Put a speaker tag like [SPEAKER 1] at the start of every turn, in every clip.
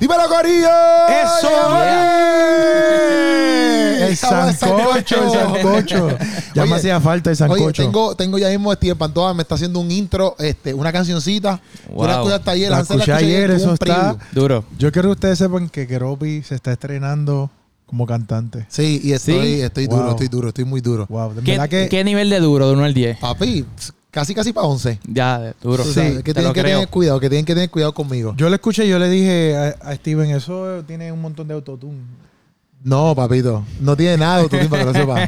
[SPEAKER 1] ¡Dímelo, Corillo!
[SPEAKER 2] ¡Eso!
[SPEAKER 1] ¡Ey!
[SPEAKER 2] El
[SPEAKER 1] Estamos de
[SPEAKER 2] sancocho, el sancocho. Ya me
[SPEAKER 1] Oye,
[SPEAKER 2] hacía falta el sancocho.
[SPEAKER 1] Oye, tengo, tengo ya mismo Steve Pantoja, me está haciendo un intro, este, una cancioncita. Yo la
[SPEAKER 3] Wow.
[SPEAKER 1] escuché hasta ayer,
[SPEAKER 2] La
[SPEAKER 1] Hansel
[SPEAKER 2] escuché
[SPEAKER 1] escuché
[SPEAKER 2] ayer,
[SPEAKER 1] tuvo un
[SPEAKER 2] eso está-
[SPEAKER 1] preview.
[SPEAKER 3] Duro.
[SPEAKER 2] Yo quiero que ustedes sepan que Keropi se está estrenando como cantante.
[SPEAKER 1] Sí, y estoy,
[SPEAKER 3] Sí.
[SPEAKER 1] estoy
[SPEAKER 2] Wow.
[SPEAKER 1] duro, estoy duro, estoy muy duro.
[SPEAKER 2] Wow, de
[SPEAKER 3] ¿Qué,
[SPEAKER 2] verdad que
[SPEAKER 3] qué nivel de duro de 1 al 10?
[SPEAKER 1] Papi, casi casi para 11.
[SPEAKER 3] Ya, de- duro.
[SPEAKER 1] Tú
[SPEAKER 3] Sí,
[SPEAKER 1] sabes que
[SPEAKER 3] te
[SPEAKER 1] tienen
[SPEAKER 3] lo
[SPEAKER 1] que
[SPEAKER 3] creo.
[SPEAKER 1] tener cuidado, que tienen que tener cuidado conmigo.
[SPEAKER 2] yo le escuché y yo le dije a, a Steven, eso tiene un montón de autotune.
[SPEAKER 1] No, papito, no tiene nada de autotune para que lo sepa.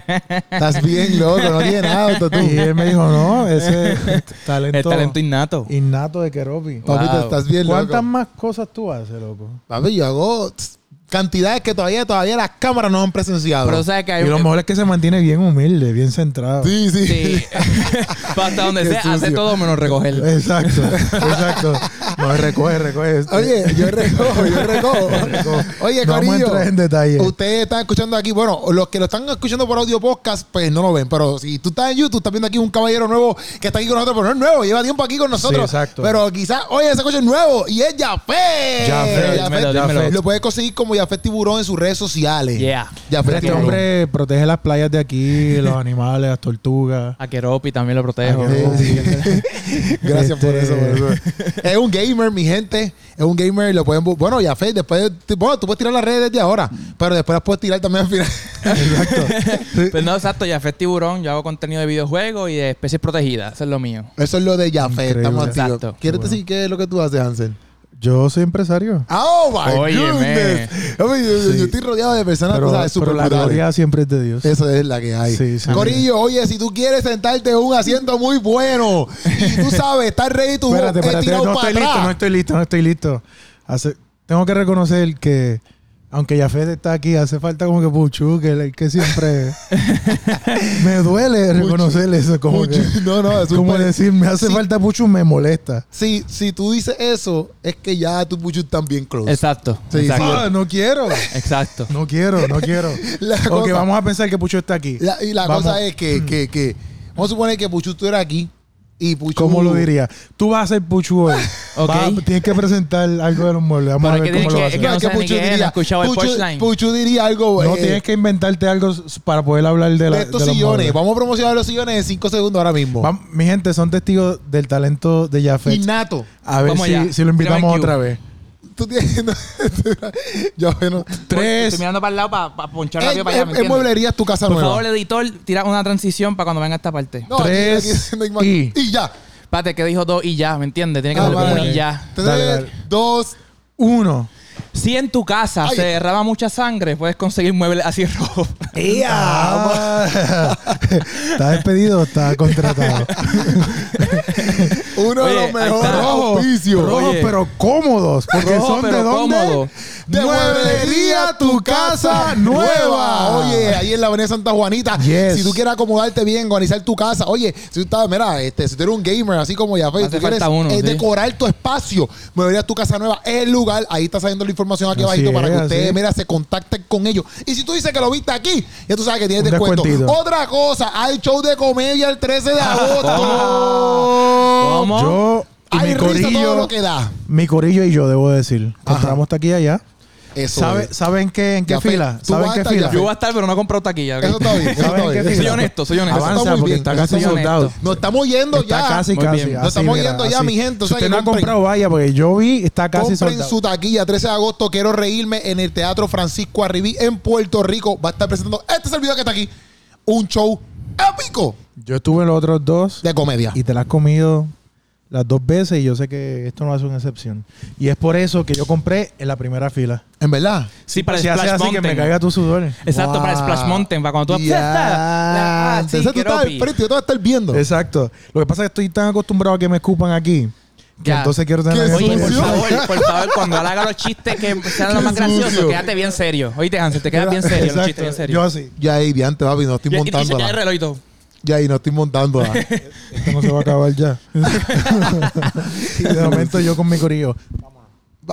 [SPEAKER 1] Estás bien loco, no tiene nada de
[SPEAKER 2] Y
[SPEAKER 1] autotune.
[SPEAKER 2] él me dijo, no, ese es talento,
[SPEAKER 3] El talento innato.
[SPEAKER 2] innato de Keropi.
[SPEAKER 3] Wow.
[SPEAKER 1] Papito, estás bien loco.
[SPEAKER 2] ¿Cuántas más cosas tú haces, loco?
[SPEAKER 1] Papi, yo hago tss, cantidades que todavía, todavía las cámaras no han presenciado.
[SPEAKER 3] Pero sabes que hay
[SPEAKER 2] Y lo mejor es que se mantiene bien humilde, bien centrado.
[SPEAKER 1] sí, sí.
[SPEAKER 3] Sí. Hasta donde
[SPEAKER 1] Qué
[SPEAKER 3] sea, hace
[SPEAKER 1] sucio.
[SPEAKER 3] todo menos recoger.
[SPEAKER 2] Exacto, exacto. No, recoge, recoge. este.
[SPEAKER 1] Oye, yo recojo, yo recojo. Oye,
[SPEAKER 2] no vamos a
[SPEAKER 1] Corillo,
[SPEAKER 2] entrar en detalle.
[SPEAKER 1] ustedes están escuchando aquí, bueno, los que lo están escuchando por audio podcast, pues no lo ven, pero si tú estás en YouTube, estás viendo aquí un caballero nuevo que está aquí con nosotros, pero no es nuevo, lleva tiempo aquí con nosotros.
[SPEAKER 2] Sí, exacto.
[SPEAKER 1] Pero quizás, oye, ese coche es nuevo y es Jafé.
[SPEAKER 2] Jafé,
[SPEAKER 3] dímelo, dímelo.
[SPEAKER 1] Lo puedes conseguir como Jafé Tiburón en sus redes sociales.
[SPEAKER 3] Yeah.
[SPEAKER 1] Jafé
[SPEAKER 2] Este
[SPEAKER 1] Tiburón.
[SPEAKER 2] hombre protege las playas de aquí, los animales, las tortugas.
[SPEAKER 3] A Keropi también lo protejo.
[SPEAKER 2] A Keropi.
[SPEAKER 1] Sí, sí. Gracias por eso,
[SPEAKER 2] Este-
[SPEAKER 1] por eso. Es un gamer, mi gente. Es un gamer. Lo pueden bu- Bueno, ya Fe, después. t- Bueno, tú puedes tirar las redes desde ahora. Pero después las puedes tirar también al final.
[SPEAKER 3] Pero Pues no, exacto, ya fue tiburón, yo hago contenido de videojuegos y de especies protegidas, eso es lo mío.
[SPEAKER 1] Eso es lo de Jafé.
[SPEAKER 2] Increíble.
[SPEAKER 1] Estamos activos.
[SPEAKER 3] Exacto.
[SPEAKER 1] ¿Quieres
[SPEAKER 2] Bueno.
[SPEAKER 1] decir qué es lo que tú haces, Hansel?
[SPEAKER 2] Yo soy empresario.
[SPEAKER 1] ¡Oh, my
[SPEAKER 3] Óyeme.
[SPEAKER 1] goodness! Hombre, yo, yo-
[SPEAKER 2] Sí.
[SPEAKER 1] yo estoy rodeado de personas,
[SPEAKER 2] Pero,
[SPEAKER 1] tú sabes,
[SPEAKER 2] pero
[SPEAKER 1] súper
[SPEAKER 2] la
[SPEAKER 1] brutales.
[SPEAKER 2] gloria siempre es de Dios.
[SPEAKER 1] Esa es la que hay.
[SPEAKER 2] Sí, sí.
[SPEAKER 1] Corillo, oye, si tú quieres sentarte en un asiento muy bueno y tú sabes, estás ready tu
[SPEAKER 2] espérate,
[SPEAKER 1] eh,
[SPEAKER 2] espérate.
[SPEAKER 1] tirado
[SPEAKER 2] No
[SPEAKER 1] para
[SPEAKER 2] estoy
[SPEAKER 1] atrás.
[SPEAKER 2] listo, no estoy listo, no estoy listo. Hace- tengo que reconocer que, aunque Yafet está aquí, hace falta como que Puchu, que, el que siempre... me duele reconocer eso. Como,
[SPEAKER 1] Puchu,
[SPEAKER 2] que-
[SPEAKER 1] no, no, es un
[SPEAKER 2] como
[SPEAKER 1] pare-
[SPEAKER 2] decir, me hace
[SPEAKER 1] Sí.
[SPEAKER 2] falta Puchu, me molesta.
[SPEAKER 1] Si, si tú dices eso, es que ya tu puchu están bien
[SPEAKER 3] Pues,
[SPEAKER 1] close.
[SPEAKER 3] Exacto,
[SPEAKER 1] Sí,
[SPEAKER 3] exacto,
[SPEAKER 2] Ah, no quiero.
[SPEAKER 3] exacto.
[SPEAKER 2] No quiero, no quiero.
[SPEAKER 1] La
[SPEAKER 2] ok,
[SPEAKER 1] cosa-
[SPEAKER 2] vamos a pensar que Pucho está aquí.
[SPEAKER 1] La- y la
[SPEAKER 2] Vamos.
[SPEAKER 1] cosa es que, que, que, vamos a suponer que Puchu tú eras aquí y Puchu.
[SPEAKER 2] ¿Cómo lo diría? Tú vas a ser Puchu hoy.
[SPEAKER 3] Ok.
[SPEAKER 2] Va- tienes que presentar algo de los muebles. Vamos
[SPEAKER 3] Pero
[SPEAKER 2] a
[SPEAKER 3] es
[SPEAKER 2] ver
[SPEAKER 3] que
[SPEAKER 2] cómo lo
[SPEAKER 3] tiene
[SPEAKER 2] vas a
[SPEAKER 3] que-
[SPEAKER 2] hacer.
[SPEAKER 1] No, es que
[SPEAKER 3] no sé ni
[SPEAKER 1] Puchu
[SPEAKER 3] qué es, no he
[SPEAKER 1] diría.
[SPEAKER 3] escuchado el
[SPEAKER 1] Puchu,
[SPEAKER 3] punchline.
[SPEAKER 1] Puchu diría algo
[SPEAKER 2] No,
[SPEAKER 1] eh,
[SPEAKER 2] tienes que inventarte algo s- para poder hablar de, la,
[SPEAKER 1] de estos
[SPEAKER 2] de los
[SPEAKER 1] sillones.
[SPEAKER 2] muebles.
[SPEAKER 1] Vamos a promocionar los sillones en 5 segundos ahora mismo.
[SPEAKER 2] Vam- Mi gente, son testigos del talento de Jafet.
[SPEAKER 1] Innato.
[SPEAKER 2] A ver
[SPEAKER 3] Vamos
[SPEAKER 2] si,
[SPEAKER 3] allá.
[SPEAKER 2] si lo
[SPEAKER 3] Tírame
[SPEAKER 2] invitamos
[SPEAKER 3] el cue.
[SPEAKER 2] otra vez.
[SPEAKER 1] Tú tienes. no, ya bueno.
[SPEAKER 2] Tres.
[SPEAKER 3] Estoy mirando para el lado para, ponchar
[SPEAKER 1] En,
[SPEAKER 3] rápido para allá, ¿me
[SPEAKER 1] en- en
[SPEAKER 3] entiendes?
[SPEAKER 1] mueblerías tu casa
[SPEAKER 3] Por
[SPEAKER 1] nueva.
[SPEAKER 3] favor, editor, tira una transición para cuando venga esta parte.
[SPEAKER 1] No, aquí-
[SPEAKER 2] Tres
[SPEAKER 1] aquí- no hay más-
[SPEAKER 2] y-
[SPEAKER 1] y ya.
[SPEAKER 3] Espérate, que dijo dos y ya, ¿me entiendes? Tiene que
[SPEAKER 1] Ah,
[SPEAKER 3] ser
[SPEAKER 1] vale.
[SPEAKER 3] un y ya.
[SPEAKER 1] Tres,
[SPEAKER 2] Dale, dale.
[SPEAKER 1] dos.
[SPEAKER 2] Uno.
[SPEAKER 3] Si en tu casa
[SPEAKER 1] Ay.
[SPEAKER 3] se derrama mucha sangre, puedes conseguir muebles así rojos.
[SPEAKER 2] Ah. está despedido, está contratado.
[SPEAKER 1] Uno
[SPEAKER 3] Oye,
[SPEAKER 1] de
[SPEAKER 3] ahí
[SPEAKER 1] los mejores
[SPEAKER 3] está.
[SPEAKER 1] auspicios.
[SPEAKER 2] rojos,
[SPEAKER 3] Oye.
[SPEAKER 2] pero cómodos. Porque
[SPEAKER 3] Rojos,
[SPEAKER 2] son de
[SPEAKER 3] pero
[SPEAKER 2] dónde?
[SPEAKER 3] cómodos.
[SPEAKER 1] De mueblería tu casa nueva. Oye, ahí en la Avenida Santa Juanita.
[SPEAKER 2] Yes.
[SPEAKER 1] Si tú quieres acomodarte bien, organizar tu casa. Oye, si tú estás, mira, este, si tú eres un gamer, así como ya,
[SPEAKER 3] Hace
[SPEAKER 1] tú quieres
[SPEAKER 3] falta uno,
[SPEAKER 1] eh,
[SPEAKER 3] sí.
[SPEAKER 1] decorar tu espacio, mueblería tu casa nueva, es el lugar. Ahí está saliendo la información aquí
[SPEAKER 2] Así
[SPEAKER 1] abajito para
[SPEAKER 2] es,
[SPEAKER 1] que ustedes,
[SPEAKER 2] así.
[SPEAKER 1] mira, se contacten con ellos. Y si tú dices que lo viste aquí, ya tú sabes que tienes
[SPEAKER 2] Un
[SPEAKER 1] descuento.
[SPEAKER 2] descuentito.
[SPEAKER 1] Otra cosa, hay show de comedia el 13 de agosto.
[SPEAKER 3] ¿Cómo?
[SPEAKER 2] Yo Oh. y
[SPEAKER 1] Hay
[SPEAKER 2] mi
[SPEAKER 1] risa todo
[SPEAKER 2] corillo,
[SPEAKER 1] lo que da.
[SPEAKER 2] mi corillo y yo, debo decir. Compramos taquilla ya.
[SPEAKER 1] Eso
[SPEAKER 2] ¿Sabe-
[SPEAKER 1] es.
[SPEAKER 2] ¿Saben qué, en qué
[SPEAKER 1] Ya, Fe,
[SPEAKER 2] fila?
[SPEAKER 1] tú
[SPEAKER 2] ¿Saben
[SPEAKER 1] vas
[SPEAKER 2] qué
[SPEAKER 1] hasta
[SPEAKER 2] fila?
[SPEAKER 1] allá.
[SPEAKER 3] Yo voy a estar, pero no he comprado taquilla. ¿ok?
[SPEAKER 1] Eso está bien. Eso
[SPEAKER 2] ¿Saben
[SPEAKER 1] está
[SPEAKER 2] qué
[SPEAKER 1] bien.
[SPEAKER 2] fila?
[SPEAKER 3] Soy honesto, soy honesto.
[SPEAKER 1] Eso está
[SPEAKER 2] Avanza
[SPEAKER 1] muy
[SPEAKER 2] porque
[SPEAKER 1] bien,
[SPEAKER 2] está
[SPEAKER 1] eso
[SPEAKER 2] casi
[SPEAKER 1] está muy
[SPEAKER 2] soldado.
[SPEAKER 3] honesto.
[SPEAKER 1] Nos estamos yendo
[SPEAKER 2] Está
[SPEAKER 1] ya.
[SPEAKER 2] casi,
[SPEAKER 3] Muy
[SPEAKER 2] casi.
[SPEAKER 3] bien.
[SPEAKER 2] así,
[SPEAKER 1] Nos estamos
[SPEAKER 2] mira,
[SPEAKER 1] yendo ya,
[SPEAKER 2] así.
[SPEAKER 1] mi gente, o
[SPEAKER 2] Si
[SPEAKER 1] sea, que
[SPEAKER 2] usted no ha
[SPEAKER 1] compren.
[SPEAKER 2] comprado, vaya, porque yo vi, está casi
[SPEAKER 1] Compren
[SPEAKER 2] soldado.
[SPEAKER 1] su taquilla 13 de agosto. Quiero reírme en el Teatro Francisco Arribí en Puerto Rico. Va a estar presentando este servidor que está aquí. Un show épico
[SPEAKER 2] Yo estuve en los otros dos
[SPEAKER 1] de comedia.
[SPEAKER 2] y te la has comido las dos veces y yo sé que esto no hace una excepción. Y es por eso que yo compré en la primera fila.
[SPEAKER 1] En verdad.
[SPEAKER 3] Sí, para
[SPEAKER 2] si hace
[SPEAKER 3] Splash
[SPEAKER 2] así que
[SPEAKER 3] Mountain.
[SPEAKER 2] me caiga tu sudor.
[SPEAKER 3] Exacto,
[SPEAKER 1] Wow.
[SPEAKER 3] para Splash Mountain, para cuando tú
[SPEAKER 1] Ya.
[SPEAKER 3] Ah, sí,
[SPEAKER 1] Entonces tú estás al
[SPEAKER 3] Keropi.
[SPEAKER 1] frente, yo te voy a estar viendo.
[SPEAKER 2] Exacto. Lo que pasa es que estoy tan acostumbrado a que me escupan aquí. Que
[SPEAKER 3] Ya.
[SPEAKER 2] entonces quiero tener
[SPEAKER 1] ¿Qué
[SPEAKER 2] la
[SPEAKER 3] Oye, por
[SPEAKER 2] experiencia.
[SPEAKER 3] favor, por favor, cuando él haga los chistes que sean los
[SPEAKER 1] Qué
[SPEAKER 3] más graciosos,
[SPEAKER 1] sucio.
[SPEAKER 3] quédate bien serio. Oíste, Hansel, te quedas bien serio, los chistes bien
[SPEAKER 2] Exacto.
[SPEAKER 3] serios.
[SPEAKER 2] Yo así.
[SPEAKER 1] Ya ahí, diante, papi, no estoy
[SPEAKER 3] Y- y- y se cae el
[SPEAKER 1] montándola.
[SPEAKER 3] reloj y todo.
[SPEAKER 1] Ya ahí, no estoy montándola.
[SPEAKER 2] Esto no se va a acabar ya. y de momento yo con mi corillo.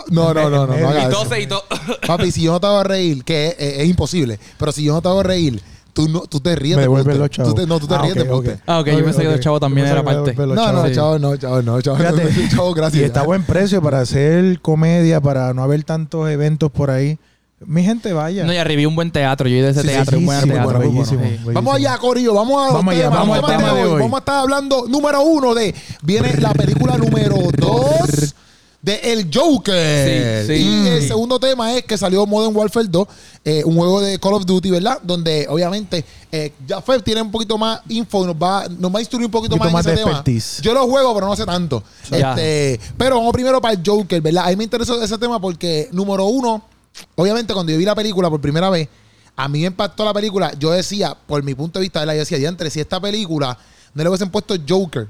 [SPEAKER 1] No, no, no, no. no
[SPEAKER 2] Y
[SPEAKER 1] haga
[SPEAKER 3] Y
[SPEAKER 1] Ah, eso.
[SPEAKER 3] tose y todo.
[SPEAKER 1] Papi, si yo no te hago reír, que es, es- es imposible, pero si yo no te hago reír, tú, no, tú te ríes
[SPEAKER 2] Me
[SPEAKER 1] de
[SPEAKER 2] devuelven
[SPEAKER 1] Potter.
[SPEAKER 2] los chavos.
[SPEAKER 1] Tú te- no, tú te
[SPEAKER 2] Ah,
[SPEAKER 1] ríes
[SPEAKER 2] ok,
[SPEAKER 1] de Potter.
[SPEAKER 2] ok.
[SPEAKER 3] Ah, ok, yo pensé que los chavos también
[SPEAKER 2] Yo pensé que
[SPEAKER 3] era
[SPEAKER 2] me
[SPEAKER 3] parte.
[SPEAKER 2] devuelven los
[SPEAKER 1] No,
[SPEAKER 2] chavos.
[SPEAKER 1] no,
[SPEAKER 3] Sí.
[SPEAKER 1] chavo, no, chavo, no, chavo.
[SPEAKER 2] Fíjate.
[SPEAKER 1] Chavo, gracias.
[SPEAKER 2] Y está a buen precio para hacer comedia, para no haber tantos eventos por ahí. Mi gente vaya.
[SPEAKER 3] No, ya reví un buen teatro. Yo he ido a ese
[SPEAKER 1] Sí, sí,
[SPEAKER 3] teatro, un buen
[SPEAKER 1] bellísimo,
[SPEAKER 3] teatro.
[SPEAKER 1] bueno,
[SPEAKER 2] bellísimo,
[SPEAKER 3] Sí.
[SPEAKER 2] bellísimo.
[SPEAKER 1] Vamos allá, Corillo. Vamos a los
[SPEAKER 2] Vamos allá,
[SPEAKER 1] temas,
[SPEAKER 2] vamos
[SPEAKER 1] los
[SPEAKER 2] al
[SPEAKER 1] temas
[SPEAKER 2] tema
[SPEAKER 1] de
[SPEAKER 2] de
[SPEAKER 1] hoy.
[SPEAKER 2] hoy.
[SPEAKER 1] Vamos a estar hablando, número uno, de. Viene la película número dos de El Joker.
[SPEAKER 3] Sí, sí.
[SPEAKER 1] Y el
[SPEAKER 3] Sí.
[SPEAKER 1] segundo tema es que salió Modern Warfare 2, eh, un juego de Call of Duty, ¿verdad? Donde obviamente eh, Jafet tiene un poquito más info y nos va, nos va a instruir un poquito,
[SPEAKER 2] Un poquito
[SPEAKER 1] más, en
[SPEAKER 2] más
[SPEAKER 1] ese
[SPEAKER 2] de
[SPEAKER 1] tema.
[SPEAKER 2] expertise.
[SPEAKER 1] Yo lo juego, pero no sé tanto.
[SPEAKER 3] Ya.
[SPEAKER 1] Este, pero vamos primero para el Joker, ¿verdad? A mí me interesó ese tema porque, número uno, obviamente cuando yo vi la película por primera vez, a mí me impactó la película. Yo decía, por mi punto de vista, ¿verdad? Yo decía, entre si esta película no le hubiesen puesto Joker.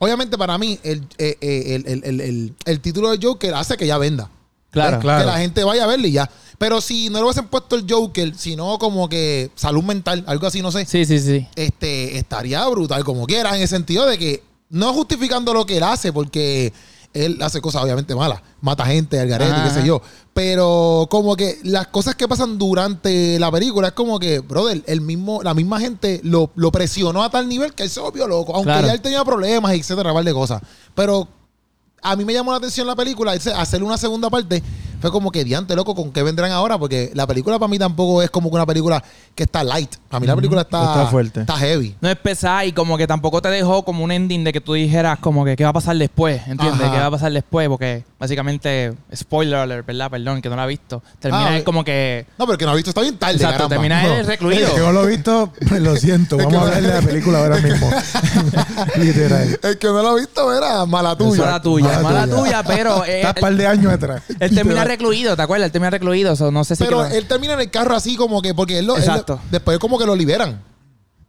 [SPEAKER 1] Obviamente para mí, el, eh, eh, el- el- el- el- el título de Joker hace que ya venda.
[SPEAKER 3] Claro,
[SPEAKER 1] ¿Ves?
[SPEAKER 3] claro.
[SPEAKER 1] Que la gente vaya a verlo y ya. Pero si no le hubiesen puesto el Joker, sino como que salud mental, algo así, no sé
[SPEAKER 3] Sí, sí, sí.
[SPEAKER 1] este, estaría brutal como quiera, en el sentido de que no justificando lo que él hace, porque él hace cosas obviamente malas, mata gente, al garete,
[SPEAKER 3] Ajá,
[SPEAKER 1] qué sé
[SPEAKER 3] ajá.
[SPEAKER 1] yo, pero como que las cosas que pasan durante la película es como que, brother, el mismo, la misma gente lo, lo presionó a tal nivel que él se volvió loco, aunque
[SPEAKER 3] Claro.
[SPEAKER 1] ya él tenía problemas, etcétera, par de cosas, pero a mí me llamó la atención la película, ese- hacerle una segunda parte fue como que diante loco con qué vendrán ahora porque la película para mí tampoco es como que una película que está light, para mí la
[SPEAKER 2] Ujú,
[SPEAKER 1] película está,
[SPEAKER 2] está fuerte.
[SPEAKER 1] está heavy.
[SPEAKER 3] No es pesada y como que tampoco te dejó como un ending de que tú dijeras como que qué va a pasar después, ¿entiendes?
[SPEAKER 1] Ajá.
[SPEAKER 3] ¿Qué va a pasar después? Porque básicamente, spoiler alert, ¿verdad? Perdón, que no la ha visto. Termina
[SPEAKER 1] Ah,
[SPEAKER 3] él como que...
[SPEAKER 1] No, pero el que no ha visto está bien tarde.
[SPEAKER 3] Exacto,
[SPEAKER 1] caramba.
[SPEAKER 3] termina él recluido.
[SPEAKER 2] Yo lo he visto, pues, lo siento. Vamos a hablar de la película ahora mismo.
[SPEAKER 3] Eh,
[SPEAKER 2] Literal.
[SPEAKER 1] El que no lo ha visto era mala tuya.
[SPEAKER 3] Mala tuya,
[SPEAKER 2] mala
[SPEAKER 3] mala tuya, pero... eh,
[SPEAKER 2] Estás un par de años atrás.
[SPEAKER 3] Él termina recluido, ¿te acuerdas? Él termina recluido, o sea, no sé si...
[SPEAKER 1] Pero
[SPEAKER 3] que lo-
[SPEAKER 1] él termina en el carro así como que porque él lo, él lo-
[SPEAKER 3] Exacto.
[SPEAKER 1] después como que lo liberan.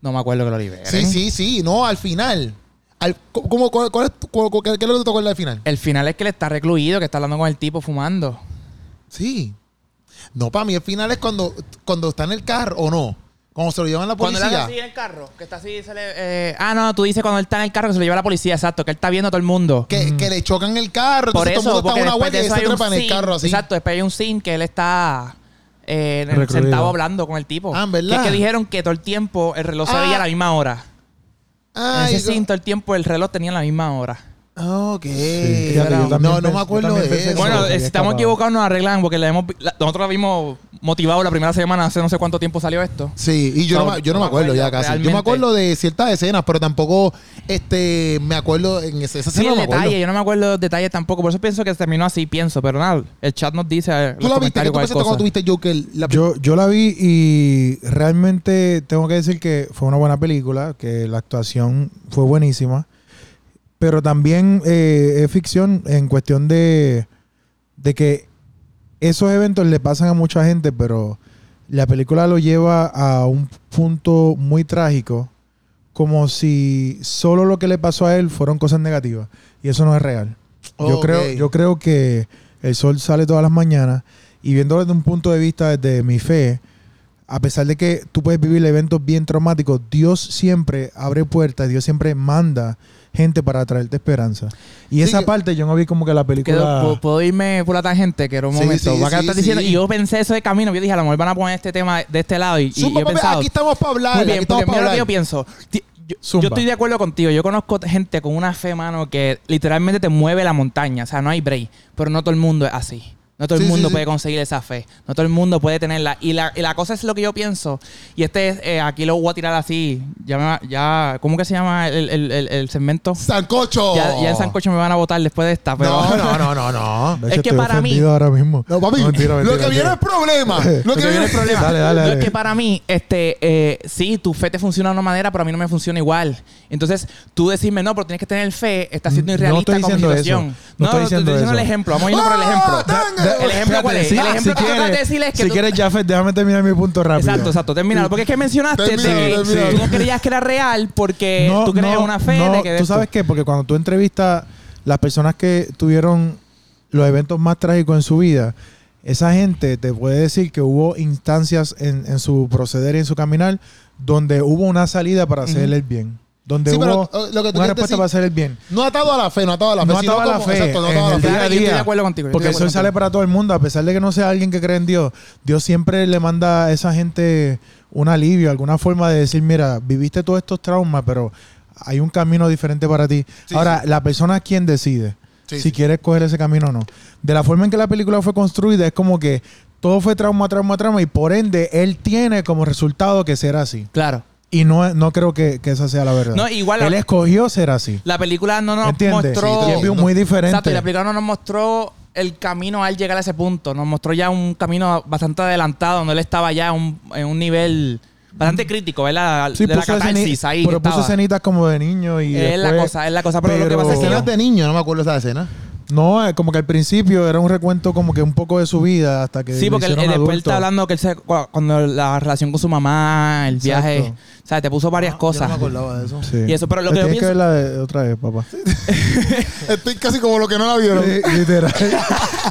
[SPEAKER 3] No me acuerdo que lo liberen.
[SPEAKER 1] Sí, sí, sí, no, al final. Al, ¿cómo, cuál, cuál es, tu- cuál- cuál- ¿Qué es lo que te acuerdas al final?
[SPEAKER 3] El final es que él está recluido, que está hablando con el tipo fumando.
[SPEAKER 1] Sí. No, para mí el final es cuando, cuando está en el carro o no. Cuando se lo llevan a la
[SPEAKER 3] Cuando él
[SPEAKER 1] policía.
[SPEAKER 3] hace así en el carro, que está así, se le... eh, ah, no, tú dices cuando él está en el carro que se lo lleva la policía, exacto, que él está viendo a todo el mundo.
[SPEAKER 1] que, que le chocan el carro.
[SPEAKER 3] Por
[SPEAKER 1] entonces todo
[SPEAKER 3] eso,
[SPEAKER 1] el mundo está
[SPEAKER 3] porque
[SPEAKER 1] en una vuelta
[SPEAKER 3] después de
[SPEAKER 1] y él
[SPEAKER 3] eso
[SPEAKER 1] se
[SPEAKER 3] hay un
[SPEAKER 1] trepa en el
[SPEAKER 3] scene-
[SPEAKER 1] carro así.
[SPEAKER 3] Exacto, después hay un scene que él está eh, en el
[SPEAKER 2] Recluido.
[SPEAKER 3] sentado hablando con el tipo.
[SPEAKER 1] Ah, ¿en verdad?
[SPEAKER 3] Que es que dijeron que todo el tiempo el reloj se
[SPEAKER 1] Ah.
[SPEAKER 3] veía a la misma hora.
[SPEAKER 1] Ay, Ah,
[SPEAKER 3] en ese scene todo el tiempo el reloj tenía la misma hora.
[SPEAKER 1] Ok.
[SPEAKER 2] fíjate, yo también
[SPEAKER 1] no, no me
[SPEAKER 2] pensé-
[SPEAKER 1] acuerdo
[SPEAKER 2] yo también
[SPEAKER 1] de
[SPEAKER 2] pensé
[SPEAKER 1] eso.
[SPEAKER 2] Eso
[SPEAKER 3] bueno,
[SPEAKER 2] lo
[SPEAKER 3] eh,
[SPEAKER 2] había
[SPEAKER 3] si estamos
[SPEAKER 2] escapado.
[SPEAKER 3] equivocados nos arreglan porque la hemos, vi- la- nosotros la vimos motivado la primera semana, hace no sé cuánto tiempo salió esto.
[SPEAKER 1] Sí, y yo no,
[SPEAKER 3] No,
[SPEAKER 1] me- yo no me acuerdo ya casi. Yo me
[SPEAKER 3] realmente.
[SPEAKER 1] acuerdo de ciertas escenas, pero tampoco este me acuerdo en ese- esa
[SPEAKER 3] Sí,
[SPEAKER 1] escena.
[SPEAKER 3] el
[SPEAKER 1] no me acuerdo.
[SPEAKER 3] detalle, yo no me acuerdo de los detalles tampoco, por eso pienso que terminó así, pienso, pero nada, el chat nos dice eh,
[SPEAKER 1] ¿Tú
[SPEAKER 3] los
[SPEAKER 1] la viste? ¿Qué
[SPEAKER 3] comentarios
[SPEAKER 1] tú pensaste
[SPEAKER 3] cualquier
[SPEAKER 1] cuando
[SPEAKER 3] cosa.
[SPEAKER 1] tuviste Joker? La...
[SPEAKER 2] Yo, yo la vi y realmente tengo que decir que fue una buena película, que la actuación fue buenísima, pero también eh, es ficción en cuestión de, de que esos eventos le pasan a mucha gente, pero la película lo lleva a un punto muy trágico, como si solo lo que le pasó a él fueron cosas negativas, y eso no es real. Yo
[SPEAKER 1] Ok.
[SPEAKER 2] creo, yo creo que el sol sale todas las mañanas y viéndolo desde un punto de vista desde mi fe, a pesar de que tú puedes vivir eventos bien traumáticos, Dios siempre abre puertas, Dios siempre manda gente para traerte esperanza. Y
[SPEAKER 1] Sí,
[SPEAKER 2] esa
[SPEAKER 1] que-
[SPEAKER 2] parte yo no vi como que la película...
[SPEAKER 3] Quedó- ¿puedo, puedo irme por la tangente, que era un
[SPEAKER 1] Sí,
[SPEAKER 3] momento.
[SPEAKER 1] sí,
[SPEAKER 3] Va que
[SPEAKER 1] sí,
[SPEAKER 3] estás diciendo,
[SPEAKER 1] sí.
[SPEAKER 3] Y yo pensé eso de camino, yo dije, a lo mejor van a poner este tema de este lado. Y, y
[SPEAKER 1] Zumba,
[SPEAKER 3] yo he
[SPEAKER 1] papi,
[SPEAKER 3] pensado,
[SPEAKER 1] aquí estamos para hablar.
[SPEAKER 3] muy
[SPEAKER 1] aquí
[SPEAKER 3] bien,
[SPEAKER 1] estamos
[SPEAKER 3] porque
[SPEAKER 1] para
[SPEAKER 3] mira lo que yo
[SPEAKER 1] hablar.
[SPEAKER 3] pienso. Ti- Yo, yo
[SPEAKER 2] Zumba.
[SPEAKER 3] estoy de acuerdo contigo. Yo conozco gente con una fe, mano, que literalmente te mueve la montaña. O sea, no hay break. Pero no todo el mundo es así. No todo el
[SPEAKER 1] Sí, sí,
[SPEAKER 3] mundo
[SPEAKER 1] sí.
[SPEAKER 3] puede conseguir esa fe. No todo el mundo puede tenerla. Y la, y la cosa es lo que yo pienso. Y este es, eh, aquí lo voy a tirar así. Ya, me va- ya ¿Cómo que se llama el, el- el- el segmento?
[SPEAKER 1] Sancocho.
[SPEAKER 3] Ya, ya en Sancocho me van a votar después de esta. Pero...
[SPEAKER 1] No, no, no, no, no.
[SPEAKER 2] De hecho,
[SPEAKER 3] es que
[SPEAKER 2] estoy
[SPEAKER 3] para mí-
[SPEAKER 2] ofendido ahora mismo.
[SPEAKER 1] No, papi,
[SPEAKER 2] mentira,
[SPEAKER 1] lo
[SPEAKER 2] mentira,
[SPEAKER 1] que viene
[SPEAKER 2] mentira.
[SPEAKER 1] es problema. Lo que viene es problema.
[SPEAKER 2] Dale, dale,
[SPEAKER 3] Lo
[SPEAKER 2] dale.
[SPEAKER 3] que para mí, este, eh, sí, tu fe te funciona de una manera, pero a mí no me funciona igual. Entonces, tú decirme, no, pero tienes que tener fe, estás siendo
[SPEAKER 2] No
[SPEAKER 3] irrealista
[SPEAKER 2] estoy
[SPEAKER 3] con mi
[SPEAKER 2] diciendo
[SPEAKER 3] situación.
[SPEAKER 2] eso. No estoy diciendo
[SPEAKER 3] estoy diciendo el
[SPEAKER 2] eso.
[SPEAKER 3] ejemplo. Vamos a irnos por el
[SPEAKER 1] ¡Ah,
[SPEAKER 3] ejemplo.
[SPEAKER 1] tanga!
[SPEAKER 3] ¿El ejemplo cuál es?
[SPEAKER 2] Sí,
[SPEAKER 3] el ejemplo
[SPEAKER 2] si
[SPEAKER 3] que yo trato de
[SPEAKER 2] quieres,
[SPEAKER 3] decir es que
[SPEAKER 2] si
[SPEAKER 3] tú-
[SPEAKER 2] quieres, Jafet, déjame terminar mi punto rápido.
[SPEAKER 3] Exacto, exacto. Terminalo. Porque es que mencionaste de
[SPEAKER 1] Termínalo,
[SPEAKER 3] que
[SPEAKER 1] termínalo.
[SPEAKER 3] tú no creías que era real porque
[SPEAKER 2] No,
[SPEAKER 3] tú crees
[SPEAKER 2] no,
[SPEAKER 3] una fe
[SPEAKER 2] no,
[SPEAKER 3] de que... de
[SPEAKER 2] ¿Tú
[SPEAKER 3] esto.
[SPEAKER 2] sabes qué? Porque cuando tú entrevistas las personas que tuvieron los eventos más trágicos en su vida, esa gente te puede decir que hubo instancias en, en su proceder y en su caminar donde hubo una salida para hacer
[SPEAKER 3] Ujú.
[SPEAKER 2] el bien. donde
[SPEAKER 1] Sí, pero,
[SPEAKER 2] hubo
[SPEAKER 1] eh, lo que tú quieres
[SPEAKER 2] una respuesta
[SPEAKER 1] decir-
[SPEAKER 2] para hacer el bien.
[SPEAKER 1] No atado a la fe, no atado a la fe.
[SPEAKER 2] No
[SPEAKER 1] sino
[SPEAKER 2] atado a la
[SPEAKER 1] como-
[SPEAKER 2] fe,
[SPEAKER 1] Exacto, no
[SPEAKER 2] en
[SPEAKER 1] atado a la
[SPEAKER 2] el
[SPEAKER 1] fe.
[SPEAKER 2] día a
[SPEAKER 3] Yo estoy de acuerdo contigo. yo estoy
[SPEAKER 2] Porque
[SPEAKER 3] de
[SPEAKER 2] eso
[SPEAKER 3] acuerdo
[SPEAKER 2] sale
[SPEAKER 3] contigo.
[SPEAKER 2] para todo el mundo, a pesar de que no sea alguien que cree en Dios. Dios siempre le manda a esa gente un alivio, alguna forma de decir, mira, viviste todos estos traumas, pero hay un camino diferente para ti.
[SPEAKER 1] Sí,
[SPEAKER 2] Ahora, la persona es quien decide
[SPEAKER 1] Sí,
[SPEAKER 2] si
[SPEAKER 1] sí.
[SPEAKER 2] quiere escoger ese camino o no. De la forma en que la película fue construida, es como que todo fue trauma, trauma, trauma, y por ende, él tiene como resultado que será así.
[SPEAKER 3] Claro.
[SPEAKER 2] Y no, no creo que, que esa sea la verdad.
[SPEAKER 3] No, igual-
[SPEAKER 2] Él escogió ser así.
[SPEAKER 3] La película no nos
[SPEAKER 2] ¿Entiendes?
[SPEAKER 3] mostró.
[SPEAKER 2] Y es bien muy diferente.
[SPEAKER 3] Exacto, y la película no nos mostró el camino al llegar a ese punto. Nos mostró ya un camino bastante adelantado, donde él estaba ya un- en un nivel bastante crítico, ¿verdad?
[SPEAKER 2] Mm. Sí,
[SPEAKER 3] de la
[SPEAKER 2] puso esceni-
[SPEAKER 3] catarsis ahí. que
[SPEAKER 2] pero puso
[SPEAKER 3] estaba.
[SPEAKER 2] escenitas como de niño y
[SPEAKER 3] Es la
[SPEAKER 2] después-
[SPEAKER 3] cosa, es la cosa. Pero, lo que
[SPEAKER 2] pero-
[SPEAKER 3] pasa es que
[SPEAKER 2] Escenas
[SPEAKER 1] Escenas
[SPEAKER 3] yo-
[SPEAKER 1] de niño, no me acuerdo esa escena.
[SPEAKER 2] No, eh, como que al principio era un recuento como que un poco de su vida hasta que
[SPEAKER 3] Sí,
[SPEAKER 2] lo
[SPEAKER 3] porque él-
[SPEAKER 2] hicieron
[SPEAKER 3] él después él
[SPEAKER 2] adulto.
[SPEAKER 3] está hablando que él se, cu- cuando la relación con su mamá, el
[SPEAKER 2] Exacto.
[SPEAKER 3] viaje, o sea, te puso varias
[SPEAKER 1] Ah,
[SPEAKER 3] cosas.
[SPEAKER 1] Yo no me acordaba de eso.
[SPEAKER 2] Sí.
[SPEAKER 3] Y eso, pero lo
[SPEAKER 2] Eh,
[SPEAKER 3] que yo
[SPEAKER 2] tienes
[SPEAKER 3] pienso-
[SPEAKER 2] que verla de- otra vez, papá.
[SPEAKER 1] Estoy casi como lo que no la vieron.
[SPEAKER 2] Eh, Literal.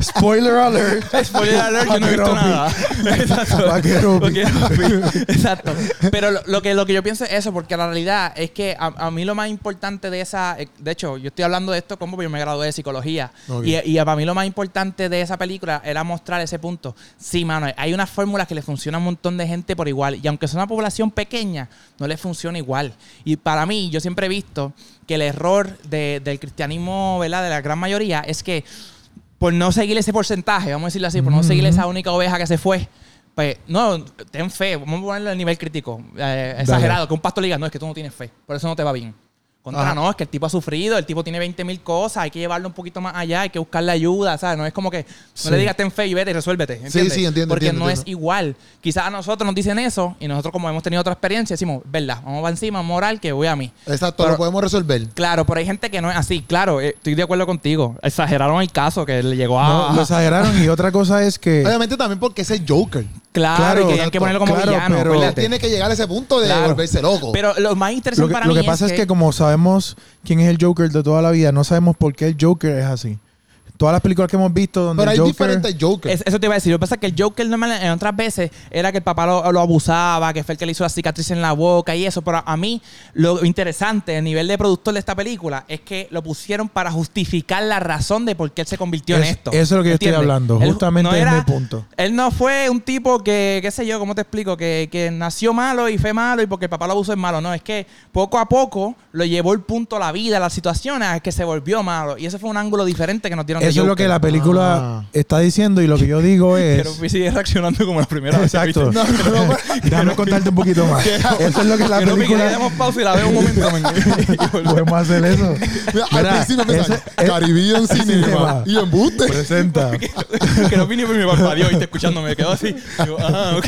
[SPEAKER 2] Spoiler alert.
[SPEAKER 3] Spoiler alert, yo no he visto
[SPEAKER 2] Paqueropi.
[SPEAKER 3] nada. Exacto.
[SPEAKER 2] Paqueropi.
[SPEAKER 3] Paqueropi. Exacto. Pero lo, lo que, lo que yo pienso es eso, porque la realidad es que a, a mí lo más importante de esa. eh, De hecho, yo estoy hablando de esto como porque yo me gradué de psicología.
[SPEAKER 1] Ok.
[SPEAKER 3] Y, y para mí lo más importante de esa película era mostrar ese punto. Sí, mano, hay unas fórmulas que le funcionan a un montón de gente por igual. Y aunque sea una población pequeña, no les funciona igual. Y para mí, yo siempre he visto que el error de- del cristianismo, ¿verdad?, de la gran mayoría es que por no seguir ese porcentaje, vamos a decirlo así, por no
[SPEAKER 1] Mm.
[SPEAKER 3] seguir esa única oveja que se fue. Pues, no, ten fe, vamos a ponerlo al nivel crítico, eh, exagerado, que un pastor le diga, no, es que tú no tienes fe, por eso no te va bien. Contra,
[SPEAKER 1] Ajá.
[SPEAKER 3] no, es que el tipo ha sufrido, el tipo tiene 20 mil cosas, hay que llevarlo un poquito más allá, hay que buscarle ayuda, ¿sabes? No es como que no le digas ten fe y vete y resuélvete. ¿entiendes?
[SPEAKER 1] sí, entiendo,
[SPEAKER 3] Porque
[SPEAKER 1] entiendo,
[SPEAKER 3] no es
[SPEAKER 1] entiendo.
[SPEAKER 3] igual. Quizás a nosotros nos dicen eso y nosotros, como hemos tenido otra experiencia, decimos, verdad, vamos para encima, moral, que voy a mí.
[SPEAKER 1] Exacto,
[SPEAKER 3] Pero-
[SPEAKER 1] lo podemos resolver.
[SPEAKER 3] Claro, pero hay gente que no es así. Claro, eh, estoy de acuerdo contigo. Exageraron el caso que le llegó a.
[SPEAKER 2] No, lo exageraron y otra cosa es que...
[SPEAKER 1] Obviamente también porque ese es Joker.
[SPEAKER 3] Claro,
[SPEAKER 2] Claro,
[SPEAKER 3] y tenían
[SPEAKER 2] exacto.
[SPEAKER 3] que ponerlo como
[SPEAKER 2] Claro,
[SPEAKER 3] villano.
[SPEAKER 2] pero-
[SPEAKER 1] Él
[SPEAKER 3] acuérdate.
[SPEAKER 1] tiene que llegar a ese punto de
[SPEAKER 3] Claro.
[SPEAKER 1] volverse loco.
[SPEAKER 3] Pero lo más
[SPEAKER 2] Lo
[SPEAKER 3] interesante
[SPEAKER 2] que,
[SPEAKER 3] para
[SPEAKER 2] lo
[SPEAKER 3] mí
[SPEAKER 2] que pasa es que...
[SPEAKER 3] que
[SPEAKER 2] como sabemos quién es el Joker de toda la vida, no sabemos por qué el Joker es así. Todas las películas que hemos visto donde
[SPEAKER 1] Pero hay
[SPEAKER 2] el Joker...
[SPEAKER 1] diferentes Jokers.
[SPEAKER 3] Es- eso te iba a decir. Lo que pasa es que el Joker normal en otras veces era que el papá lo, lo abusaba, que fue el que le hizo la cicatriz en la boca y eso. Pero a mí, lo interesante, el nivel de productor de esta película, es que lo pusieron para justificar la razón de por qué él se convirtió en
[SPEAKER 2] Es-
[SPEAKER 3] esto.
[SPEAKER 2] eso es lo que yo estoy hablando.
[SPEAKER 3] Él
[SPEAKER 2] Justamente es mi punto.
[SPEAKER 3] Él no fue un tipo que, qué sé yo, ¿cómo te explico? Que, que nació malo y fue malo y porque el papá lo abusó es malo. No, es que poco a poco lo llevó el punto, la vida, las situaciones a que se volvió malo. Y ese fue un ángulo diferente que nos dieron de
[SPEAKER 2] Eso es lo que
[SPEAKER 3] Joker.
[SPEAKER 2] la película
[SPEAKER 1] Ah.
[SPEAKER 2] está diciendo y lo que yo digo
[SPEAKER 3] Pero
[SPEAKER 2] es...
[SPEAKER 3] sigue reaccionando como la primera vez.
[SPEAKER 2] Exacto.
[SPEAKER 3] ¿viste?
[SPEAKER 2] Déjame contarte un poquito más. Eso es lo que la
[SPEAKER 3] Pero Piqui, le
[SPEAKER 2] película...
[SPEAKER 3] damos pausa y la veo un momento. men. Y volvemos.
[SPEAKER 2] Podemos hacer eso.
[SPEAKER 1] Mira,
[SPEAKER 2] Mira,
[SPEAKER 1] al principio empiezan
[SPEAKER 2] ese- es-
[SPEAKER 1] Caribbean Cinema
[SPEAKER 2] Cinema.
[SPEAKER 1] y embuste.
[SPEAKER 2] Presenta.
[SPEAKER 3] que no vine por mi parpadeo y te escuchándome. Me quedo así. Digo, ah, ok.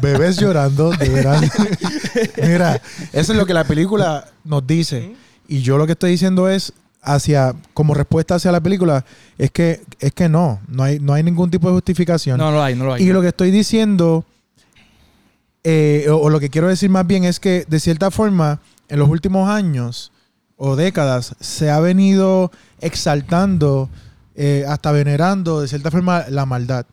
[SPEAKER 2] Bebés llorando, de verdad. Mira, eso es lo que la película nos dice. Y yo lo que estoy diciendo es, hacia, como respuesta hacia la película, es que, es que no, no hay, no hay ningún tipo de justificación.
[SPEAKER 3] No lo hay, no lo hay.
[SPEAKER 2] Y lo que estoy diciendo, eh, o, o lo que quiero decir más bien es que de cierta forma, en los últimos años o décadas, se ha venido exaltando, eh, hasta venerando de cierta forma la maldad,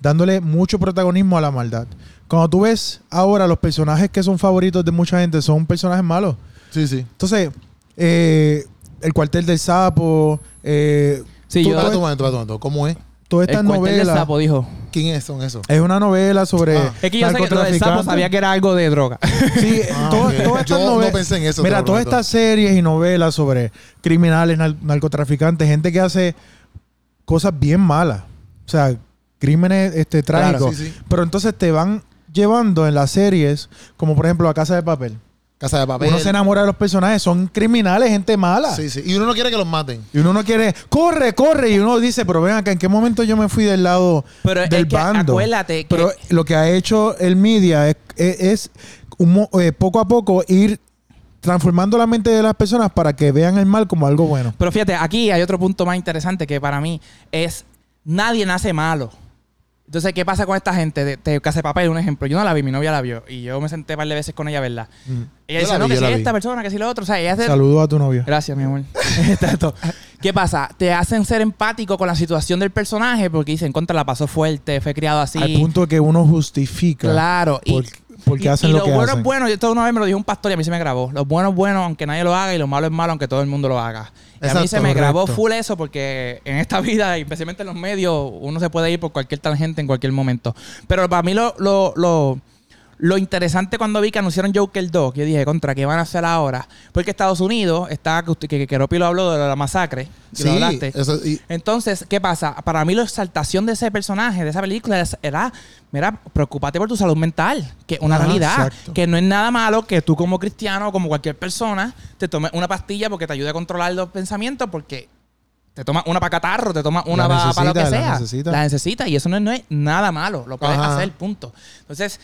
[SPEAKER 2] dándole mucho protagonismo a la maldad. Cuando tú ves ahora los personajes que son favoritos de mucha gente, son personajes malos.
[SPEAKER 1] Sí, sí.
[SPEAKER 2] Entonces, eh, el cuartel del sapo, eh,
[SPEAKER 3] Sí,
[SPEAKER 1] Tú,
[SPEAKER 3] yo.
[SPEAKER 1] espérate un momento, espérate un momento. ¿Cómo es?
[SPEAKER 2] todas
[SPEAKER 3] El
[SPEAKER 2] estas
[SPEAKER 3] cuartel del
[SPEAKER 2] novelas...
[SPEAKER 3] sapo dijo.
[SPEAKER 1] ¿Quiénes son esos?
[SPEAKER 2] Es una novela sobre.
[SPEAKER 1] Ah.
[SPEAKER 3] Es que yo sé que lo del sapo
[SPEAKER 2] narcotraficantes.
[SPEAKER 3] sabía que era algo de droga.
[SPEAKER 2] Sí,
[SPEAKER 1] Ah,
[SPEAKER 2] todo-
[SPEAKER 1] ok.
[SPEAKER 2] todas estas
[SPEAKER 1] Yo
[SPEAKER 2] novelas.
[SPEAKER 1] no pensé en eso, te
[SPEAKER 2] Mira,
[SPEAKER 1] lo
[SPEAKER 2] todas
[SPEAKER 1] prometo.
[SPEAKER 2] estas series y novelas sobre criminales, nar- narcotraficantes, gente que hace cosas bien malas. O sea, crímenes este,
[SPEAKER 1] Claro,
[SPEAKER 2] trágicos.
[SPEAKER 1] sí, sí.
[SPEAKER 2] Pero entonces te van llevando en las series, como por ejemplo La Casa de Papel.
[SPEAKER 1] Casa de papel.
[SPEAKER 2] Uno se enamora de los personajes, son criminales, gente mala.
[SPEAKER 1] Sí, sí. Y uno no quiere que los maten.
[SPEAKER 2] Y uno no quiere, corre, corre. Y uno dice, pero ven acá, ¿en qué momento yo me fui del lado
[SPEAKER 3] Pero es
[SPEAKER 2] del
[SPEAKER 3] que
[SPEAKER 2] bando?
[SPEAKER 3] acuérdate que-
[SPEAKER 2] Pero lo que ha hecho el media es, es- es un mo- eh, poco a poco ir transformando la mente de las personas para que vean el mal como algo bueno.
[SPEAKER 3] Pero fíjate, aquí hay otro punto más interesante que para mí es nadie nace malo. Entonces, ¿qué pasa con esta gente? De, de Casa de Papel, un ejemplo. Yo no la vi, mi novia la vio. Y yo me senté un par de veces con ella, ¿verdad? Ella
[SPEAKER 1] Yo
[SPEAKER 3] dice,
[SPEAKER 1] la
[SPEAKER 3] no,
[SPEAKER 1] vi,
[SPEAKER 3] que
[SPEAKER 1] yo
[SPEAKER 3] si
[SPEAKER 1] la vi.
[SPEAKER 3] esta persona, que si lo otro. O sea, ella hace...
[SPEAKER 2] Saludo a tu novio.
[SPEAKER 3] Gracias, mi amor. Exacto. ¿Qué pasa? Te hacen ser empático con la situación del personaje porque dicen, contra la pasó fuerte, fue criado así.
[SPEAKER 2] Al punto que uno justifica
[SPEAKER 3] Claro. Y,
[SPEAKER 2] por, porque
[SPEAKER 3] y,
[SPEAKER 2] hacen
[SPEAKER 3] y
[SPEAKER 2] lo
[SPEAKER 3] los
[SPEAKER 2] que
[SPEAKER 3] buenos
[SPEAKER 2] hacen.
[SPEAKER 3] buenos, y esto una vez me lo dijo un pastor y a mí se me grabó. Los buenos buenos, aunque nadie lo haga, y los malos es malo, aunque todo el mundo lo haga. Y a mí
[SPEAKER 1] Exacto,
[SPEAKER 3] se me grabó
[SPEAKER 2] correcto.
[SPEAKER 3] full eso porque en esta vida, y especialmente en los medios, uno se puede ir por cualquier tangente en cualquier momento. Pero para mí lo, lo, lo, lo interesante cuando vi que anunciaron Joker 2, que yo dije, contra, ¿qué van a hacer ahora? Porque Estados Unidos está, que, que, que Ropi lo habló de la masacre, que
[SPEAKER 1] Sí,
[SPEAKER 3] lo hablaste.
[SPEAKER 1] eso- y-
[SPEAKER 3] Entonces, ¿qué pasa? Para mí la exaltación de ese personaje, de esa película, es- era, mira, preocúpate por tu salud mental, que es una
[SPEAKER 2] Ah,
[SPEAKER 3] realidad,
[SPEAKER 2] exacto.
[SPEAKER 3] que no es nada malo que tú como cristiano o como cualquier persona te tomes una pastilla porque te ayude a controlar los pensamientos, porque te tomas una para catarro, te tomas una
[SPEAKER 2] La
[SPEAKER 3] pa- para, lo que
[SPEAKER 2] necesita,
[SPEAKER 3] sea.
[SPEAKER 2] la
[SPEAKER 3] La
[SPEAKER 2] necesita.
[SPEAKER 3] necesitas. y eso no es, no es nada malo, lo puedes
[SPEAKER 1] Ajá.
[SPEAKER 3] hacer, punto. Entonces,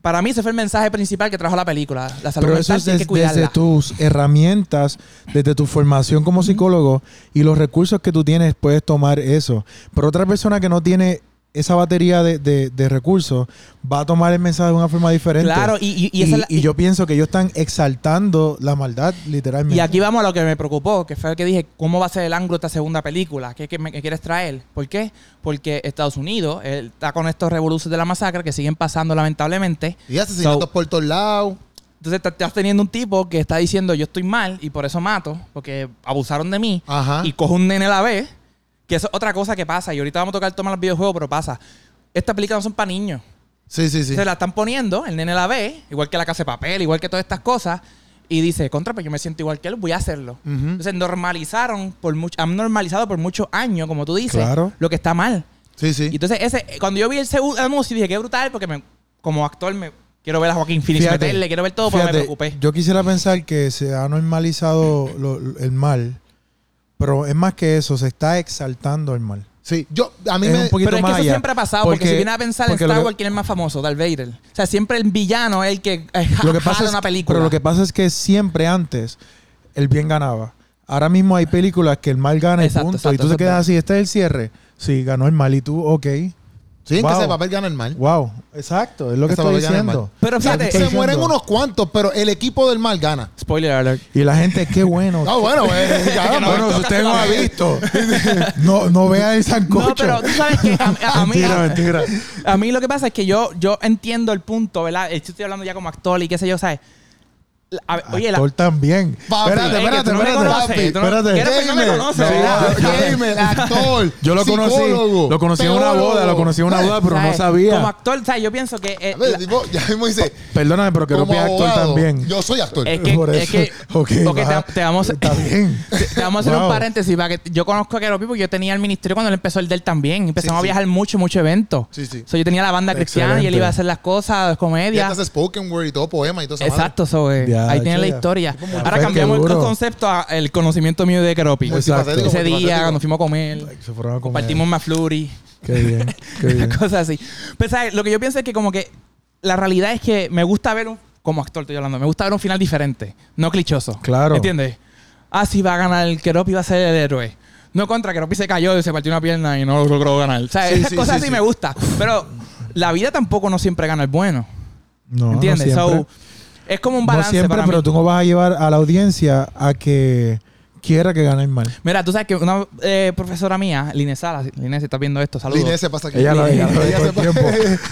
[SPEAKER 3] para mí ese fue el mensaje principal que trajo la película. La salud
[SPEAKER 2] Pero eso
[SPEAKER 3] mental
[SPEAKER 2] es
[SPEAKER 3] tienes
[SPEAKER 2] des-
[SPEAKER 3] que cuidarla.
[SPEAKER 2] desde tus herramientas, desde tu formación como psicólogo y los recursos que tú tienes, puedes tomar eso. Pero otra persona que no tiene esa batería de, de- de recursos va a tomar el mensaje de una forma diferente.
[SPEAKER 3] Claro, y, y- y esa es la-
[SPEAKER 2] y yo pienso que ellos están exaltando la maldad, literalmente.
[SPEAKER 3] Y aquí vamos a lo que me preocupó, que fue que dije, ¿cómo va a ser el ángulo de esta segunda película? ¿Qué, qué me qué quieres traer? ¿Por qué? Porque Estados Unidos él está con estos revoluciones de la masacre que siguen pasando lamentablemente.
[SPEAKER 1] Y asesinatos
[SPEAKER 3] So-
[SPEAKER 1] por todos lados.
[SPEAKER 3] Entonces te- estás teniendo un tipo que está diciendo, yo estoy mal y por eso mato, porque abusaron de mí.
[SPEAKER 1] Ajá.
[SPEAKER 3] Y cojo un nene a la vez, que eso es otra cosa que pasa. Y ahorita vamos a tocar el tema de los videojuegos, pero pasa. Estas películas no son para niños.
[SPEAKER 1] Sí, sí, sí.
[SPEAKER 3] Se la están poniendo, el nene la ve, igual que la casa de papel, igual que todas estas cosas, y dice, contra, pues yo me siento igual que él, voy a hacerlo.
[SPEAKER 1] Ujú.
[SPEAKER 3] Entonces normalizaron, por mucho, han normalizado por muchos años, como tú dices,
[SPEAKER 2] Claro.
[SPEAKER 3] lo que está mal.
[SPEAKER 1] Sí,
[SPEAKER 3] Y
[SPEAKER 1] sí.
[SPEAKER 3] entonces, ese, cuando yo vi el segundo anuncio, dije, qué brutal, porque me- como actor me quiero ver a Joaquín Phoenix
[SPEAKER 2] Fíjate,
[SPEAKER 3] meterle, quiero ver todo, pero me
[SPEAKER 2] Fíjate,
[SPEAKER 3] preocupé.
[SPEAKER 2] Yo quisiera pensar que se ha normalizado lo- el mal, pero es más que eso, se está exaltando el mal.
[SPEAKER 1] Sí. Yo, a mí
[SPEAKER 2] Es
[SPEAKER 1] me.
[SPEAKER 2] un poquito
[SPEAKER 3] Pero es que
[SPEAKER 2] más
[SPEAKER 3] eso
[SPEAKER 2] allá.
[SPEAKER 3] siempre ha pasado, porque, si vienes a pensar en
[SPEAKER 2] porque lo
[SPEAKER 3] Star
[SPEAKER 2] que-
[SPEAKER 3] Wars, ¿quién es más famoso? Darth Vader. O sea, siempre el villano es el que eh,
[SPEAKER 2] lo que
[SPEAKER 3] jala
[SPEAKER 2] pasa es,
[SPEAKER 3] una película.
[SPEAKER 2] Pero lo que pasa es que siempre antes el bien ganaba. Ahora mismo hay películas que el mal gana y
[SPEAKER 3] Exacto,
[SPEAKER 2] punto.
[SPEAKER 3] exacto,
[SPEAKER 2] y tú
[SPEAKER 3] eso
[SPEAKER 2] te
[SPEAKER 3] es
[SPEAKER 2] quedas
[SPEAKER 3] verdad.
[SPEAKER 2] así, este es el cierre. Sí, ganó el mal y tú, ok.
[SPEAKER 1] Sí, en
[SPEAKER 2] Wow.
[SPEAKER 1] casa de papel gana el mal.
[SPEAKER 2] Wow. Exacto, es lo que
[SPEAKER 1] Esa
[SPEAKER 2] estoy
[SPEAKER 1] papel gana el mal.
[SPEAKER 2] diciendo.
[SPEAKER 3] Pero fíjate,
[SPEAKER 1] Se
[SPEAKER 2] diciendo.
[SPEAKER 1] mueren unos cuantos, pero el equipo del mal gana.
[SPEAKER 3] spoiler alert.
[SPEAKER 2] Y la gente, qué bueno.
[SPEAKER 1] Ah, bueno, eh, ya,
[SPEAKER 2] Bueno,
[SPEAKER 1] bueno,
[SPEAKER 2] si usted no
[SPEAKER 1] la
[SPEAKER 2] ha visto, no, no vea el sancocho.
[SPEAKER 3] No, pero ah, tú sabes que a, a- a mí...
[SPEAKER 2] mentira, mentira.
[SPEAKER 3] A mí lo que pasa es que yo, yo entiendo el punto, ¿verdad? Yo estoy hablando ya como actor y qué sé yo, ¿sabes? La- a ver, oye, la,
[SPEAKER 2] Actor también.
[SPEAKER 1] Papi,
[SPEAKER 2] espérate,
[SPEAKER 1] eh, que
[SPEAKER 2] espérate,
[SPEAKER 3] tú no me
[SPEAKER 2] espérate.
[SPEAKER 3] conoces, tú no-
[SPEAKER 2] espérate.
[SPEAKER 3] que eres Pero no me
[SPEAKER 1] Gamer,
[SPEAKER 3] conoces,
[SPEAKER 1] no,
[SPEAKER 3] ¿verdad?
[SPEAKER 1] gamer, actor,
[SPEAKER 2] Yo lo conocí,
[SPEAKER 1] psicólogo,
[SPEAKER 2] lo conocí en una boda, lo conocí en una boda, pero no
[SPEAKER 3] ¿sabes?
[SPEAKER 2] sabía.
[SPEAKER 3] Como actor, ¿sabes? Yo pienso que... eh,
[SPEAKER 1] A ver,
[SPEAKER 3] la-
[SPEAKER 1] tipo, ya mismo dice,
[SPEAKER 2] Perdóname, pero creo
[SPEAKER 1] como
[SPEAKER 2] que es actor
[SPEAKER 1] abogado,
[SPEAKER 2] también.
[SPEAKER 1] Yo soy actor.
[SPEAKER 3] es que,
[SPEAKER 2] Por
[SPEAKER 3] es
[SPEAKER 2] eso.
[SPEAKER 3] que-
[SPEAKER 2] Ok,
[SPEAKER 3] ok, te-
[SPEAKER 2] va.
[SPEAKER 3] te, vamos, a-
[SPEAKER 2] Está bien.
[SPEAKER 3] te- te vamos a hacer
[SPEAKER 2] Wow.
[SPEAKER 3] un paréntesis para que yo conozco a Keropi porque yo tenía el ministerio cuando él empezó el del también. Empezamos
[SPEAKER 1] Sí,
[SPEAKER 3] a
[SPEAKER 1] sí.
[SPEAKER 3] viajar mucho, mucho eventos.
[SPEAKER 1] Sí, sí.
[SPEAKER 3] So, yo tenía la banda cristiana y él
[SPEAKER 2] Excelente.
[SPEAKER 3] iba a hacer las cosas,
[SPEAKER 1] Y
[SPEAKER 3] comedia.
[SPEAKER 1] hasta spoken word y todo poema y todo eso.
[SPEAKER 3] Exacto, so, eh,
[SPEAKER 2] Ya,
[SPEAKER 3] ahí tiene la
[SPEAKER 2] chica.
[SPEAKER 3] historia.
[SPEAKER 2] Tipo,
[SPEAKER 3] Ahora
[SPEAKER 2] Rafael,
[SPEAKER 3] cambiamos
[SPEAKER 2] qué
[SPEAKER 3] el
[SPEAKER 2] duro.
[SPEAKER 3] concepto al conocimiento mío de Keropi.
[SPEAKER 1] Pues
[SPEAKER 2] Exacto.
[SPEAKER 3] Ese día, cuando fuimos a comer.
[SPEAKER 2] Se fueron a comer.
[SPEAKER 3] Compartimos más flurry,
[SPEAKER 2] Qué bien, qué bien.
[SPEAKER 3] cosas así. Pero, ¿sabes? Lo que yo pienso es que como que la realidad es que me gusta ver un... Como actor estoy hablando. Me gusta ver un final diferente. No clichoso.
[SPEAKER 2] Claro.
[SPEAKER 3] ¿Entiendes? Ah, sí, va a ganar el Keropi, va a ser el héroe. No contra, Keropi se cayó y se partió una pierna y no lo logró ganar. O sea,
[SPEAKER 1] Sí,
[SPEAKER 3] esas
[SPEAKER 1] sí,
[SPEAKER 3] cosas
[SPEAKER 1] sí,
[SPEAKER 3] así
[SPEAKER 1] sí.
[SPEAKER 3] me gusta. Pero la vida tampoco no siempre gana el bueno.
[SPEAKER 2] No, no
[SPEAKER 3] ¿Entiendes?
[SPEAKER 2] siempre.
[SPEAKER 3] So, es como un
[SPEAKER 2] No
[SPEAKER 3] balance
[SPEAKER 2] siempre,
[SPEAKER 3] para
[SPEAKER 2] pero
[SPEAKER 3] mí.
[SPEAKER 2] tú no vas a llevar a la audiencia a que quiera que gane el mal.
[SPEAKER 3] Mira, tú sabes que una eh, profesora mía, Lines Salas, Lines, si estás viendo esto, saludos.
[SPEAKER 1] Linés se pasa aquí.
[SPEAKER 2] Ella lo ella lo
[SPEAKER 1] Ella
[SPEAKER 2] dijo
[SPEAKER 1] se
[SPEAKER 2] el tiempo.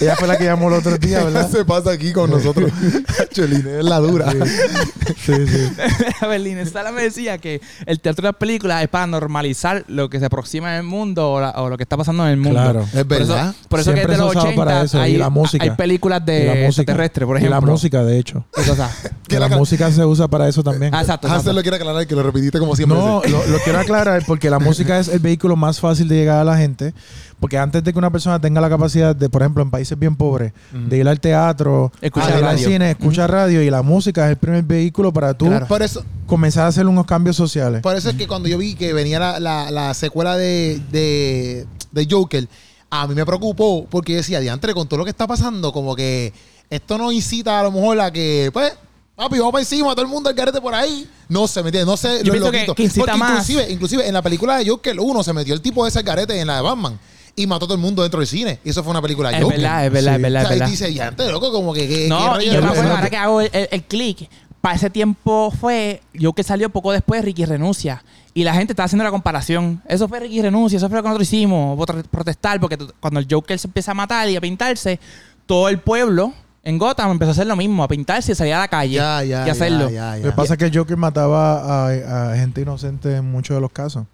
[SPEAKER 2] Ella fue la que llamó el otro día,
[SPEAKER 1] Ella
[SPEAKER 2] ¿verdad?
[SPEAKER 1] se pasa aquí con nosotros. Choline es la dura.
[SPEAKER 2] Sí, sí.
[SPEAKER 3] A ver, Lina Sala me decía que el teatro de las películas es para normalizar lo que se aproxima en el mundo o, la- o lo que está pasando en el mundo.
[SPEAKER 2] Claro.
[SPEAKER 1] Es
[SPEAKER 3] Por eso,
[SPEAKER 1] verdad.
[SPEAKER 3] por eso que
[SPEAKER 2] Siempre se
[SPEAKER 3] desde
[SPEAKER 2] ha
[SPEAKER 3] los
[SPEAKER 2] usado
[SPEAKER 3] 80
[SPEAKER 2] para eso, y
[SPEAKER 3] hay,
[SPEAKER 2] la música.
[SPEAKER 3] hay películas
[SPEAKER 2] Y
[SPEAKER 3] de extraterrestre, por
[SPEAKER 2] Y
[SPEAKER 3] ejemplo.
[SPEAKER 2] la música, de hecho.
[SPEAKER 3] Y cosas.
[SPEAKER 1] Que
[SPEAKER 2] la
[SPEAKER 1] la-
[SPEAKER 2] música se usa para eso también.
[SPEAKER 3] Ah, exacto.
[SPEAKER 1] Hansel
[SPEAKER 3] exacto.
[SPEAKER 1] lo quiere aclarar que lo repetiste como siempre.
[SPEAKER 2] No, lo, lo quiero aclarar porque la música es el vehículo más fácil de llegar a la gente. Porque antes de que una persona tenga la capacidad de, por ejemplo, en países bien pobres, de ir al teatro,
[SPEAKER 3] Escuchar
[SPEAKER 2] de ir al
[SPEAKER 3] radio.
[SPEAKER 2] cine, escuchar radio y la música es el primer vehículo para tú
[SPEAKER 1] Por eso,
[SPEAKER 2] comenzar a hacer unos cambios sociales.
[SPEAKER 1] por eso es que cuando yo vi que venía la, la, la secuela de, de, de Joker, a mí me preocupó porque yo decía, diantre, con todo lo que está pasando, como que esto no incita a lo mejor a que, pues, papi, vamos para encima, todo el mundo al carete por ahí. No se metía, no sé,
[SPEAKER 3] Yo
[SPEAKER 1] los
[SPEAKER 3] pienso que-
[SPEAKER 1] loquitos.
[SPEAKER 3] que incita
[SPEAKER 1] Porque
[SPEAKER 3] más.
[SPEAKER 1] inclusive, inclusive en la película de Joker 1 se metió el tipo de ese al carete en la de Batman y mató a todo el mundo dentro del cine. Y eso fue una película de
[SPEAKER 3] Es
[SPEAKER 1] Joker.
[SPEAKER 3] verdad, es verdad,
[SPEAKER 2] Sí.
[SPEAKER 3] es
[SPEAKER 1] O
[SPEAKER 3] verdad, es
[SPEAKER 1] sea, y
[SPEAKER 3] verdad.
[SPEAKER 1] dice, diantre, loco, como que... que- que
[SPEAKER 3] No,
[SPEAKER 1] Eh, rollo
[SPEAKER 3] y
[SPEAKER 1] de
[SPEAKER 3] yo me
[SPEAKER 2] Pero-
[SPEAKER 3] acuerdo,
[SPEAKER 1] persona".
[SPEAKER 3] ahora que hago el, el- el click, para ese tiempo fue, yo que salió poco después, Ricky Renuncia. Y la gente estaba haciendo la comparación. Eso fue Ricky Renuncia, eso fue lo que nosotros hicimos, votar- protestar, porque tú- cuando el Joker se empieza a matar y a pintarse, todo el pueblo en Gotham empezó a hacer lo mismo, a pintarse y salir a la calle
[SPEAKER 1] Ya, ya,
[SPEAKER 3] y hacerlo.
[SPEAKER 1] ya, ya,
[SPEAKER 2] Lo que
[SPEAKER 1] ya.
[SPEAKER 2] pasa es que el Joker mataba a, a gente inocente en muchos de los casos.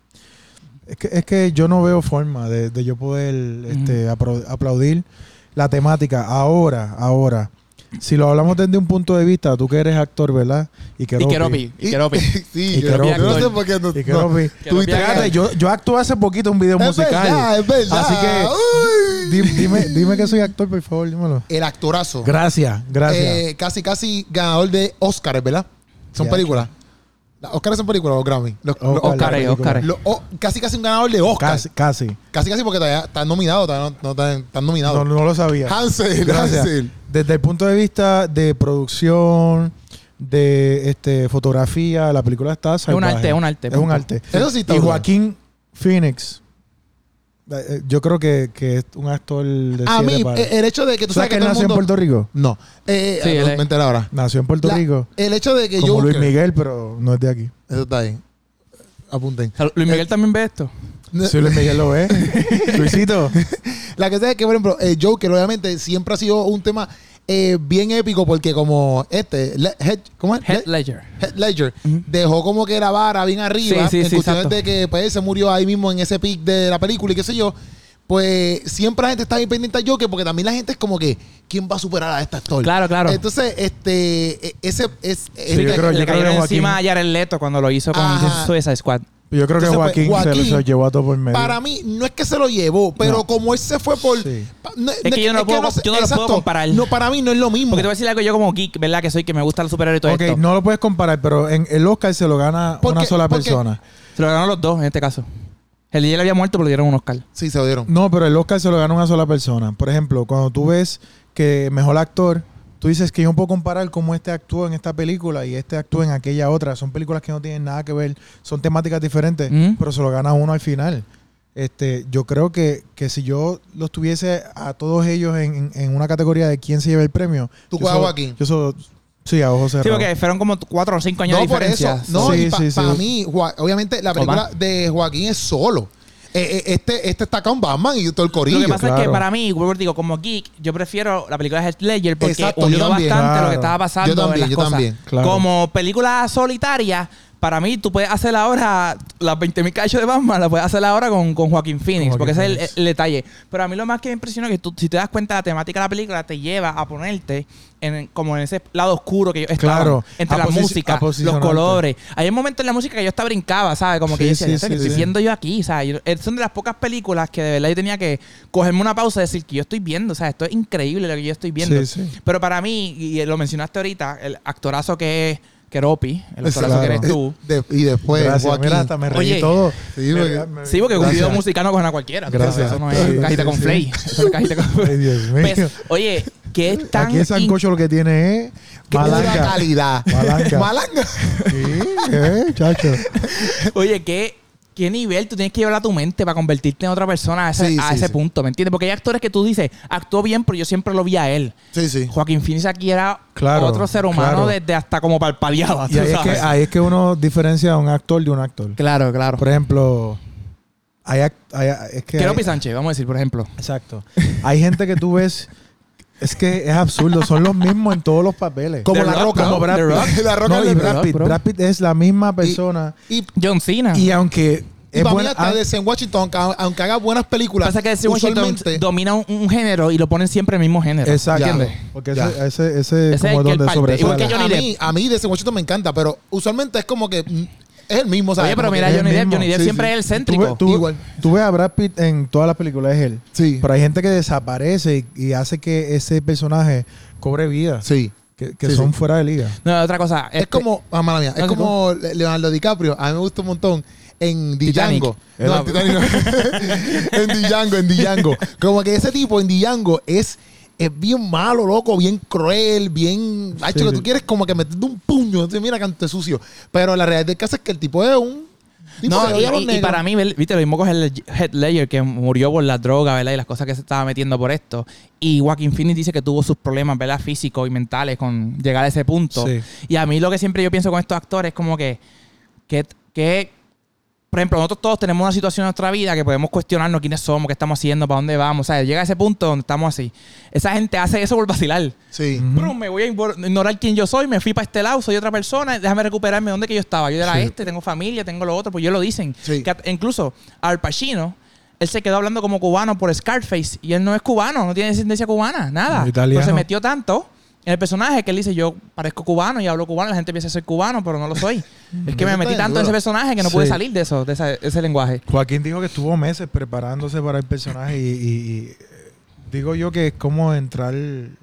[SPEAKER 2] Es que, es que yo no veo forma de, de yo poder este, apro- aplaudir la temática ahora, ahora. Si lo hablamos desde un punto de vista, tú que eres actor, ¿verdad? Y que
[SPEAKER 3] Y Keropi, y Keropi.
[SPEAKER 1] Sí,
[SPEAKER 2] Y
[SPEAKER 1] yo,
[SPEAKER 2] Keropi
[SPEAKER 1] yo no sé
[SPEAKER 3] actor.
[SPEAKER 1] por qué no.
[SPEAKER 2] Y
[SPEAKER 1] no.
[SPEAKER 2] Keropi.
[SPEAKER 1] Tuviste
[SPEAKER 3] Keropi
[SPEAKER 1] cara-
[SPEAKER 3] actor.
[SPEAKER 2] yo, yo actué hace poquito un video
[SPEAKER 1] Es
[SPEAKER 2] musical.
[SPEAKER 1] verdad, es verdad.
[SPEAKER 2] Así que
[SPEAKER 1] Uy.
[SPEAKER 2] di- dime, dime que soy actor, por favor, dímelo.
[SPEAKER 1] El actorazo.
[SPEAKER 2] Gracias, gracias.
[SPEAKER 1] Eh, casi, casi ganador de Oscars, ¿verdad? Son
[SPEAKER 2] Ya,
[SPEAKER 1] películas. Las Oscars son películas, los Grammy. Los, los
[SPEAKER 2] Oscar,
[SPEAKER 1] Oscars.
[SPEAKER 2] la película.
[SPEAKER 3] Oscar.
[SPEAKER 1] Lo- o- casi, casi un ganador de Oscar.
[SPEAKER 2] Casi,
[SPEAKER 1] Casi,
[SPEAKER 2] casi.
[SPEAKER 1] casi, porque todavía están nominados, todavía no, no están, están
[SPEAKER 2] No,
[SPEAKER 1] nominados.
[SPEAKER 2] no lo sabía.
[SPEAKER 1] Hansel,
[SPEAKER 2] Gracias.
[SPEAKER 1] Hansel.
[SPEAKER 2] Desde el punto de vista de producción, de este, fotografía, la película está
[SPEAKER 3] un
[SPEAKER 2] salvaje.
[SPEAKER 3] arte, es un arte,
[SPEAKER 2] Es un
[SPEAKER 3] punto.
[SPEAKER 2] arte.
[SPEAKER 1] Eso sí está
[SPEAKER 2] Y
[SPEAKER 1] brutal.
[SPEAKER 2] Joaquín Phoenix, eh, eh, yo creo que, que es un actor de
[SPEAKER 1] A
[SPEAKER 2] siete
[SPEAKER 1] mí,
[SPEAKER 2] pares.
[SPEAKER 1] eh, el hecho de que tú sabes
[SPEAKER 2] ¿Sabes que
[SPEAKER 1] que
[SPEAKER 2] él
[SPEAKER 1] todo el
[SPEAKER 2] nació en
[SPEAKER 1] mundo...
[SPEAKER 2] Puerto Rico?
[SPEAKER 1] No. Eh,
[SPEAKER 3] Sí,
[SPEAKER 1] eh,
[SPEAKER 3] él es-
[SPEAKER 1] me enteré ahora.
[SPEAKER 2] Nació en Puerto
[SPEAKER 1] La- eh,
[SPEAKER 2] Rico,
[SPEAKER 1] El hecho de que
[SPEAKER 2] como
[SPEAKER 1] Joker...
[SPEAKER 2] Luis Miguel, pero no es de aquí.
[SPEAKER 1] Eso está ahí. Apunten.
[SPEAKER 3] Luis Miguel también ve esto.
[SPEAKER 2] Si Luis Miguel lo ve. Luisito.
[SPEAKER 1] La que sea es que, por ejemplo, el Joker, obviamente, siempre ha sido un tema eh, bien épico porque como este, Le- Head, ¿cómo es?
[SPEAKER 3] Head
[SPEAKER 1] Le-
[SPEAKER 3] Ledger.
[SPEAKER 1] Head Ledger dejó como que la vara bien arriba
[SPEAKER 3] Sí, sí,
[SPEAKER 1] en
[SPEAKER 3] sí,
[SPEAKER 1] cuestiones
[SPEAKER 3] exacto.
[SPEAKER 1] de que pues, él se murió ahí mismo en ese pic de la película y qué sé yo. Pues siempre la gente está bien pendiente al Joker porque también la gente es como que ¿quién va a superar a esta actor?
[SPEAKER 3] Claro, claro.
[SPEAKER 1] Entonces, este e- ese es
[SPEAKER 2] Sí, yo
[SPEAKER 1] este-
[SPEAKER 2] creo-
[SPEAKER 3] le cayeron
[SPEAKER 2] que
[SPEAKER 3] encima
[SPEAKER 2] Joaquín-
[SPEAKER 3] a Jared Leto cuando lo hizo con
[SPEAKER 1] Ajá.
[SPEAKER 3] Suicide Squad.
[SPEAKER 2] Yo creo que
[SPEAKER 1] Entonces, pues,
[SPEAKER 2] Joaquín, se lo-
[SPEAKER 1] Joaquín,
[SPEAKER 2] se, lo llevó a todo por medio.
[SPEAKER 1] para mí no es que se lo llevó, pero
[SPEAKER 2] No.
[SPEAKER 1] como él se fue por
[SPEAKER 2] Sí.
[SPEAKER 1] pa- no-
[SPEAKER 3] que yo no lo puedo-
[SPEAKER 1] sé-
[SPEAKER 3] yo no lo puedo comparar.
[SPEAKER 1] No, para mí no es lo mismo.
[SPEAKER 3] Porque te voy a decir algo yo como geek, ¿verdad? Que soy que me gusta los superhéroes y todo
[SPEAKER 2] ok,
[SPEAKER 3] esto.
[SPEAKER 2] no lo puedes comparar, pero en el Oscar se lo gana
[SPEAKER 1] Porque-
[SPEAKER 2] una sola
[SPEAKER 1] porque-
[SPEAKER 2] persona.
[SPEAKER 3] Se lo ganaron los dos en este caso. El día había muerto, pero le dieron un Oscar.
[SPEAKER 1] Sí, se lo dieron.
[SPEAKER 2] No, pero el Oscar se lo gana una sola persona. Por ejemplo, cuando tú ves que mejor actor, tú dices que yo no puedo comparar cómo este actúa en esta película y este actúa en aquella otra. Son películas que no tienen nada que ver, son temáticas diferentes,
[SPEAKER 3] Mm.
[SPEAKER 2] pero se lo gana uno al final. Este, yo creo que, que si yo los tuviese a todos ellos en, en- en una categoría de quién se lleva el premio,
[SPEAKER 1] Tú
[SPEAKER 2] yo
[SPEAKER 1] coges a
[SPEAKER 2] solo-
[SPEAKER 1] Joaquín.
[SPEAKER 2] Yo solo, sí, a ojos
[SPEAKER 3] Sí,
[SPEAKER 2] cerrados.
[SPEAKER 3] porque fueron como cuatro o cinco años
[SPEAKER 1] No,
[SPEAKER 3] de
[SPEAKER 1] por
[SPEAKER 3] diferencia.
[SPEAKER 1] eso. No,
[SPEAKER 2] Sí,
[SPEAKER 1] y para
[SPEAKER 2] sí, sí.
[SPEAKER 1] mí, Joa- obviamente, la película de Joaquín es solo. Eh, eh, este, este está con Batman y todo el
[SPEAKER 3] Lo
[SPEAKER 1] corillo.
[SPEAKER 3] que pasa es que
[SPEAKER 2] claro.
[SPEAKER 3] para mí, vuelvo y digo, como geek, yo prefiero la película de Heath Ledger porque
[SPEAKER 1] Exacto,
[SPEAKER 3] unió
[SPEAKER 1] yo también.
[SPEAKER 3] bastante lo que
[SPEAKER 2] Claro.
[SPEAKER 3] estaba pasando
[SPEAKER 1] Yo también,
[SPEAKER 3] en las
[SPEAKER 1] yo
[SPEAKER 3] cosas.
[SPEAKER 1] también,
[SPEAKER 2] claro.
[SPEAKER 3] Como película solitaria, para mí tú puedes hacer ahora las 20.000 cachos de Batman, la puedes hacer ahora con, con Joaquín Phoenix,
[SPEAKER 2] Con
[SPEAKER 3] porque
[SPEAKER 2] Joaquin
[SPEAKER 3] ese es
[SPEAKER 2] Phoenix.
[SPEAKER 3] el, el detalle. Pero a mí lo más que me impresiona es que tú, si te das cuenta, la temática de la película te lleva a ponerte en, como en ese lado oscuro que yo estaba.
[SPEAKER 2] Claro,
[SPEAKER 3] Entre
[SPEAKER 2] a
[SPEAKER 3] la
[SPEAKER 2] posi- a
[SPEAKER 3] música, los
[SPEAKER 2] posicionarte.
[SPEAKER 3] colores. Hay un momento en la música que yo hasta brincaba, ¿sabes? Como que
[SPEAKER 2] Sí,
[SPEAKER 3] yo decía,
[SPEAKER 2] sí,
[SPEAKER 3] "Ya sé,
[SPEAKER 2] sí,
[SPEAKER 3] ¿qué estoy
[SPEAKER 2] sí.
[SPEAKER 3] viendo yo aquí? O sea, yo- eh, son de las pocas películas que de verdad yo tenía que cogerme una pausa y decir que yo estoy viendo, o sea, esto es increíble lo que yo estoy viendo.
[SPEAKER 2] Sí, sí.
[SPEAKER 3] Pero para mí, y lo mencionaste ahorita, el actorazo que es Keropi, el actorazo
[SPEAKER 2] Claro.
[SPEAKER 3] que eres tú.
[SPEAKER 1] De- y después,
[SPEAKER 2] Gracias.
[SPEAKER 1] Pues, Joaquín.
[SPEAKER 2] Mira, hasta me reí
[SPEAKER 3] Oye.
[SPEAKER 2] todo.
[SPEAKER 1] Sí, porque-
[SPEAKER 2] Me- me-
[SPEAKER 3] Sí, porque un
[SPEAKER 2] Gracias.
[SPEAKER 3] video musical no cogen a cualquiera.
[SPEAKER 2] Gracias.
[SPEAKER 3] Gracias. Eso no es
[SPEAKER 2] Sí,
[SPEAKER 3] cajita
[SPEAKER 2] sí,
[SPEAKER 3] con
[SPEAKER 2] sí.
[SPEAKER 3] flay. Eso no es cajita con
[SPEAKER 2] Ay, Dios mío.
[SPEAKER 3] Pues, Oye, que es tan...
[SPEAKER 2] Aquí el sancocho lo que tiene es
[SPEAKER 1] Qué pura
[SPEAKER 2] malanga.
[SPEAKER 1] calidad.
[SPEAKER 2] Malanga.
[SPEAKER 1] Malanga.
[SPEAKER 2] Sí, eh, chacho.
[SPEAKER 3] in- Oye, que... ¿Qué nivel tú tienes que llevar a tu mente para convertirte en otra persona a ese,
[SPEAKER 1] Sí,
[SPEAKER 3] a
[SPEAKER 1] sí,
[SPEAKER 3] ese
[SPEAKER 1] sí.
[SPEAKER 3] punto? ¿Me entiendes? Porque hay actores que tú dices, actuó bien, pero yo siempre lo vi a él.
[SPEAKER 1] Sí, sí.
[SPEAKER 3] Joaquín Phoenix aquí era
[SPEAKER 2] Claro,
[SPEAKER 3] otro ser humano
[SPEAKER 2] claro.
[SPEAKER 3] desde hasta como palpadeaba.
[SPEAKER 2] Y
[SPEAKER 3] tú
[SPEAKER 2] ahí es, que,
[SPEAKER 3] sabes.
[SPEAKER 2] ahí es que uno diferencia a un actor de un actor.
[SPEAKER 3] Claro, claro.
[SPEAKER 2] Por ejemplo, hay, act- hay- es que
[SPEAKER 3] Quiero
[SPEAKER 2] hay-
[SPEAKER 3] Sánchez, vamos a decir, por ejemplo.
[SPEAKER 2] Exacto. Hay gente que tú ves es que es absurdo, son los mismos en todos los papeles.
[SPEAKER 1] Como
[SPEAKER 3] The
[SPEAKER 1] la
[SPEAKER 3] Rock,
[SPEAKER 1] roca.
[SPEAKER 3] bro.
[SPEAKER 1] Como Brad
[SPEAKER 3] The
[SPEAKER 1] Pitt.
[SPEAKER 3] Rock.
[SPEAKER 1] La roca
[SPEAKER 2] No,
[SPEAKER 1] de
[SPEAKER 2] y
[SPEAKER 3] The
[SPEAKER 1] Brad
[SPEAKER 2] Brad
[SPEAKER 3] Rock,
[SPEAKER 2] Pitt,
[SPEAKER 3] bro. Ah.
[SPEAKER 2] Brad Pitt es la misma persona
[SPEAKER 1] Y,
[SPEAKER 3] John Cena.
[SPEAKER 2] y aunque
[SPEAKER 1] y
[SPEAKER 2] es
[SPEAKER 1] para mí
[SPEAKER 2] buena-
[SPEAKER 1] hasta
[SPEAKER 2] ah,
[SPEAKER 1] Desde Washington, aunque, aunque haga buenas películas,
[SPEAKER 3] Pasa que ese Washington
[SPEAKER 1] usualmente...
[SPEAKER 3] domina un, un género y lo ponen siempre el mismo género.
[SPEAKER 2] exacto.
[SPEAKER 1] Ya.
[SPEAKER 2] Porque
[SPEAKER 1] Ya.
[SPEAKER 2] ese, ese, ese
[SPEAKER 3] es
[SPEAKER 2] es
[SPEAKER 3] el
[SPEAKER 2] como
[SPEAKER 3] que él
[SPEAKER 2] donde
[SPEAKER 3] parte.
[SPEAKER 2] sobresale.
[SPEAKER 3] Igual que Johnny
[SPEAKER 1] a,
[SPEAKER 3] Depp.
[SPEAKER 1] mí, a mí Desde Washington me encanta, pero usualmente es como que mm, es el mismo, ¿sabes?
[SPEAKER 3] Oye, pero
[SPEAKER 1] Como
[SPEAKER 3] mira,
[SPEAKER 1] que-
[SPEAKER 2] es el
[SPEAKER 3] Johnny Depp,
[SPEAKER 2] mismo.
[SPEAKER 3] Johnny Depp
[SPEAKER 1] Sí, sí.
[SPEAKER 3] siempre es el
[SPEAKER 2] Tú,
[SPEAKER 3] céntrico.
[SPEAKER 2] ves- tú-
[SPEAKER 1] Igual.
[SPEAKER 2] tú ves a Brad Pitt en todas las películas, es él.
[SPEAKER 1] Sí.
[SPEAKER 2] Pero hay gente que desaparece y, y hace que ese personaje cobre vida.
[SPEAKER 1] Sí.
[SPEAKER 2] Que, que
[SPEAKER 1] Sí,
[SPEAKER 2] son
[SPEAKER 1] sí.
[SPEAKER 2] fuera de liga.
[SPEAKER 3] No, otra cosa.
[SPEAKER 1] Es
[SPEAKER 3] este-
[SPEAKER 1] como, ah, mala mía, es
[SPEAKER 3] No, ¿cómo?
[SPEAKER 1] como Le- Leonardo DiCaprio. A mí me gusta un montón. En
[SPEAKER 3] Titanic.
[SPEAKER 1] Django. No, en Titanic no. en Django, en Django. Como que ese tipo en Django es, es bien malo, loco, bien cruel, bien. Ha hecho
[SPEAKER 2] Sí,
[SPEAKER 1] que
[SPEAKER 2] sí.
[SPEAKER 1] tú quieres como que meterte un puño. Entonces, mira, canto de sucio. Pero la realidad del caso es que el tipo es un. tipo que
[SPEAKER 3] No, y,
[SPEAKER 1] odia a los
[SPEAKER 3] y- y
[SPEAKER 1] negros.
[SPEAKER 3] para mí, vel- viste, lo mismo con el Head Ledger que murió por la droga, ¿verdad? Y las cosas que se estaba metiendo por esto. Y Joaquin Phoenix dice que tuvo sus problemas, ¿verdad? Físicos y mentales con llegar a ese punto.
[SPEAKER 2] Sí.
[SPEAKER 3] Y a mí lo que siempre yo pienso con estos actores es como que, que, que por ejemplo, nosotros todos tenemos una situación en nuestra vida que podemos cuestionarnos quiénes somos, qué estamos haciendo, para dónde vamos. O sea, llega ese punto donde estamos así. Esa gente hace eso por vacilar.
[SPEAKER 1] Sí.
[SPEAKER 3] Brum, me voy a invor- ignorar quién yo soy, me fui para este lado, soy otra persona, déjame recuperarme dónde que yo estaba. Yo era
[SPEAKER 1] Sí.
[SPEAKER 3] este, tengo familia, tengo lo otro, pues ellos lo dicen.
[SPEAKER 1] Sí.
[SPEAKER 3] Que at- incluso Al Pacino, él se quedó hablando como cubano por Scarface y él no es cubano, no tiene descendencia cubana, nada.
[SPEAKER 2] No, italiano.
[SPEAKER 3] Pero se metió tanto en el personaje que él dice, yo parezco cubano y hablo cubano, la gente piensa que soy cubano, pero no lo soy. es que me
[SPEAKER 1] Eso
[SPEAKER 3] metí
[SPEAKER 1] está
[SPEAKER 3] tanto
[SPEAKER 1] duro.
[SPEAKER 3] en ese personaje que no pude
[SPEAKER 2] Sí.
[SPEAKER 3] salir de eso, de esa- ese lenguaje.
[SPEAKER 2] Joaquín dijo que estuvo meses preparándose para el personaje y, y- y, eh, digo yo que es como entrar en,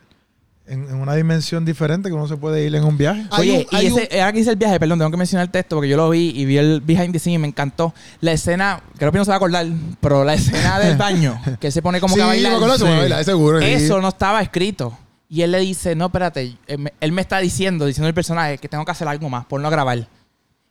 [SPEAKER 2] en una dimensión diferente que uno se puede ir en un viaje.
[SPEAKER 1] Hay
[SPEAKER 3] Oye,
[SPEAKER 1] un-
[SPEAKER 3] y
[SPEAKER 1] hay
[SPEAKER 3] ese, ahora que hice el viaje, perdón, tengo que mencionar el texto porque yo lo vi y vi el behind the scenes y me encantó. La escena, creo que no se va a acordar, pero la escena del baño, que él se pone como
[SPEAKER 1] sí,
[SPEAKER 3] que a bailar.
[SPEAKER 1] me acuerdo, se
[SPEAKER 3] Sí.
[SPEAKER 1] me va a bailar, seguro. sí.
[SPEAKER 3] Eso no estaba escrito. Y él le dice, no, espérate, él me- él me está diciendo, diciendo el personaje, que tengo que hacer algo más, por no grabar.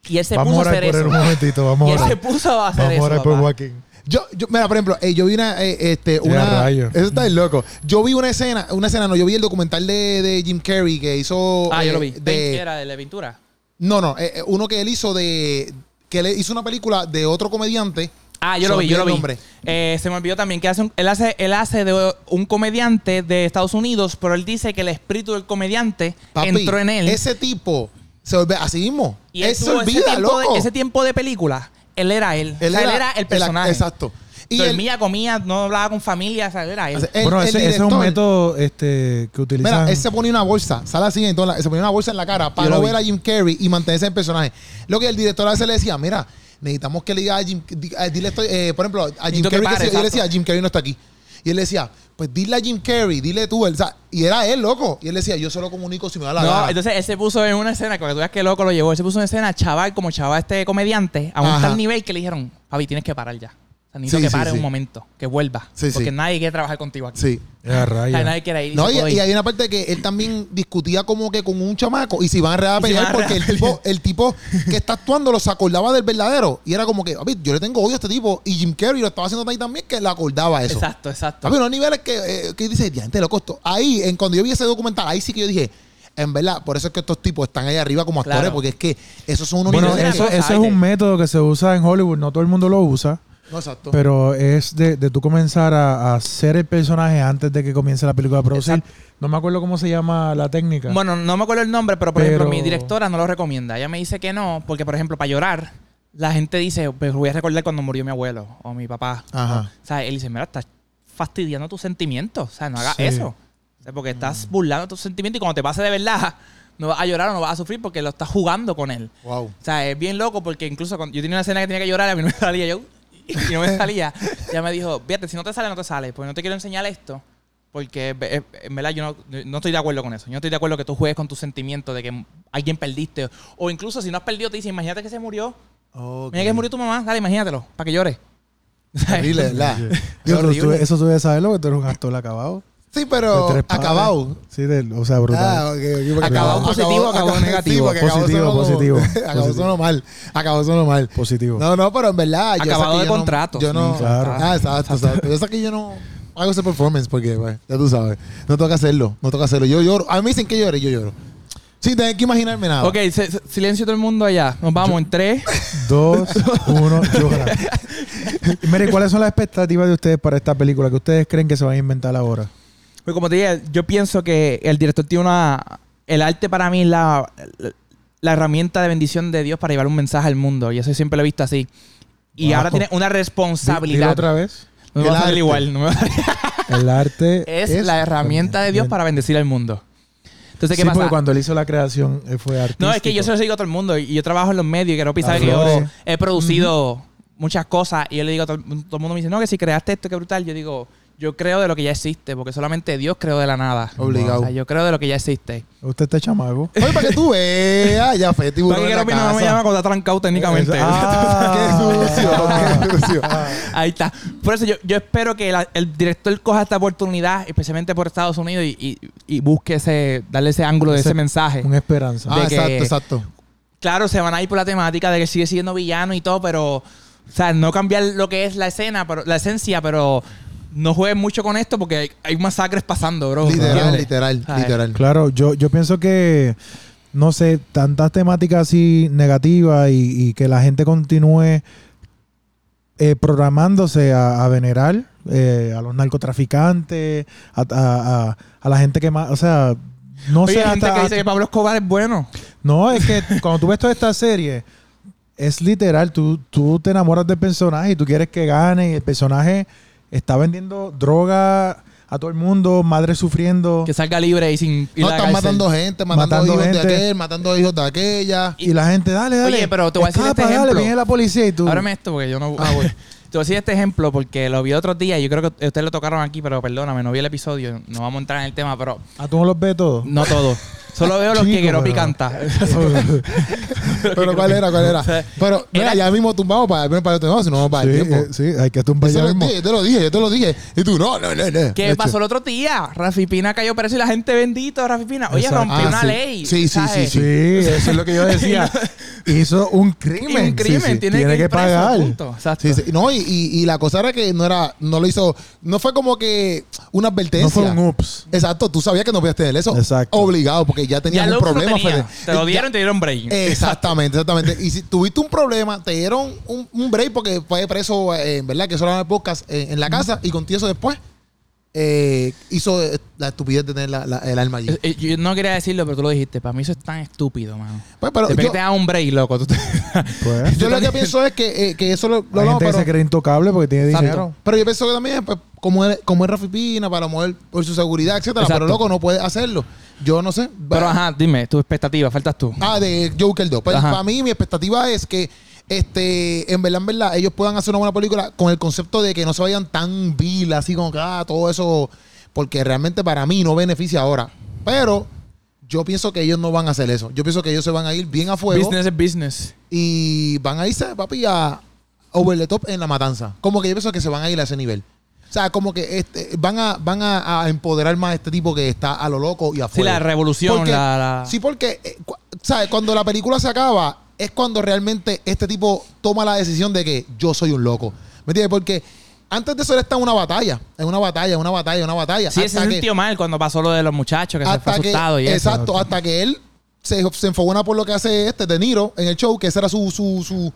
[SPEAKER 3] Y él se
[SPEAKER 2] vamos a
[SPEAKER 3] puso a
[SPEAKER 2] orar
[SPEAKER 3] hacer
[SPEAKER 2] por él
[SPEAKER 3] eso.
[SPEAKER 2] un momentito,
[SPEAKER 3] Y
[SPEAKER 2] vamos a
[SPEAKER 3] él se
[SPEAKER 2] orar.
[SPEAKER 3] puso a hacer
[SPEAKER 2] Vamos a
[SPEAKER 3] eso.
[SPEAKER 2] orar por
[SPEAKER 3] papá.
[SPEAKER 2] Joaquín.
[SPEAKER 1] Yo, yo- mira, por ejemplo, eh, yo vi una, eh, este,
[SPEAKER 2] Sí, a
[SPEAKER 1] una,
[SPEAKER 2] rayos.
[SPEAKER 1] eso está bien loco. Yo vi una escena, una escena, no, yo vi el documental de, de Jim Carrey que hizo,
[SPEAKER 3] Ah,
[SPEAKER 1] eh,
[SPEAKER 3] yo lo vi.
[SPEAKER 1] de-
[SPEAKER 3] Era de la pintura.
[SPEAKER 1] no, no, eh, eh, uno que él hizo de, que él hizo una película de otro comediante.
[SPEAKER 3] Ah, yo
[SPEAKER 1] Se
[SPEAKER 3] lo
[SPEAKER 1] me
[SPEAKER 3] vi, yo
[SPEAKER 1] olvidó
[SPEAKER 3] lo
[SPEAKER 1] el
[SPEAKER 3] vi.
[SPEAKER 1] nombre.
[SPEAKER 3] Eh, se me olvidó también que hace un- él, hace, él hace de un comediante de Estados Unidos, pero él dice que el espíritu del comediante
[SPEAKER 1] Papi,
[SPEAKER 3] entró en él.
[SPEAKER 1] Ese tipo se vuelve así mismo.
[SPEAKER 3] y
[SPEAKER 1] él se
[SPEAKER 3] tuvo ese,
[SPEAKER 1] olvida,
[SPEAKER 3] tiempo
[SPEAKER 1] loco.
[SPEAKER 3] De, ese tiempo de película, él era él. O sea, Él, era, el personaje.
[SPEAKER 1] exacto. Y él-
[SPEAKER 3] Dormía, comía, no hablaba con familia, o sea, él era él.
[SPEAKER 1] o sea, el-
[SPEAKER 2] bueno,
[SPEAKER 1] el
[SPEAKER 2] ese, ese es un
[SPEAKER 1] director-
[SPEAKER 2] método este, que utilizan.
[SPEAKER 1] Mira, él se pone una bolsa, sale así, entonces la- se pone una bolsa en la cara para
[SPEAKER 3] Yo lo
[SPEAKER 1] no
[SPEAKER 3] vi.
[SPEAKER 1] ver a Jim Carrey y mantenerse en personaje. Lo que el director a veces le decía, mira, necesitamos que le diga a Jim, di- a- dile esto, eh, por ejemplo, a Jim
[SPEAKER 3] Necesito que
[SPEAKER 1] Carrey, que
[SPEAKER 3] pare,
[SPEAKER 1] sí, y él
[SPEAKER 3] exacto.
[SPEAKER 1] decía, Jim Carrey no está aquí. Y él decía, pues dile a Jim Carrey, dile tú, él, o sea, y era él, loco. Y él decía, yo solo comunico si me da la
[SPEAKER 3] no,
[SPEAKER 1] gana.
[SPEAKER 3] entonces él se puso en una escena, para que tú veas qué loco lo llevó. Él se puso en una escena, chaval, como chaval este comediante, a un
[SPEAKER 1] Ajá.
[SPEAKER 3] tal nivel que le dijeron, Javi, tienes que parar ya. O sea, necesito
[SPEAKER 1] Sí,
[SPEAKER 3] que
[SPEAKER 1] sí,
[SPEAKER 3] pare
[SPEAKER 1] sí.
[SPEAKER 3] un momento, que vuelva.
[SPEAKER 1] Sí, sí.
[SPEAKER 3] porque nadie quiere trabajar contigo aquí.
[SPEAKER 1] sí.
[SPEAKER 2] Ya,
[SPEAKER 3] O
[SPEAKER 2] rayos.
[SPEAKER 3] sea, nadie quiere ir.
[SPEAKER 1] No,
[SPEAKER 3] se
[SPEAKER 1] y,
[SPEAKER 3] puede
[SPEAKER 1] y
[SPEAKER 3] ir.
[SPEAKER 1] hay una parte que él también discutía como que con un chamaco y se iban a enredar a
[SPEAKER 3] Y se iban
[SPEAKER 1] pelear
[SPEAKER 3] a
[SPEAKER 1] porque el
[SPEAKER 3] enredar a
[SPEAKER 1] tipo, el tipo que está actuando los acordaba del verdadero. Y era como que, papi, yo le tengo odio a este tipo. Y Jim Carrey lo estaba haciendo ahí también que le acordaba eso.
[SPEAKER 3] Exacto, exacto.
[SPEAKER 1] Papi, unos niveles que, eh, que dice, diante lo costó. Ahí, en cuando yo vi ese documental, ahí sí que yo dije, en verdad, por eso es que estos tipos están ahí arriba como actores,
[SPEAKER 3] Claro.
[SPEAKER 1] porque es que esos son unos
[SPEAKER 2] bueno,
[SPEAKER 1] niveles.
[SPEAKER 2] eso,
[SPEAKER 1] que-
[SPEAKER 3] cosa,
[SPEAKER 2] eso es
[SPEAKER 3] ¿viste?
[SPEAKER 2] un método que se usa en Hollywood. No todo el mundo lo usa.
[SPEAKER 1] No, exacto.
[SPEAKER 2] Pero es de, de tú comenzar a, a hacer el personaje antes de que comience la película a producir. No me acuerdo cómo se llama la técnica.
[SPEAKER 3] Bueno, no me acuerdo el nombre, pero por ejemplo,
[SPEAKER 2] Pero-
[SPEAKER 3] mi directora no lo recomienda. Ella me dice que no, porque por ejemplo, para llorar, la gente dice, pues voy a recordar cuando murió mi abuelo o mi papá.
[SPEAKER 1] Ajá.
[SPEAKER 2] Ah.
[SPEAKER 3] O sea, él dice, mira, estás fastidiando tus sentimientos. O sea, no hagas
[SPEAKER 2] Sí.
[SPEAKER 3] eso. O sea, porque estás burlando tus sentimientos y cuando te pase de verdad, no vas a llorar o no vas a sufrir porque lo estás jugando con él.
[SPEAKER 1] Wow.
[SPEAKER 3] O sea, es bien loco porque incluso cuando yo tenía una escena que tenía que llorar, a mí no me salía yo. Y no me salía. Ya me dijo, fíjate, si no te sale, no te sale. Pues no te quiero enseñar esto. Porque eh, en verdad yo no, no estoy de acuerdo con eso. Yo no estoy de acuerdo que tú juegues con tus sentimientos de que alguien perdiste. O incluso si no has perdido, te dicen, imagínate que se murió. Mira que murió tu mamá. Dale, imagínatelo. Para que llores.
[SPEAKER 1] Horrible, ¿verdad? Dios,
[SPEAKER 2] Pero tú-
[SPEAKER 1] horrible.
[SPEAKER 2] eso tú debes saberlo, que tú eres un actor acabado.
[SPEAKER 1] Sí,
[SPEAKER 3] Oh,
[SPEAKER 2] De
[SPEAKER 1] pero
[SPEAKER 2] tres pares.
[SPEAKER 1] acabado.
[SPEAKER 2] Sí, de- o sea,
[SPEAKER 1] Ah,
[SPEAKER 2] brutal.
[SPEAKER 1] ok, ok, porque
[SPEAKER 3] Acabado positivo, acabó
[SPEAKER 1] sí,
[SPEAKER 3] negativo.
[SPEAKER 1] porque acabó
[SPEAKER 2] Positivo,
[SPEAKER 1] sonó como-
[SPEAKER 2] positivo,
[SPEAKER 1] acabó
[SPEAKER 2] positivo.
[SPEAKER 1] sonó mal. Acabó sonó mal.
[SPEAKER 2] Positivo.
[SPEAKER 1] No, no, pero en verdad. yo sé
[SPEAKER 3] Acabado
[SPEAKER 1] que
[SPEAKER 3] de
[SPEAKER 1] yo no-
[SPEAKER 3] contrato.
[SPEAKER 1] Yo no.
[SPEAKER 2] Mm, claro.
[SPEAKER 1] Ah, exacto, exacto. Yo sé que yo no hago ese performance porque, pues, ya tú sabes. No toca hacerlo, no toca hacerlo. Yo lloro. A mí me dicen que llore, yo lloro. Sin tener que imaginarme nada.
[SPEAKER 3] Ok, se- se- silencio todo el mundo allá. Nos vamos en tres.
[SPEAKER 2] Dos, uno, llora. Y Mire, ¿cuáles son las expectativas de ustedes para esta película que ustedes creen que se van a inventar ahora?
[SPEAKER 3] Pues como te dije, yo pienso que el director tiene una... El arte para mí es la, la herramienta de bendición de Dios para llevar un mensaje al mundo. Y eso siempre lo he visto así. Y
[SPEAKER 2] Wow.
[SPEAKER 3] ahora tiene una
[SPEAKER 2] Di- dilo
[SPEAKER 3] responsabilidad.
[SPEAKER 2] otra vez.
[SPEAKER 3] no me
[SPEAKER 1] El
[SPEAKER 3] va a salir
[SPEAKER 1] arte.
[SPEAKER 3] igual. no me va a salir.
[SPEAKER 2] El arte.
[SPEAKER 3] es, la herramienta de Dios para bendecir al mundo. Entonces, ¿qué
[SPEAKER 2] sí,
[SPEAKER 3] pasa?
[SPEAKER 2] porque cuando él hizo la creación, él fue artístico.
[SPEAKER 3] No, es que yo se lo digo a todo el mundo. Y yo trabajo en los medios y quiero pensar
[SPEAKER 2] Las
[SPEAKER 3] que yo
[SPEAKER 2] flores.
[SPEAKER 3] he producido muchas cosas. Y yo le digo a todo, el mundo- todo el mundo, me dice, no, que si creaste esto, qué brutal. Yo digo, yo creo de lo que ya existe, porque solamente Dios creó de la nada.
[SPEAKER 1] Obligado.
[SPEAKER 3] O sea, yo creo de lo que ya existe.
[SPEAKER 2] Usted está chamago.
[SPEAKER 1] Oye, para que tú veas, ya Feti,
[SPEAKER 3] ¿Para
[SPEAKER 1] burro
[SPEAKER 3] qué
[SPEAKER 1] en
[SPEAKER 3] quiero
[SPEAKER 1] la
[SPEAKER 3] opinar? No me
[SPEAKER 1] casa. Ah.
[SPEAKER 3] llama cuando está trancado técnicamente.
[SPEAKER 2] Ah.
[SPEAKER 1] Qué sucio,
[SPEAKER 3] Ah.
[SPEAKER 1] qué sucio. Ah,
[SPEAKER 3] Ahí está. Por eso yo, yo espero que la- el director coja esta oportunidad, especialmente por Estados Unidos, y, y- y busque ese, darle ese ángulo de
[SPEAKER 2] Ese-
[SPEAKER 3] ese mensaje.
[SPEAKER 2] Una esperanza.
[SPEAKER 1] Ah,
[SPEAKER 3] De que-
[SPEAKER 1] exacto, exacto.
[SPEAKER 3] Claro, se van a ir por la temática de que sigue siendo villano y todo, pero. O sea, no cambiar lo que es la escena, pero la esencia, pero no jueguen mucho con esto porque hay, hay masacres pasando, bro.
[SPEAKER 1] Literal,
[SPEAKER 3] ¿Entiendes?
[SPEAKER 1] literal,
[SPEAKER 3] Ay.
[SPEAKER 1] literal.
[SPEAKER 2] Claro, yo, yo pienso que, no sé, tantas temáticas así negativas y, y que la gente continúe eh, programándose a, a venerar eh, a los narcotraficantes, a, a- a- a la gente que más, o sea, no
[SPEAKER 3] Oye,
[SPEAKER 2] sé
[SPEAKER 3] hay gente
[SPEAKER 2] hasta-
[SPEAKER 3] que dice que Pablo Escobar es bueno.
[SPEAKER 2] No, es que cuando tú ves toda esta serie, es literal, tú, tú te enamoras del personaje y tú quieres que gane y el personaje está vendiendo droga a todo el mundo, madre sufriendo.
[SPEAKER 3] Que salga libre y sin ir
[SPEAKER 1] No,
[SPEAKER 3] a la
[SPEAKER 1] están
[SPEAKER 3] cárcel.
[SPEAKER 1] matando gente, matando,
[SPEAKER 2] Matando
[SPEAKER 1] hijos
[SPEAKER 2] gente.
[SPEAKER 1] de aquel, matando hijos de aquella.
[SPEAKER 2] Y la gente, dale, dale.
[SPEAKER 3] Oye, pero te voy a decir
[SPEAKER 2] escapa,
[SPEAKER 3] este
[SPEAKER 2] dale,
[SPEAKER 3] ejemplo.
[SPEAKER 2] viene la policía y tú.
[SPEAKER 3] Ábreme esto porque yo no ah, voy. Te voy a decir este ejemplo porque lo vi otros días. Yo creo que ustedes lo tocaron aquí, pero perdóname, no vi el episodio. No vamos a entrar en el tema, pero
[SPEAKER 2] ¿A ah, tú no los ves todos?
[SPEAKER 3] no todo. Solo veo los que
[SPEAKER 2] Chico,
[SPEAKER 3] quiero
[SPEAKER 2] pero-
[SPEAKER 3] canta.
[SPEAKER 1] Pero ¿cuál era? ¿Cuál era? Pero mira,
[SPEAKER 3] Era-
[SPEAKER 1] ya mismo tumbamos para, para el tema, si no vamos para
[SPEAKER 2] sí,
[SPEAKER 1] el tiempo.
[SPEAKER 2] eh, sí, hay que tumbar
[SPEAKER 1] Eso
[SPEAKER 2] ya
[SPEAKER 1] lo
[SPEAKER 2] mismo.
[SPEAKER 1] dije, yo te lo dije, yo te lo dije. Y tú, no, no, no, no. Este,
[SPEAKER 3] ¿Qué
[SPEAKER 2] Leche.
[SPEAKER 3] pasó el otro día? Rafi Pina cayó preso y la gente bendito, Rafi Pina. Oye,
[SPEAKER 2] Exacto.
[SPEAKER 3] rompió
[SPEAKER 1] Ah,
[SPEAKER 3] una
[SPEAKER 1] sí.
[SPEAKER 3] ley.
[SPEAKER 1] Sí, sí,
[SPEAKER 3] ¿sabes?
[SPEAKER 2] Sí, eso es lo que yo decía. Hizo un crimen.
[SPEAKER 3] Un crimen,
[SPEAKER 2] Sí, sí.
[SPEAKER 3] tiene, que, ir preso,
[SPEAKER 2] pagar.
[SPEAKER 3] punto. Exacto.
[SPEAKER 1] Sí, sí. No, y, y- y la cosa era que no era, no lo hizo, no fue como que una advertencia.
[SPEAKER 2] No fue un ups.
[SPEAKER 1] Exacto, tú sabías que no podías tener eso.
[SPEAKER 2] Exacto.
[SPEAKER 1] Obligado, porque ya tenías
[SPEAKER 3] Ya lo
[SPEAKER 1] un problema. Eh,
[SPEAKER 3] tenía.
[SPEAKER 1] Fede.
[SPEAKER 3] Te lo dieron y te dieron break.
[SPEAKER 1] Exactamente, exactamente. Y si tuviste un problema, te dieron un, un break porque fue preso, eh, en verdad, que solo en el podcast eh, en la casa y contigo eso después. eh, hizo eh, la estupidez de tener la- la- el alma allí.
[SPEAKER 3] Eh, eh, Yo no quería decirlo, pero tú lo dijiste. Para mí eso es tan estúpido, mano.
[SPEAKER 1] Pues, pero
[SPEAKER 3] Después
[SPEAKER 1] yo,
[SPEAKER 3] que te da un break, loco. tú te-
[SPEAKER 2] Pues,
[SPEAKER 1] yo lo que pienso es que, eh, que eso lo, lo
[SPEAKER 2] la
[SPEAKER 1] hablamos,
[SPEAKER 2] gente que
[SPEAKER 1] pero-
[SPEAKER 2] se cree intocable porque tiene
[SPEAKER 3] Exacto.
[SPEAKER 2] dinero.
[SPEAKER 1] Pero yo pienso que también, pues, como es, como es Rafi Pina, para mover por su seguridad, etcétera.
[SPEAKER 3] Exacto.
[SPEAKER 1] Pero loco, no puede hacerlo. Yo no sé.
[SPEAKER 3] Pero ajá, dime, tu expectativa, faltas tú.
[SPEAKER 1] Ah, de Joker 2. Pues
[SPEAKER 3] Ajá.
[SPEAKER 1] para mí, mi expectativa es que, este, en verdad, en verdad, ellos puedan hacer una buena película con el concepto de que no se vayan tan vil, así como que, ah, todo eso, porque realmente para mí no beneficia ahora. Pero yo pienso que ellos no van a hacer eso. Yo pienso que ellos se van a ir bien a fuego
[SPEAKER 3] Business es business.
[SPEAKER 1] y van a irse, papi, a over the top en la matanza. Como que yo pienso que se van a ir a ese nivel. O sea, como que este, van, a, van a, a empoderar más a este tipo que está a lo loco y a
[SPEAKER 3] Sí,
[SPEAKER 1] fuego.
[SPEAKER 3] la revolución,
[SPEAKER 1] Porque-
[SPEAKER 3] la, la-
[SPEAKER 1] Sí, porque, eh, cu- ¿sabes? Cuando la película se acaba, es cuando realmente este tipo toma la decisión de que yo soy un loco. ¿Me entiendes? Porque antes de eso él está en una batalla, en una batalla, en una batalla, en una batalla.
[SPEAKER 3] Sí,
[SPEAKER 1] hasta
[SPEAKER 3] se
[SPEAKER 1] que-
[SPEAKER 3] sintió mal cuando pasó lo de los muchachos que se fue
[SPEAKER 1] hasta que,
[SPEAKER 3] asustado y eso.
[SPEAKER 1] Exacto, hasta que él se, se enfogona por lo que hace este De Niro en el show, que ese era su... su, su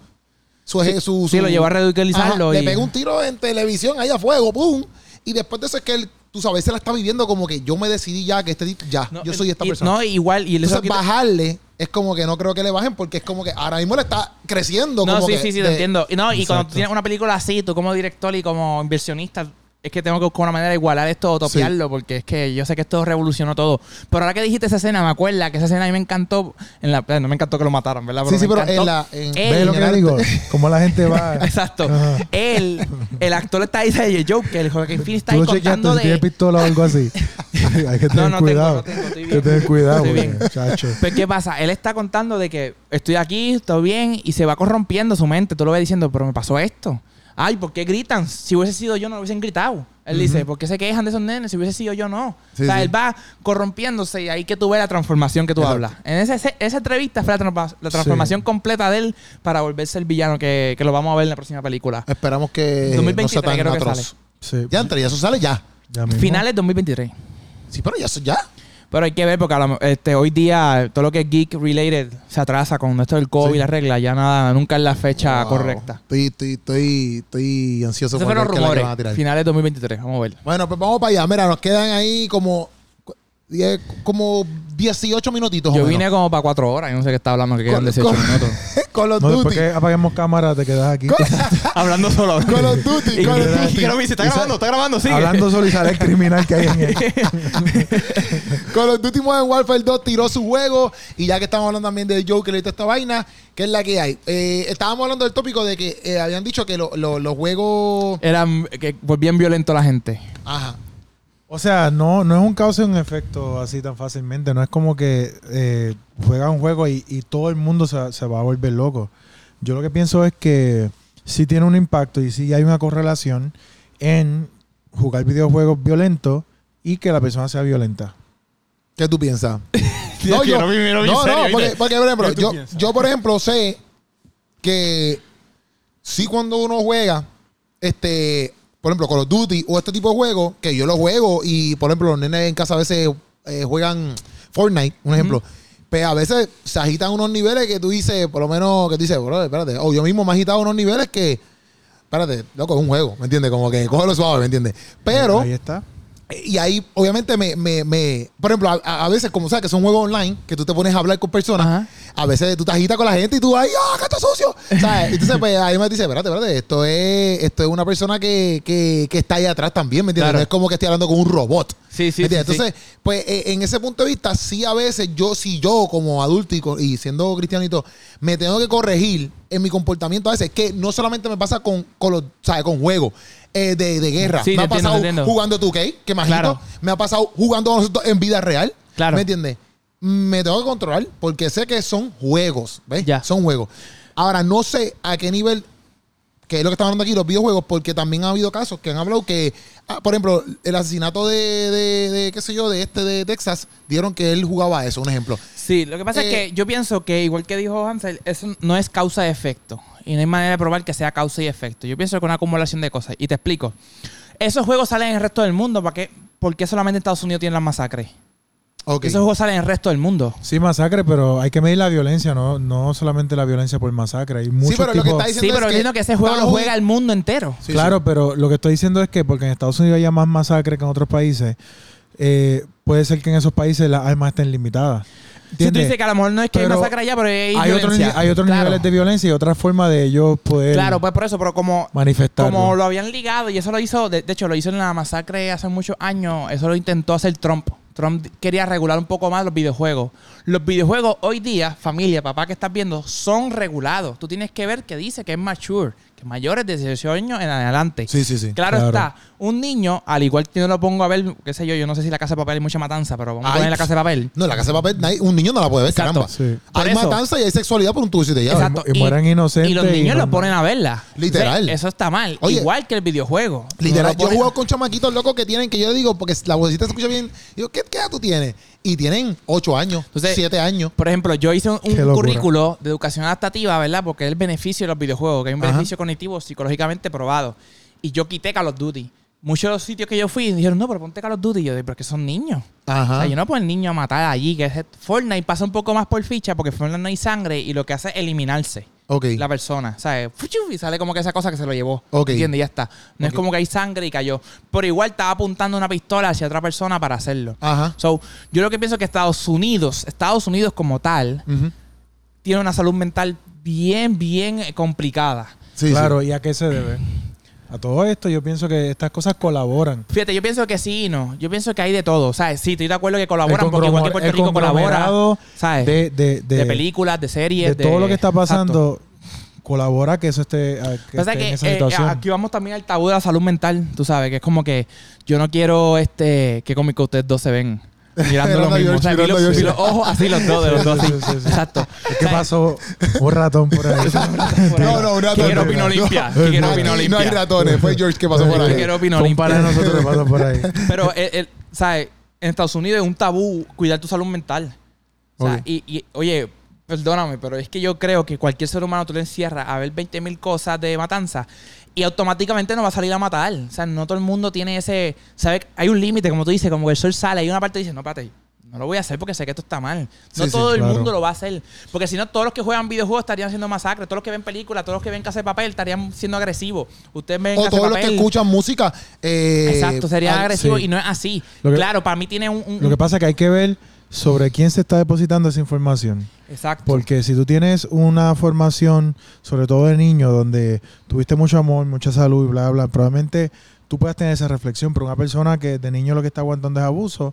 [SPEAKER 1] su, eje- su,
[SPEAKER 3] sí,
[SPEAKER 1] su-
[SPEAKER 3] lo llevó a radicalizarlo
[SPEAKER 1] Ajá,
[SPEAKER 3] y-
[SPEAKER 1] Le pegó un tiro en televisión ahí a fuego, ¡pum! Y después de eso es que él, tú sabes, se la está viviendo como que yo me decidí ya que este tipo, ya,
[SPEAKER 3] No,
[SPEAKER 1] yo soy esta
[SPEAKER 3] y-
[SPEAKER 1] persona.
[SPEAKER 3] No, igual. Y eso
[SPEAKER 1] Entonces,
[SPEAKER 3] quita-
[SPEAKER 1] bajarle es como que no creo que le bajen porque es como que ahora mismo le está creciendo.
[SPEAKER 3] No,
[SPEAKER 1] como
[SPEAKER 3] sí,
[SPEAKER 1] que
[SPEAKER 3] sí, sí, te
[SPEAKER 1] de-
[SPEAKER 3] entiendo. Y No, y cuando tú
[SPEAKER 2] Exacto.
[SPEAKER 3] tienes una película así, tú como director y como inversionista, es que tengo que buscar una manera de igualar esto o topearlo, porque es que yo sé que esto revolucionó todo. Pero ahora que dijiste esa escena, me acuerda que esa escena a mí me encantó. En la, eh, no me encantó que lo mataran, ¿verdad?
[SPEAKER 1] Sí, sí,
[SPEAKER 3] me
[SPEAKER 1] pero
[SPEAKER 3] encantó
[SPEAKER 1] en la- en-
[SPEAKER 3] él-
[SPEAKER 2] ¿Ves lo que
[SPEAKER 1] Ey,
[SPEAKER 2] te digo? Cómo la gente va.
[SPEAKER 3] Exacto.
[SPEAKER 1] Ah.
[SPEAKER 2] Ajá.
[SPEAKER 3] Él, el actor está ahí de Joker, el Joaquin Phoenix está
[SPEAKER 2] Tú lo
[SPEAKER 3] ahí
[SPEAKER 2] chequeaste
[SPEAKER 3] contando
[SPEAKER 2] si tienes
[SPEAKER 3] de.
[SPEAKER 2] pistola o algo así. Hay que tener
[SPEAKER 3] no tengo, no
[SPEAKER 2] cuidado.
[SPEAKER 3] tengo, estoy
[SPEAKER 2] Hay
[SPEAKER 3] bien.
[SPEAKER 2] que tener cuidado,
[SPEAKER 3] Estoy
[SPEAKER 2] porque,
[SPEAKER 3] bien.
[SPEAKER 2] chacho.
[SPEAKER 3] Pero Pues, ¿qué pasa? Él está contando de que estoy aquí, estoy bien, y se va corrompiendo su mente. Tú lo ves diciendo, pero me pasó esto. Ay, ¿por qué gritan? Si hubiese sido yo, no lo hubiesen gritado. Él dice, ¿por qué se quejan de esos nenes? Si hubiese sido yo, no.
[SPEAKER 1] Sí,
[SPEAKER 3] o sea,
[SPEAKER 1] sí.
[SPEAKER 3] él va corrompiéndose y ahí que tú ves la transformación que tú
[SPEAKER 1] Exacto.
[SPEAKER 3] hablas. En esa, ese- esa entrevista fue la, transpa- la transformación completa de él para volverse el villano que, que lo vamos a ver en la próxima película.
[SPEAKER 1] Esperamos que no sea
[SPEAKER 3] 2023
[SPEAKER 1] tan
[SPEAKER 3] creo que
[SPEAKER 1] atroz.
[SPEAKER 3] sale.
[SPEAKER 2] Sí.
[SPEAKER 1] Ya entre, ya eso sale ya.
[SPEAKER 2] ya mismo.
[SPEAKER 3] Finales 2023.
[SPEAKER 1] Sí, pero ya eso ya.
[SPEAKER 3] Pero hay que ver porque a lo- este, hoy día todo lo que es geek related se atrasa con esto del COVID,
[SPEAKER 1] Sí.
[SPEAKER 3] la regla, ya nada, nunca es la
[SPEAKER 1] Wow.
[SPEAKER 3] fecha Ah, correcta.
[SPEAKER 1] Estoy, estoy, estoy, estoy ansioso
[SPEAKER 3] Esos
[SPEAKER 1] por
[SPEAKER 3] fueron
[SPEAKER 1] ver qué es la que
[SPEAKER 3] rumores.
[SPEAKER 1] van a tirar.
[SPEAKER 3] Finales de 2023, vamos a ver.
[SPEAKER 1] Bueno, pues vamos para allá. Mira, nos quedan ahí como, cu- diez- como 18 minutitos.
[SPEAKER 3] Yo
[SPEAKER 1] o menos.
[SPEAKER 3] vine como para cuatro horas, yo no sé qué está hablando, que
[SPEAKER 1] Con-
[SPEAKER 3] quedan 18
[SPEAKER 1] con-
[SPEAKER 3] minutos.
[SPEAKER 1] Call of
[SPEAKER 2] No, después
[SPEAKER 1] Duty.
[SPEAKER 2] que apaguemos cámara, te quedas aquí.
[SPEAKER 3] hablando solo.
[SPEAKER 1] Call of Duty.
[SPEAKER 3] Y-
[SPEAKER 1] Call of
[SPEAKER 2] verdad,
[SPEAKER 1] Duty.
[SPEAKER 3] y quiero ver si está grabando, está grabando, sigue.
[SPEAKER 2] Hablando solo y sale el criminal que hay en él.
[SPEAKER 1] Call of Duty Modern Warfare 2 tiró su juego. Y ya que estamos hablando también de Joker y toda esta vaina, ¿qué es la que hay? Eh, estábamos hablando del tópico de que eh, habían dicho que lo- lo- los juegos.
[SPEAKER 3] Eran, que volvían violento la gente.
[SPEAKER 1] Ajá.
[SPEAKER 2] O sea, no, no es un causa y un efecto así tan fácilmente. No es como que eh, juegas un juego y, y todo el mundo se, se va a volver loco. Yo lo que pienso es que sí tiene un impacto y sí hay una correlación en jugar videojuegos violentos y que la persona sea violenta.
[SPEAKER 1] ¿Qué tú piensas?
[SPEAKER 3] Tío, que no vi- no vi
[SPEAKER 1] no,
[SPEAKER 3] serio,
[SPEAKER 1] no, porque,
[SPEAKER 3] ¿viste?
[SPEAKER 1] porque, por ejemplo,
[SPEAKER 3] ¿Qué tú
[SPEAKER 1] yo,
[SPEAKER 3] piensas?
[SPEAKER 1] yo, por ejemplo, sé que sí cuando uno juega, este, por ejemplo, Call of Duty o este tipo de juegos, que yo lo juego y, por ejemplo, los nenes en casa a veces eh, juegan Fortnite, un ejemplo. Pero a veces se agitan unos niveles que tú dices, por lo menos, que tú dices, bro, espérate, o yo mismo me he agitado unos niveles que Espérate, loco, es un juego, ¿me entiendes? Como que cógelo suave, ¿me entiendes? Pero,
[SPEAKER 2] Ahí está.
[SPEAKER 1] y ahí, obviamente, me. me, me- por ejemplo, a- a, a veces, como sabes que son juegos online, que tú te pones a hablar con personas,
[SPEAKER 3] Ajá.
[SPEAKER 1] a veces tú te agitas con la gente y tú, ¡ay, ah, que está sucio! ¿Sabes? Entonces, pues ahí me dice, espérate, espérate, esto es, esto es una persona que, que, que está ahí atrás también, ¿me entiendes?
[SPEAKER 3] Claro.
[SPEAKER 1] No es como que estoy hablando con un robot.
[SPEAKER 3] Sí, sí,
[SPEAKER 1] ¿Me
[SPEAKER 3] sí,
[SPEAKER 1] entiendes?
[SPEAKER 3] sí.
[SPEAKER 1] Entonces, pues eh, en ese punto de vista, sí a veces yo, si yo como adulto y, co- y siendo cristianito, me tengo que corregir en mi comportamiento a veces, que no solamente me pasa con, con, los, ¿sabes? con juegos eh, de, de guerra.
[SPEAKER 3] Sí,
[SPEAKER 1] me
[SPEAKER 3] te
[SPEAKER 1] ha
[SPEAKER 3] entiendo,
[SPEAKER 1] pasado
[SPEAKER 3] te entiendo.
[SPEAKER 1] jugando 2K, que me agito.
[SPEAKER 3] Claro.
[SPEAKER 1] Me ha pasado jugando con nosotros en vida real.
[SPEAKER 3] Claro.
[SPEAKER 1] ¿Me entiendes? Me tengo que controlar porque sé que son juegos, ¿ves?
[SPEAKER 3] Ya.
[SPEAKER 1] Son juegos. Ahora, no sé a qué nivel que es lo que estamos hablando aquí, los videojuegos, porque también ha habido casos que han hablado que, ah, por ejemplo, el asesinato de, de- de, qué sé yo, de este de Texas, dieron que él jugaba a eso, un ejemplo.
[SPEAKER 3] Sí, lo que pasa es
[SPEAKER 1] Eh,
[SPEAKER 3] que yo pienso que, igual que dijo Hansel, eso no es causa y efecto. Y no hay manera de probar que sea causa y efecto. Yo pienso que una acumulación de cosas. Y te explico. Esos juegos salen en el resto del mundo. ¿Para qué? ¿Por qué solamente Estados Unidos tiene las masacres?
[SPEAKER 1] Ok.
[SPEAKER 3] Esos juegos salen en el resto del mundo.
[SPEAKER 2] Sí, masacre, pero hay que medir la violencia, no, no solamente la violencia por masacre. Hay muchos
[SPEAKER 1] pero lo que
[SPEAKER 2] tipos-
[SPEAKER 1] está diciendo-
[SPEAKER 3] Sí,
[SPEAKER 1] es
[SPEAKER 3] pero
[SPEAKER 1] que
[SPEAKER 3] entiendo que ese juego lo
[SPEAKER 1] vamos-
[SPEAKER 3] juega el mundo entero.
[SPEAKER 1] Sí,
[SPEAKER 2] claro,
[SPEAKER 1] sí.
[SPEAKER 2] pero lo que estoy diciendo es que porque en Estados Unidos haya más masacre que en otros países, eh, puede ser que en esos países las armas estén limitadas.
[SPEAKER 3] Si tú
[SPEAKER 2] ¿Entiendes?
[SPEAKER 3] dices que a lo mejor no es que hay
[SPEAKER 2] Pero
[SPEAKER 3] masacre allá, pero hay,
[SPEAKER 2] hay, otros
[SPEAKER 3] violencia.
[SPEAKER 2] ni- hay otros
[SPEAKER 3] Claro.
[SPEAKER 2] niveles de violencia y otra forma de ellos poder
[SPEAKER 3] Claro, pues por eso, pero como,
[SPEAKER 2] manifestarlo.
[SPEAKER 3] como lo habían ligado, y eso lo hizo, de, de hecho, lo hizo en la masacre hace muchos años, eso lo intentó hacer Trump. Trump quería regular un poco más los videojuegos. Los videojuegos hoy día, familia, papá que estás viendo, son regulados. Tú tienes que ver que dice que es mature, que mayores de 18 años en adelante.
[SPEAKER 1] Sí, sí, sí.
[SPEAKER 3] Claro,
[SPEAKER 2] Claro.
[SPEAKER 3] está. Un niño, al igual que yo lo pongo a ver, qué sé yo, yo no sé si la casa de papel hay mucha matanza, pero vamos a
[SPEAKER 1] Ay,
[SPEAKER 3] poner la casa de papel.
[SPEAKER 1] No, la casa de papel, nadie- un niño no la puede ver,
[SPEAKER 3] Exacto.
[SPEAKER 1] caramba.
[SPEAKER 2] Sí.
[SPEAKER 3] Por
[SPEAKER 1] Hay
[SPEAKER 3] eso-
[SPEAKER 1] matanza y hay sexualidad por un tubo y siete llaves.
[SPEAKER 3] Exacto.
[SPEAKER 2] y mueran inocentes
[SPEAKER 3] Y los niños
[SPEAKER 2] y no-
[SPEAKER 3] los ponen a verla.
[SPEAKER 1] Literal.
[SPEAKER 3] O sea, eso está mal.
[SPEAKER 1] Oye.
[SPEAKER 3] Igual que el videojuego. No
[SPEAKER 1] Literal,
[SPEAKER 3] lo
[SPEAKER 1] yo he
[SPEAKER 3] ponen-
[SPEAKER 1] jugado con chamaquitos locos que tienen, que yo digo, porque la vocecita se escucha bien, digo, ¿qué, qué edad tú tienes? Y tienen ocho años,
[SPEAKER 3] Entonces-
[SPEAKER 1] siete años.
[SPEAKER 3] Por ejemplo, yo hice un, un
[SPEAKER 2] Qué locura.
[SPEAKER 3] currículo de educación adaptativa, ¿verdad? Porque es el beneficio de los videojuegos, que hay un
[SPEAKER 1] Ajá.
[SPEAKER 3] beneficio cognitivo psicológicamente probado. Y yo quité Call of Duty. Muchos de los sitios que yo fui dijeron, no, pero ponte Call of Duty. Y yo dije, pero es que son niños. O
[SPEAKER 1] Ajá.
[SPEAKER 3] sea, yo no puedo el niño a matar allí, que es Fortnite pasa un poco más por ficha porque Fortnite no hay sangre y lo que hace es eliminarse
[SPEAKER 1] Ok.
[SPEAKER 3] la persona, ¿sabes? Fuchu, Y sale como que esa cosa que se lo llevó.
[SPEAKER 1] Ok.
[SPEAKER 3] ¿Entiendes? Y Ya está. No es
[SPEAKER 1] Ok.
[SPEAKER 3] como que hay sangre y cayó. Pero igual estaba apuntando una pistola hacia otra persona para hacerlo.
[SPEAKER 1] Ajá.
[SPEAKER 3] So, yo lo que pienso es que Estados Unidos, Estados Unidos como tal,
[SPEAKER 1] Ujú.
[SPEAKER 3] tiene una salud mental bien, bien eh, complicada.
[SPEAKER 1] Sí, sí.
[SPEAKER 2] claro, ¿y a qué se debe? A todo esto yo pienso que estas cosas colaboran.
[SPEAKER 3] Fíjate, yo pienso que sí y no. Yo pienso que hay de todo, ¿sabes? Sí, estoy de acuerdo que colaboran,
[SPEAKER 2] El
[SPEAKER 3] porque igual que
[SPEAKER 2] conglomer-
[SPEAKER 3] Puerto
[SPEAKER 2] el
[SPEAKER 3] Rico colabora,
[SPEAKER 2] conglomerado
[SPEAKER 3] ¿sabes? De,
[SPEAKER 2] De, de, de,
[SPEAKER 3] películas, de
[SPEAKER 2] de
[SPEAKER 3] series, de,
[SPEAKER 2] todo lo que está
[SPEAKER 3] Exacto.
[SPEAKER 2] pasando, colabora que eso esté, a- que
[SPEAKER 3] Pasa
[SPEAKER 2] esté
[SPEAKER 3] que
[SPEAKER 2] en esa
[SPEAKER 3] eh,
[SPEAKER 2] situación.
[SPEAKER 3] aquí vamos también al tabú de la salud mental, tú sabes, que es como que yo no quiero este que cómico ustedes dos se ven mirando lo
[SPEAKER 1] Mirando a George,
[SPEAKER 3] mismo. O sea, vi
[SPEAKER 1] mirando a
[SPEAKER 3] los, vi
[SPEAKER 1] George.
[SPEAKER 3] los ojos así los dos, de los dos así. Exacto.
[SPEAKER 2] ¿Qué pasó? Un ratón por ahí.
[SPEAKER 1] No, no, un ratón.
[SPEAKER 3] Quiero opinión
[SPEAKER 1] No.
[SPEAKER 3] limpia, quiero
[SPEAKER 1] Aquí
[SPEAKER 3] opinión
[SPEAKER 1] No hay
[SPEAKER 3] limpia.
[SPEAKER 1] ratones. Fue George que pasó por ahí.
[SPEAKER 3] Quiero opinión
[SPEAKER 2] Un
[SPEAKER 3] limpia.
[SPEAKER 2] par de nosotros le pasó por ahí.
[SPEAKER 3] Pero, el, el- ¿sabes? En Estados Unidos es un tabú cuidar tu salud mental. O sea,
[SPEAKER 1] Ok.
[SPEAKER 3] y, y, oye, perdóname, pero es que yo creo que cualquier ser humano tú le encierras a ver 20.000 mil cosas de matanza y automáticamente no va a salir a matar. O sea, no todo el mundo tiene ese. ¿Sabes? Hay un límite, como tú dices, como que el sol sale. Hay una parte que dice, no, espérate. No lo voy a hacer porque sé que esto está mal. No
[SPEAKER 2] Sí, sí,
[SPEAKER 3] todo el
[SPEAKER 2] claro.
[SPEAKER 3] mundo lo va a hacer. Porque si no, todos los que juegan videojuegos estarían haciendo masacres. Todos los que ven películas, todos los que ven casa de papel estarían siendo agresivos. Ustedes ven
[SPEAKER 1] O
[SPEAKER 3] Casa de
[SPEAKER 1] todos los que
[SPEAKER 3] Papel.
[SPEAKER 1] escuchan música. eh,
[SPEAKER 3] Exacto, sería
[SPEAKER 1] al-
[SPEAKER 3] agresivo
[SPEAKER 2] sí.
[SPEAKER 3] y no es así.
[SPEAKER 2] Lo que-
[SPEAKER 3] claro, para mí tiene un... un-
[SPEAKER 2] Lo que pasa es que hay que ver sobre quién se está depositando esa información.
[SPEAKER 3] Exacto.
[SPEAKER 2] Porque si tú tienes una formación, sobre todo de niño, donde tuviste mucho amor, mucha salud y bla, bla, probablemente tú puedas tener esa reflexión, pero una persona que de niño lo que está aguantando es abuso,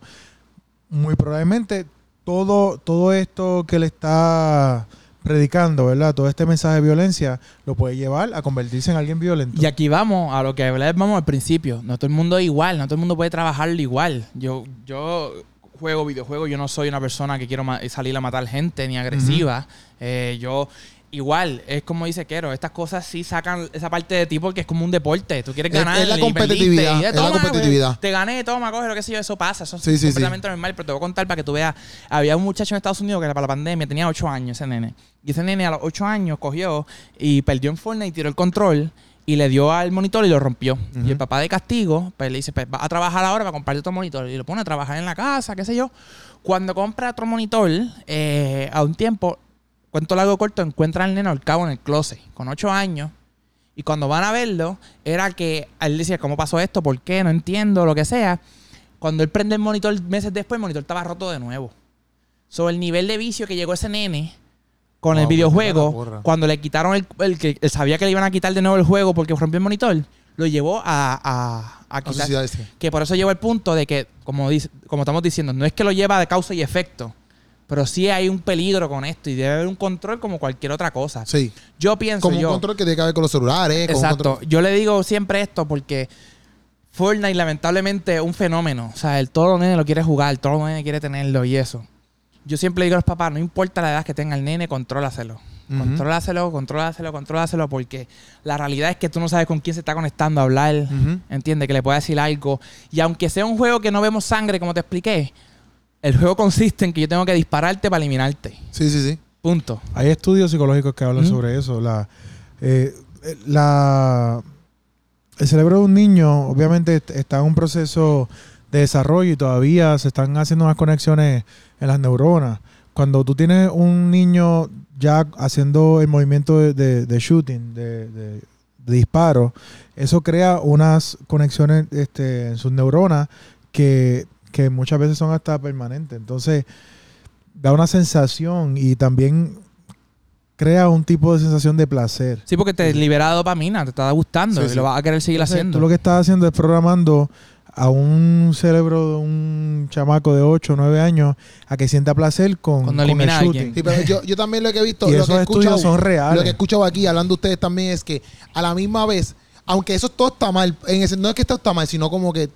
[SPEAKER 2] muy probablemente todo, todo esto que le está predicando, ¿verdad? Todo este mensaje de violencia lo puede llevar a convertirse en alguien violento.
[SPEAKER 3] Y aquí vamos a lo que hablábamos al principio. No todo el mundo es igual, no todo el mundo puede trabajarlo igual. Yo, yo juego videojuegos, yo no soy una persona que quiero ma- salir a matar gente ni agresiva. Eh, yo igual, es como dice Quero, estas cosas sí sacan esa parte de ti porque es como un deporte. Tú quieres
[SPEAKER 1] Es-
[SPEAKER 3] ganar.
[SPEAKER 1] es la
[SPEAKER 3] y perdiste,
[SPEAKER 1] competitividad,
[SPEAKER 3] y de,
[SPEAKER 1] es la
[SPEAKER 3] "Toma, pues". güey,
[SPEAKER 1] competitividad".
[SPEAKER 3] Te gané, toma, coge lo que sé yo, eso pasa. Eso es
[SPEAKER 1] Sí, sí, sí.
[SPEAKER 3] completamente normal, pero te voy a contar para que tú veas. Había un muchacho en Estados Unidos que para la pandemia tenía 8 años, ese nene. Y ese nene a los 8 años cogió y perdió en Fortnite y tiró el control y le dio al monitor y lo rompió. Y el papá de castigo pues, le dice, pues va a trabajar ahora para comprarte otro monitor. Y lo pone a trabajar en la casa, qué sé yo. Cuando compra otro monitor, eh, a un tiempo, cuento largo corto, encuentra al nene ahorcado en el closet con 8 años Y cuando van a verlo, era que él decía, ¿cómo pasó esto? ¿Por qué? No entiendo, lo que sea. Cuando él prende el monitor meses después, el monitor estaba roto de nuevo. Sobre el nivel de vicio que llegó ese nene con
[SPEAKER 1] Wow,
[SPEAKER 3] el
[SPEAKER 1] qué mala porra.
[SPEAKER 3] videojuego, cuando le quitaron el, el que él sabía que le iban a quitar de nuevo el juego porque rompió el monitor, lo llevó a, a, a
[SPEAKER 1] No
[SPEAKER 3] quitar.
[SPEAKER 1] sé si da ese.
[SPEAKER 3] Que por eso llevo el punto de que, como, dice- como estamos diciendo, no es que lo lleva de causa y efecto, pero sí hay un peligro con esto y debe haber un control como cualquier otra cosa.
[SPEAKER 1] Sí.
[SPEAKER 3] Yo pienso
[SPEAKER 1] Como
[SPEAKER 3] yo,
[SPEAKER 1] un control que tiene que ver con los celulares. con un
[SPEAKER 3] exacto,
[SPEAKER 1] control-
[SPEAKER 3] yo le digo siempre esto porque Fortnite lamentablemente es un fenómeno, o sea, el todo los nene lo quiere jugar, todo los nene quiere tenerlo y eso. Yo siempre digo a los papás, no importa la edad que tenga el nene, contrólaselo.
[SPEAKER 1] Ujú.
[SPEAKER 3] Contrólaselo, contrólaselo, contrólaselo, porque la realidad es que tú no sabes con quién se está conectando a hablar.
[SPEAKER 1] Ujú.
[SPEAKER 3] ¿Entiendes? Que le pueda decir algo. Y aunque sea un juego que no vemos sangre, como te expliqué, el juego consiste en que yo tengo que dispararte para eliminarte.
[SPEAKER 1] Sí, sí, sí.
[SPEAKER 3] Punto.
[SPEAKER 2] Hay estudios psicológicos que hablan
[SPEAKER 3] Ujú.
[SPEAKER 2] sobre eso. La, eh, eh, la- el cerebro de un niño, obviamente, est- está en un proceso de desarrollo y todavía se están haciendo unas conexiones en las neuronas. Cuando tú tienes un niño ya haciendo el movimiento de, de- de shooting, de, de- de disparo, eso crea unas conexiones este, en sus neuronas que, que muchas veces son hasta permanentes. Entonces, da una sensación y también crea un tipo de sensación de placer.
[SPEAKER 3] Sí, porque te libera dopamina, te está gustando
[SPEAKER 1] Sí,
[SPEAKER 3] y
[SPEAKER 1] sí.
[SPEAKER 3] lo vas a querer seguir
[SPEAKER 2] Entonces,
[SPEAKER 3] haciendo.
[SPEAKER 2] Tú lo que estás haciendo es programando a un cerebro de un chamaco de 8 o 9 años a que sienta placer con,
[SPEAKER 3] Cuando
[SPEAKER 2] con el
[SPEAKER 3] elimina a alguien.
[SPEAKER 2] shooting.
[SPEAKER 1] Sí, pero yo, yo también lo que he visto,
[SPEAKER 2] Y
[SPEAKER 1] lo
[SPEAKER 2] esos
[SPEAKER 1] que he escuchado,
[SPEAKER 2] estudios son reales.
[SPEAKER 1] lo que he escuchado aquí hablando ustedes también es que a la misma vez, aunque eso todo está mal, en ese- no es que esto está mal, sino como que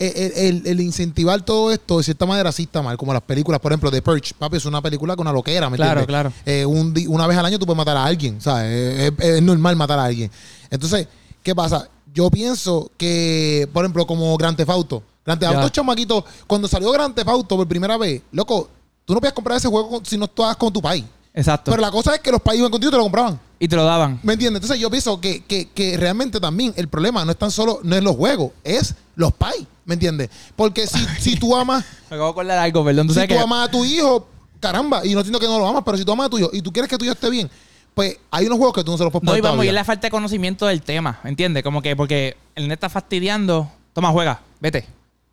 [SPEAKER 1] eh, el, el- el incentivar todo esto de cierta manera sí está mal, como las películas, por ejemplo, The Purge, papi, es una película con una loquera, ¿me
[SPEAKER 3] Claro,
[SPEAKER 1] entiendes?
[SPEAKER 3] claro.
[SPEAKER 1] Eh, un di- una vez al año tú puedes matar a alguien, ¿sabes? Eh, Es, es normal matar a alguien. Entonces, ¿qué pasa? Yo pienso que, por ejemplo, como Grand Theft Auto. Grand Theft
[SPEAKER 3] Ya.
[SPEAKER 1] Auto, chamaquito, cuando salió Grand Theft Auto por primera vez, loco, tú no podías comprar ese juego con- si no estabas con tu país.
[SPEAKER 3] Exacto.
[SPEAKER 1] Pero la cosa es que los países iban contigo y te lo compraban.
[SPEAKER 3] Y te lo daban.
[SPEAKER 1] ¿Me entiendes? Entonces yo pienso que, que, que realmente también el problema no es tan solo, no es los juegos, es los pais. ¿Me entiendes? Porque si, si tú amas,
[SPEAKER 3] Me acabo de acordar algo, perdón. ¿Tú
[SPEAKER 1] si
[SPEAKER 3] sabes
[SPEAKER 1] tú
[SPEAKER 3] que
[SPEAKER 1] amas a tu hijo, caramba, y no entiendo que no lo amas, pero si tú amas a tu hijo y tú quieres que tu hijo esté bien, pues hay unos juegos que tú no se los puedes
[SPEAKER 3] No, y
[SPEAKER 1] poner
[SPEAKER 3] vamos, y
[SPEAKER 1] todavía.
[SPEAKER 3] es la falta de conocimiento del tema, ¿entiendes? Como que porque el nene está fastidiando, toma, juega, vete.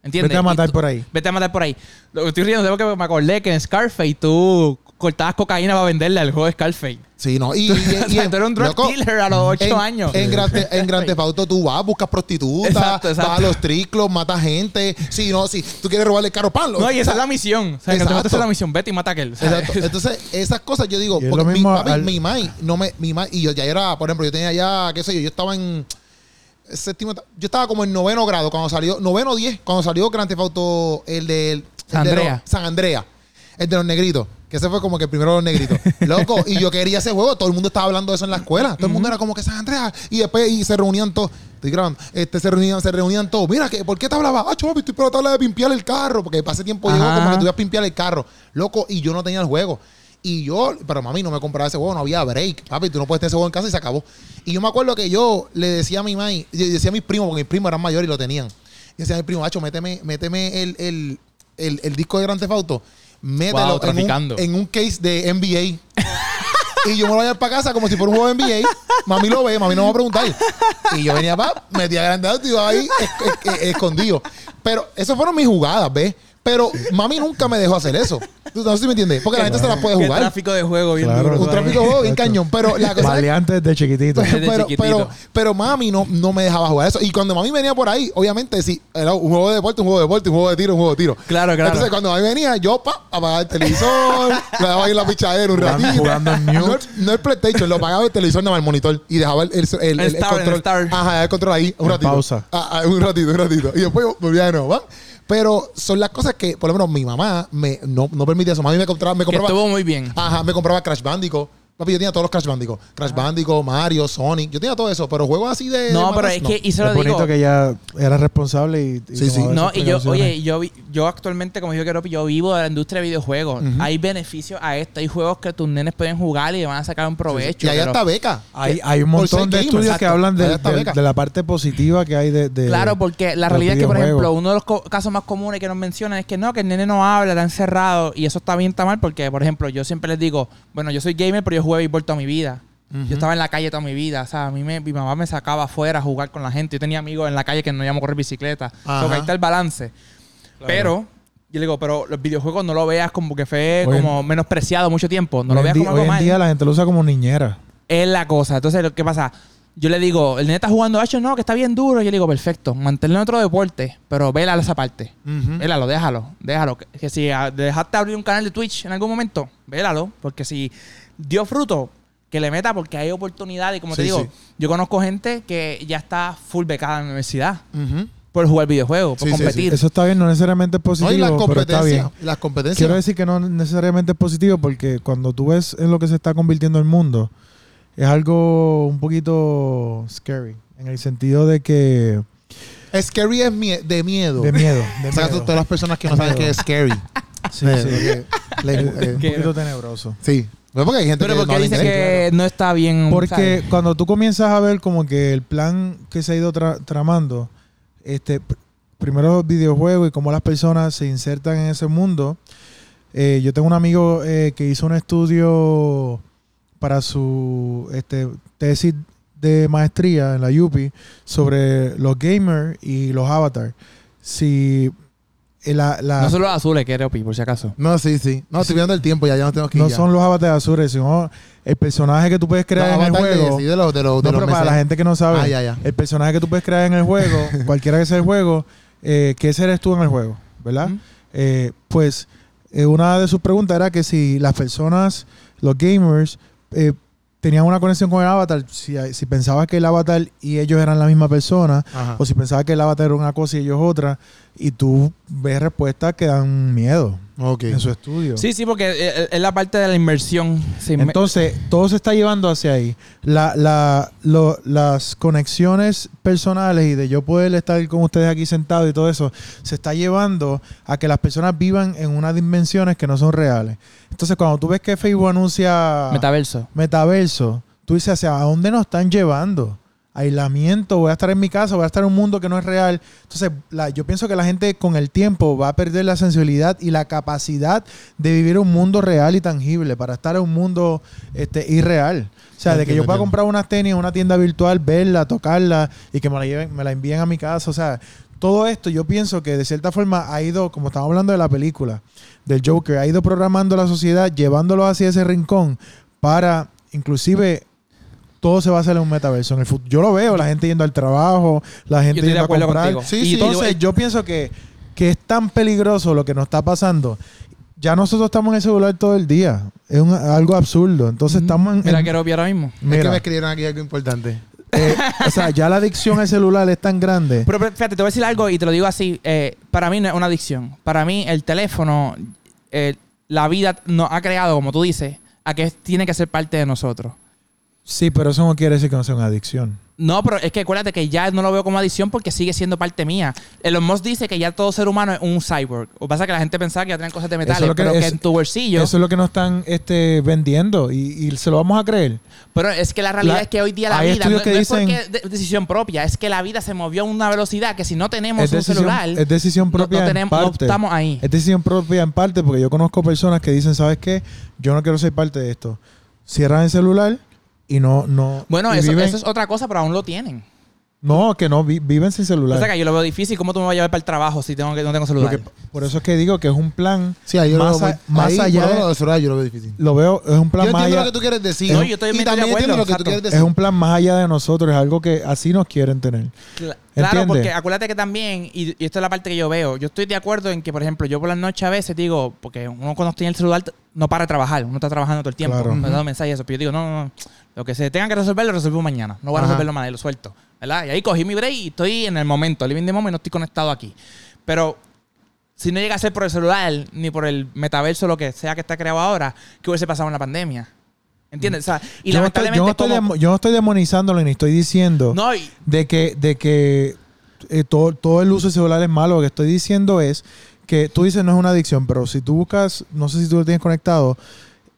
[SPEAKER 3] ¿Entiendes?
[SPEAKER 2] Vete a matar
[SPEAKER 3] Y tú-
[SPEAKER 2] por ahí.
[SPEAKER 3] Vete a matar por ahí. Lo que estoy riendo es porque me acordé que en Scarface tú cortabas cocaína para venderle al juego de Scarface.
[SPEAKER 1] Sí, no. Y, y,
[SPEAKER 3] O sea, tú eres un drug
[SPEAKER 1] loco,
[SPEAKER 3] dealer a los ocho
[SPEAKER 1] en,
[SPEAKER 3] años.
[SPEAKER 1] En Grand, Theft- en Grand Theft Auto tú vas, buscas prostitutas,
[SPEAKER 3] Exacto, exacto.
[SPEAKER 1] vas a los triclos, matas gente. Si no, si tú quieres robarle el carro, pan.
[SPEAKER 3] No, y esa es la misión. O sea, que te
[SPEAKER 1] Exacto.
[SPEAKER 3] matas a la misión, vete y mata a aquel. ¿sabes?
[SPEAKER 1] Exacto. Entonces, esas cosas yo digo,
[SPEAKER 2] Y es
[SPEAKER 1] porque
[SPEAKER 2] lo
[SPEAKER 1] mi,
[SPEAKER 2] mismo
[SPEAKER 1] papi,
[SPEAKER 2] al-
[SPEAKER 1] mi mai, no me, mi mai, y yo ya era, por ejemplo, yo tenía ya, qué sé yo, yo estaba en séptimo, yo estaba como en noveno grado cuando salió, noveno diez, cuando salió Grand Theft Auto, el de, el
[SPEAKER 3] San
[SPEAKER 1] de los-
[SPEAKER 3] Andrea.
[SPEAKER 1] San Andrea, el de los negritos, que ese fue como que el primero de los negritos, loco, y yo quería ese juego, todo el mundo estaba hablando de eso en la escuela, todo el mundo era como que San Andrea, y después y se reunían todos, estoy grabando, este, se reunían, se reunían todos, mira, que, ¿por qué te hablaba? Ah, chaval, estoy por la tabla de pimpear el carro, porque pasé tiempo llegó
[SPEAKER 3] Ajá.
[SPEAKER 1] como que tú a pimpear el carro, loco, y yo no tenía el juego. Y yo, pero mami, no me compraba ese juego, no había break. Papi, tú no puedes tener ese juego en casa y se acabó. Y yo me acuerdo que yo le decía a mi mami, le decía a mis primos, porque mis primos eran mayores y lo tenían. Y decía a mi primo, hacho, méteme, méteme el, el, el, el disco de Grand Theft Auto, mételo en, un,
[SPEAKER 3] traficando.
[SPEAKER 1] en un case de NBA. Y yo me lo voy a llevar para casa como si fuera un juego de NBA. Mami lo ve, mami no me va a preguntar. Y yo venía para, metía grande auto y iba ahí es- es- es- escondido. Pero esas fueron mis jugadas, ¿ves? Pero mami nunca me dejó hacer eso. Tú no sé si me entiendes. Porque la gente se las puede
[SPEAKER 3] Qué
[SPEAKER 1] jugar.
[SPEAKER 3] tráfico de juego bien
[SPEAKER 2] Claro.
[SPEAKER 3] duro.
[SPEAKER 1] Un tráfico de juego bien cañón. Pero la cosa es
[SPEAKER 2] Maleantes de chiquitito.
[SPEAKER 3] Desde
[SPEAKER 1] Pues, pero,
[SPEAKER 3] chiquitito.
[SPEAKER 1] pero, pero mami no, no me dejaba jugar eso. Y cuando mami venía por ahí, obviamente, sí, era un juego de deporte, un juego de deporte, un juego de tiro, un juego de tiro.
[SPEAKER 3] Claro, claro.
[SPEAKER 1] Entonces, cuando mami venía, yo, pa, apagaba el televisor, le daba ahí la pichadera un
[SPEAKER 2] Jugando-
[SPEAKER 1] ratito.
[SPEAKER 2] jugando en mute.
[SPEAKER 1] No, el- no el PlayStation, lo apagaba el televisor, nada más el monitor. Y dejaba el, el, el- el- el
[SPEAKER 3] Star,
[SPEAKER 1] control.
[SPEAKER 3] el Star.
[SPEAKER 1] Ajá, el control ahí, un
[SPEAKER 2] En
[SPEAKER 1] ratito.
[SPEAKER 2] pausa.
[SPEAKER 1] Ah, ah, un ratito, un ratito. Y después volvía de nuevo, ¿va? Pero son las cosas que, por lo menos, mi mamá me, no, no permitía eso. Mami me compraba, me
[SPEAKER 3] Que
[SPEAKER 1] compraba
[SPEAKER 3] estuvo muy bien.
[SPEAKER 1] Ajá, me compraba Crash Bandico. Papi, yo tenía todos los Crash Bandico. Crash Bandico, Mario, Sonic. Yo tenía todo eso, pero juegos así de.
[SPEAKER 3] No,
[SPEAKER 1] de
[SPEAKER 3] pero
[SPEAKER 1] matas,
[SPEAKER 3] es
[SPEAKER 1] eh, no.
[SPEAKER 3] que, y se
[SPEAKER 2] Es
[SPEAKER 3] lo
[SPEAKER 2] bonito
[SPEAKER 3] digo,
[SPEAKER 2] que ella era responsable y, y
[SPEAKER 1] Sí, sí.
[SPEAKER 2] tomaba
[SPEAKER 3] No,
[SPEAKER 2] esas
[SPEAKER 3] y yo,
[SPEAKER 2] precauciones.
[SPEAKER 3] oye, yo, vi- yo actualmente, como yo quiero, yo vivo de la industria de videojuegos. Hay beneficios a esto. Hay juegos que tus nenes pueden jugar y le van a sacar un provecho.
[SPEAKER 1] Y ahí
[SPEAKER 3] pero-
[SPEAKER 1] está Beca.
[SPEAKER 2] Hay, hay un
[SPEAKER 1] Por
[SPEAKER 2] montón
[SPEAKER 1] ser
[SPEAKER 2] de
[SPEAKER 1] gamer,
[SPEAKER 2] estudios que
[SPEAKER 1] exacto.
[SPEAKER 2] hablan de,
[SPEAKER 1] Ahí está
[SPEAKER 2] de-
[SPEAKER 1] Beca.
[SPEAKER 2] de la parte positiva que hay de... de-
[SPEAKER 3] Claro, porque la
[SPEAKER 2] los
[SPEAKER 3] realidad es que, por ejemplo,
[SPEAKER 2] videojuegos.
[SPEAKER 3] uno de los co- casos más comunes que nos mencionan es que no, que el nene no habla, está encerrado. Y eso está bien, está mal, porque, por ejemplo, yo siempre les digo, bueno, yo soy gamer, pero yo jugué béisbol toda mi vida.
[SPEAKER 2] Ujú.
[SPEAKER 3] Yo estaba en la calle toda mi vida. O sea, a mí me- mi mamá me sacaba afuera a jugar con la gente. Yo tenía amigos en la calle que no íbamos a correr bicicleta.
[SPEAKER 1] Ajá.
[SPEAKER 3] So, que ahí está el balance. Pero, yo le digo, pero los videojuegos no lo veas como que fue
[SPEAKER 2] Hoy en-
[SPEAKER 3] como menospreciado mucho tiempo. No lo
[SPEAKER 2] hoy en,
[SPEAKER 3] veas
[SPEAKER 2] di-
[SPEAKER 3] como
[SPEAKER 2] hoy
[SPEAKER 3] algo
[SPEAKER 2] en
[SPEAKER 3] mal.
[SPEAKER 2] día la gente lo usa como niñera.
[SPEAKER 3] Es la cosa. Entonces, lo que pasa, yo le digo, el nene está jugando H, no, que está bien duro. Yo le digo, perfecto, manténlo en otro deporte, pero vela esa parte. Vélalo, déjalo, déjalo. Que, que si ah, dejaste abrir un canal de Twitch en algún momento, vélalo, porque si dio fruto, que le meta, porque hay oportunidades. Y como te
[SPEAKER 1] Sí,
[SPEAKER 3] digo,
[SPEAKER 1] sí.
[SPEAKER 3] yo conozco gente que ya está full becada en la universidad
[SPEAKER 1] Ujú.
[SPEAKER 3] por jugar videojuegos, por
[SPEAKER 1] Sí, sí, sí.
[SPEAKER 3] competir.
[SPEAKER 2] Eso está bien, no necesariamente es positivo,
[SPEAKER 1] No, y las
[SPEAKER 2] pero está bien.
[SPEAKER 1] competencias. Las competencias.
[SPEAKER 2] Quiero decir que no necesariamente es positivo porque cuando tú ves en lo que se está convirtiendo el mundo, es algo un poquito scary. En el sentido de que...
[SPEAKER 1] Scary es mie- de miedo.
[SPEAKER 2] De miedo. De
[SPEAKER 1] Sacas
[SPEAKER 2] miedo.
[SPEAKER 1] todas las personas que no saben que es scary.
[SPEAKER 2] Sí,
[SPEAKER 1] Eh,
[SPEAKER 2] sí.
[SPEAKER 1] eh, le-
[SPEAKER 2] Es-
[SPEAKER 1] eh,
[SPEAKER 2] es un poquito tenebroso.
[SPEAKER 1] Sí. Pues porque hay gente
[SPEAKER 3] pero
[SPEAKER 1] que
[SPEAKER 3] porque
[SPEAKER 1] no
[SPEAKER 3] dice
[SPEAKER 1] habla inglés.
[SPEAKER 3] que no está bien.
[SPEAKER 2] Porque
[SPEAKER 3] ¿sabes?
[SPEAKER 2] cuando tú comienzas a ver como que el plan que se ha ido tra- tramando, este, pr- primero los videojuegos y cómo las personas se insertan en ese mundo. eh, yo tengo un amigo eh, que hizo un estudio para su este, tesis de maestría en la UPI sobre los gamers y los avatars. Si eh, la, la-
[SPEAKER 3] No son los azules, que era Opi, por si acaso.
[SPEAKER 1] No, sí, sí. No, estoy viendo el tiempo ya, ya no tengo que ir.
[SPEAKER 2] no
[SPEAKER 1] ya.
[SPEAKER 2] son los avatars azules, sino el personaje que tú puedes
[SPEAKER 1] No,
[SPEAKER 2] crear en el
[SPEAKER 1] Avatar de-
[SPEAKER 2] juego.
[SPEAKER 1] sí, de los, de los, de
[SPEAKER 2] No,
[SPEAKER 1] los
[SPEAKER 2] pero para la
[SPEAKER 1] meses.
[SPEAKER 2] gente que no sabe,
[SPEAKER 1] Ah, ya, ya.
[SPEAKER 2] el personaje que tú puedes crear en el juego, cualquiera que sea el juego, eh, ¿qué ese eres tú en el juego? ¿Verdad?
[SPEAKER 3] Mm.
[SPEAKER 2] Eh, pues eh, una de sus preguntas era que si las personas, los gamers, eh, tenían una conexión con el avatar, si, si pensabas que el avatar y ellos eran la misma persona,
[SPEAKER 1] Ajá.
[SPEAKER 2] o si pensabas que el avatar era una cosa y ellos otra, y tú ves respuestas que dan miedo
[SPEAKER 1] Ok.
[SPEAKER 2] en su estudio.
[SPEAKER 3] Sí, sí, porque eh, eh, es la parte de la inversión. Sí, me-
[SPEAKER 2] Entonces, todo se está llevando hacia ahí. La, la- lo- las conexiones personales y de yo poder estar con ustedes aquí sentado y todo eso, se está llevando a que las personas vivan en unas dimensiones que no son reales. Entonces, cuando tú ves que Facebook anuncia
[SPEAKER 3] metaverso.
[SPEAKER 2] metaverso, tú dices, ¿hacia dónde nos están llevando? Aislamiento, voy a estar en mi casa, voy a estar en un mundo que no es real. Entonces, la- yo pienso que la gente con el tiempo va a perder la sensibilidad y la capacidad de vivir un mundo real y tangible, para estar en un mundo este, irreal. O sea, de que
[SPEAKER 1] Entiendo,
[SPEAKER 2] yo pueda
[SPEAKER 1] entiendo.
[SPEAKER 2] comprar unas tenis en una tienda virtual, verla, tocarla y que me la, lleven, me la envíen a mi casa. O sea, todo esto yo pienso que de cierta forma ha ido, como estamos hablando de la película, del Joker, ha ido programando la sociedad, llevándolo hacia ese rincón para, inclusive, todo se va a hacer en un metaverso. En el fut- yo lo veo, la gente yendo al trabajo, la gente
[SPEAKER 3] estoy de
[SPEAKER 2] yendo a
[SPEAKER 3] acuerdo
[SPEAKER 2] comprar.
[SPEAKER 3] contigo.
[SPEAKER 2] Sí,
[SPEAKER 3] Y
[SPEAKER 2] sí.
[SPEAKER 3] digo,
[SPEAKER 2] Entonces,
[SPEAKER 3] eh,
[SPEAKER 2] yo pienso que, que es tan peligroso lo que nos está pasando. Ya nosotros estamos en el celular todo el día. Es un- algo absurdo. Entonces estamos en...
[SPEAKER 3] Mira
[SPEAKER 2] en-
[SPEAKER 3] que Opi ahora mismo.
[SPEAKER 1] Es que
[SPEAKER 2] mira,
[SPEAKER 1] me escribieron aquí algo importante.
[SPEAKER 2] eh, o sea, ya la adicción al celular es tan grande.
[SPEAKER 3] Pero, pero, fíjate, te voy a decir algo y te lo digo así. eh, para mí no es una adicción. Para mí el teléfono, eh, la vida nos ha creado, como tú dices, a que tiene que ser parte de nosotros.
[SPEAKER 2] Sí, pero eso no quiere decir que no sea una adicción.
[SPEAKER 3] No, pero es que acuérdate que ya no lo veo como adicción porque sigue siendo parte mía. Elon Musk dice que ya todo ser humano es un cyborg. Lo que pasa es que la gente pensaba que ya tenían cosas de metales,
[SPEAKER 2] Eso es lo que-
[SPEAKER 3] pero que
[SPEAKER 2] es-
[SPEAKER 3] en tu bolsillo.
[SPEAKER 2] Eso es lo que nos están este, vendiendo y, y se lo vamos a creer.
[SPEAKER 3] Pero es que la realidad
[SPEAKER 2] La-
[SPEAKER 3] es que hoy día la
[SPEAKER 2] hay
[SPEAKER 3] vida no,
[SPEAKER 2] estudios
[SPEAKER 3] no
[SPEAKER 2] que
[SPEAKER 3] es porque
[SPEAKER 2] dicen-
[SPEAKER 3] de- decisión propia, es que la vida se movió a una velocidad que si no tenemos
[SPEAKER 2] Es
[SPEAKER 3] un
[SPEAKER 2] decisión,
[SPEAKER 3] celular,
[SPEAKER 2] es decisión
[SPEAKER 3] no-
[SPEAKER 2] propia
[SPEAKER 3] no,
[SPEAKER 2] en
[SPEAKER 3] tenemos, no
[SPEAKER 2] parte.
[SPEAKER 3] estamos ahí.
[SPEAKER 2] Es decisión propia en parte porque yo conozco personas que dicen, ¿sabes qué? Yo no quiero ser parte de esto. Cierran el celular y no... no
[SPEAKER 3] Bueno,
[SPEAKER 2] y
[SPEAKER 3] eso,
[SPEAKER 2] viven-
[SPEAKER 3] eso es otra cosa, pero aún lo tienen.
[SPEAKER 2] No, que no, vi- viven sin celular.
[SPEAKER 3] O sea que yo lo veo difícil. ¿Cómo tú me vas a llevar para el trabajo si tengo que, no tengo celular?
[SPEAKER 2] Porque- por eso es que digo que es un plan...
[SPEAKER 1] Sí, ahí yo
[SPEAKER 2] Más
[SPEAKER 1] lo
[SPEAKER 2] a-
[SPEAKER 1] veo muy-
[SPEAKER 2] más
[SPEAKER 1] ahí,
[SPEAKER 2] allá
[SPEAKER 1] por lo
[SPEAKER 2] de-
[SPEAKER 1] menos, los horarios yo lo veo difícil.
[SPEAKER 2] Lo veo, es un
[SPEAKER 1] Yo
[SPEAKER 2] plan más
[SPEAKER 1] entiendo lo
[SPEAKER 2] allá...
[SPEAKER 1] que tú quieres decir.
[SPEAKER 3] No, yo estoy-
[SPEAKER 1] y
[SPEAKER 3] estoy de
[SPEAKER 1] también entiendo
[SPEAKER 3] acuerdo,
[SPEAKER 1] lo que tú
[SPEAKER 3] exacto.
[SPEAKER 1] quieres decir.
[SPEAKER 2] Es un plan más allá de nosotros, es algo que así nos quieren tener.
[SPEAKER 3] Cla- claro,
[SPEAKER 2] ¿Entiendes?
[SPEAKER 3] porque acuérdate que también, y, y esta es la parte que yo veo, yo estoy de acuerdo en que, por ejemplo, yo por las noches a veces digo, porque uno cuando tiene el celular t- no para de trabajar, uno está trabajando todo el tiempo,
[SPEAKER 2] Claro.
[SPEAKER 3] me da mensajes y eso, pero yo digo, no, no, no, lo que se tenga que resolver lo resuelvo mañana, no voy a
[SPEAKER 1] Ajá.
[SPEAKER 3] resolverlo mañana, lo suelto, ¿verdad? Y ahí cogí mi break y estoy en el momento, living the moment, no estoy conectado aquí. Pero si no llega a ser por el celular, ni por el metaverso, lo que sea que está creado ahora, ¿qué hubiese pasado en la pandemia? ¿Entiendes? O sea, y
[SPEAKER 2] yo, no estoy,
[SPEAKER 3] lamentablemente
[SPEAKER 2] yo no estoy
[SPEAKER 3] como-
[SPEAKER 2] demo- yo no estoy demonizándolo ni estoy diciendo
[SPEAKER 3] No, y-
[SPEAKER 2] de que, de que eh, todo, todo el uso de celular es malo. Lo que estoy diciendo es que tú dices no es una adicción, pero si tú buscas, no sé si tú lo tienes conectado,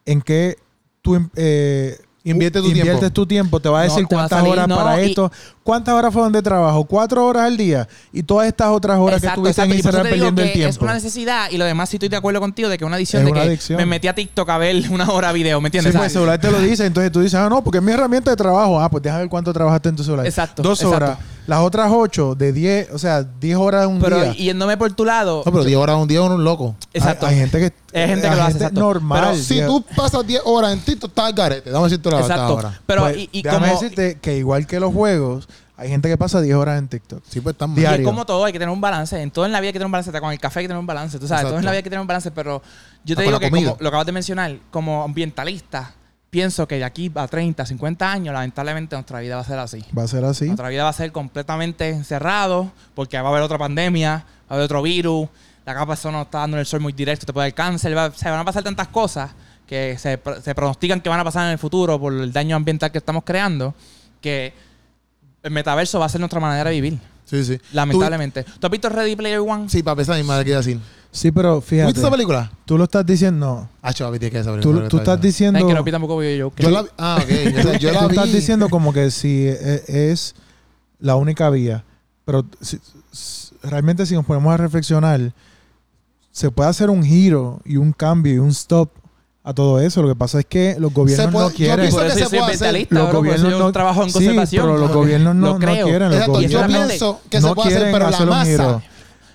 [SPEAKER 2] en qué tú em- eh,
[SPEAKER 1] Invierte tu
[SPEAKER 2] inviertes
[SPEAKER 1] tiempo.
[SPEAKER 2] tu tiempo, te va a
[SPEAKER 3] No,
[SPEAKER 2] decir
[SPEAKER 3] te va a
[SPEAKER 2] cuántas
[SPEAKER 3] salir,
[SPEAKER 2] horas
[SPEAKER 3] no,
[SPEAKER 2] para
[SPEAKER 3] y-
[SPEAKER 2] esto, cuántas horas fueron de trabajo, cuatro horas al día y todas estas otras horas
[SPEAKER 3] Exacto,
[SPEAKER 2] que estuviste en
[SPEAKER 3] exacto. Y por eso
[SPEAKER 2] Instagram
[SPEAKER 3] te digo
[SPEAKER 2] perdiendo el
[SPEAKER 3] que Es
[SPEAKER 2] tiempo.
[SPEAKER 3] una necesidad y lo demás sí estoy de acuerdo contigo de que una adicción
[SPEAKER 2] Es
[SPEAKER 3] de
[SPEAKER 2] una
[SPEAKER 3] que
[SPEAKER 2] adicción.
[SPEAKER 3] me metí a TikTok a ver una hora video, ¿me
[SPEAKER 2] Sí,
[SPEAKER 3] entiendes?
[SPEAKER 2] pues el
[SPEAKER 3] ¿Sabes?
[SPEAKER 2] celular te lo dice, entonces tú dices, ah, no, porque es mi herramienta de trabajo. Ah, pues déjame ver cuánto trabajaste en tu celular.
[SPEAKER 3] Exacto,
[SPEAKER 2] Dos
[SPEAKER 3] exacto.
[SPEAKER 2] horas. Las otras ocho, de diez, o sea, diez horas un
[SPEAKER 3] pero
[SPEAKER 2] día. Ah, pues,
[SPEAKER 3] yéndome por tu lado,
[SPEAKER 1] No, pero 10 horas un día uno es un loco.
[SPEAKER 3] exacto.
[SPEAKER 2] Hay, hay gente que.
[SPEAKER 3] Hay gente que
[SPEAKER 2] hay
[SPEAKER 3] lo hace,
[SPEAKER 2] gente
[SPEAKER 3] exacto.
[SPEAKER 2] normal.
[SPEAKER 3] Pero
[SPEAKER 1] Si
[SPEAKER 2] ya.
[SPEAKER 1] tú pasas 10 horas en TikTok, estás al garete. Dame decirte la verdad
[SPEAKER 3] Exacto.
[SPEAKER 1] ahora.
[SPEAKER 3] Pero
[SPEAKER 2] Pues,
[SPEAKER 3] y, y
[SPEAKER 2] déjame
[SPEAKER 3] como
[SPEAKER 2] decirte que igual que los juegos, hay gente que pasa 10 horas en TikTok.
[SPEAKER 1] Sí, pues estás mal.
[SPEAKER 3] y es
[SPEAKER 2] diario.
[SPEAKER 3] como todo, hay que tener un balance. En todo en la vida hay que tener un balance. Hasta con el café hay que tener un balance. Tú sabes, todo en
[SPEAKER 1] Exacto.
[SPEAKER 3] la vida hay que tener un balance. Pero yo
[SPEAKER 1] Hasta con
[SPEAKER 3] te
[SPEAKER 1] la
[SPEAKER 3] digo que,
[SPEAKER 1] comida.
[SPEAKER 3] como lo acabas de mencionar, como ambientalista, pienso que de aquí a 30, 50 años, lamentablemente nuestra vida va a ser así.
[SPEAKER 2] Va a ser así.
[SPEAKER 3] Nuestra vida va a ser completamente encerrado porque va a haber otra pandemia, va a haber otro virus, la capa persona está dando el sol muy directo, te puede dar cáncer, va- se van a pasar tantas cosas que se, pro- se pronostican que van a pasar en el futuro por el daño ambiental que estamos creando, que el metaverso va a ser nuestra manera de vivir,
[SPEAKER 1] Sí, sí.
[SPEAKER 3] lamentablemente. ¿Tú, has visto Ready Player One?
[SPEAKER 1] Tú- sí, papi, esa misma que iba a decir.
[SPEAKER 2] Sí, pero
[SPEAKER 1] ¿Tú
[SPEAKER 2] fíjate.
[SPEAKER 1] ¿Viste esa película?
[SPEAKER 2] Tú lo estás diciendo.
[SPEAKER 1] Ah, chaval, tienes que ver esa
[SPEAKER 2] no.
[SPEAKER 1] película.
[SPEAKER 2] Tú, tú estás
[SPEAKER 3] Ay,
[SPEAKER 2] diciendo.
[SPEAKER 3] que no pita tampoco vi yo.
[SPEAKER 1] Yo la vi. Ah, ok. O sea, yo la
[SPEAKER 2] tú
[SPEAKER 1] vi.
[SPEAKER 2] estás diciendo como que si e- es la única vía. Pero si- s- realmente si nos ponemos a reflexionar, se puede hacer un giro y un cambio y un stop a todo eso. Lo que pasa es que los gobiernos
[SPEAKER 1] Se puede-
[SPEAKER 2] no
[SPEAKER 1] yo
[SPEAKER 2] quieren.
[SPEAKER 1] pienso
[SPEAKER 3] por
[SPEAKER 1] que
[SPEAKER 3] eso
[SPEAKER 1] se
[SPEAKER 3] yo soy
[SPEAKER 1] puede hacer.
[SPEAKER 3] ambientalista,
[SPEAKER 2] Los
[SPEAKER 3] bro, por eso
[SPEAKER 2] gobiernos
[SPEAKER 3] yo
[SPEAKER 2] no
[SPEAKER 3] trabajo en
[SPEAKER 2] sí,
[SPEAKER 3] conservación.
[SPEAKER 2] pero los
[SPEAKER 3] Porque-
[SPEAKER 2] gobiernos no,
[SPEAKER 3] lo
[SPEAKER 2] no
[SPEAKER 3] creo.
[SPEAKER 2] quieren. Los
[SPEAKER 1] Exacto, yo
[SPEAKER 2] gobiernos
[SPEAKER 3] solamente-
[SPEAKER 1] pienso que se
[SPEAKER 2] no
[SPEAKER 1] puede hacer,
[SPEAKER 2] quieren
[SPEAKER 1] pero la
[SPEAKER 2] hacer un
[SPEAKER 1] masa.
[SPEAKER 2] giro.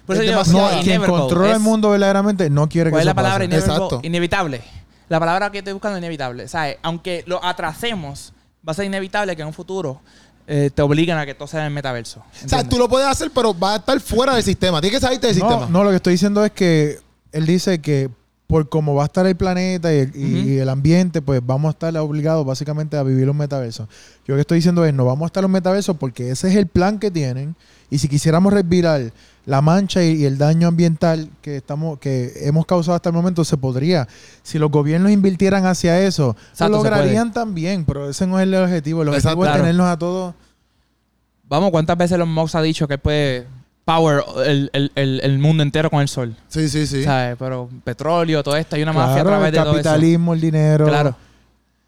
[SPEAKER 3] Por eso
[SPEAKER 1] Es
[SPEAKER 3] yo-
[SPEAKER 1] demasiado.
[SPEAKER 3] no,
[SPEAKER 2] Quien
[SPEAKER 3] inevitable.
[SPEAKER 2] controla el
[SPEAKER 3] Es-
[SPEAKER 2] mundo verdaderamente no quiere que
[SPEAKER 3] ¿Cuál es
[SPEAKER 2] eso
[SPEAKER 3] la palabra?
[SPEAKER 2] pase.
[SPEAKER 3] Inevitable.
[SPEAKER 1] Exacto.
[SPEAKER 3] Inevitable. La palabra que estoy buscando es inevitable. ¿Sabes? Aunque lo atrasemos, va a ser inevitable que en un futuro eh, te obligan a que todo sea en el metaverso.
[SPEAKER 1] O sea,
[SPEAKER 3] ¿entiendes?
[SPEAKER 1] tú lo puedes hacer, pero va a estar fuera del sistema. Tienes que salirte del
[SPEAKER 2] No,
[SPEAKER 1] sistema.
[SPEAKER 2] no, lo que estoy diciendo es que él dice que por cómo va a estar el planeta y el, y-
[SPEAKER 3] Ujú.
[SPEAKER 2] y el ambiente, pues vamos a estar obligados básicamente a vivir un metaverso. Yo lo que estoy diciendo es, no vamos a estar en un metaverso porque ese es el plan que tienen. Y si quisiéramos respirar la mancha y, y el daño ambiental que estamos que hemos causado hasta el momento, se podría. Si los gobiernos invirtieran hacia eso,
[SPEAKER 3] Exacto,
[SPEAKER 2] lo
[SPEAKER 3] se puede.
[SPEAKER 2] lograrían también, pero ese no es el objetivo. El objetivo
[SPEAKER 1] Exacto.
[SPEAKER 2] es
[SPEAKER 3] Claro.
[SPEAKER 2] tenernos a todos
[SPEAKER 3] Vamos, ¿cuántas veces los Mox ha dicho que puede power el, el- el- el mundo entero con el sol?
[SPEAKER 1] Sí, sí, sí.
[SPEAKER 3] ¿Sabes? Pero petróleo, todo esto, hay una mafia
[SPEAKER 2] Claro,
[SPEAKER 3] a través
[SPEAKER 2] el
[SPEAKER 3] de todo eso.
[SPEAKER 2] capitalismo, el dinero,
[SPEAKER 3] Claro.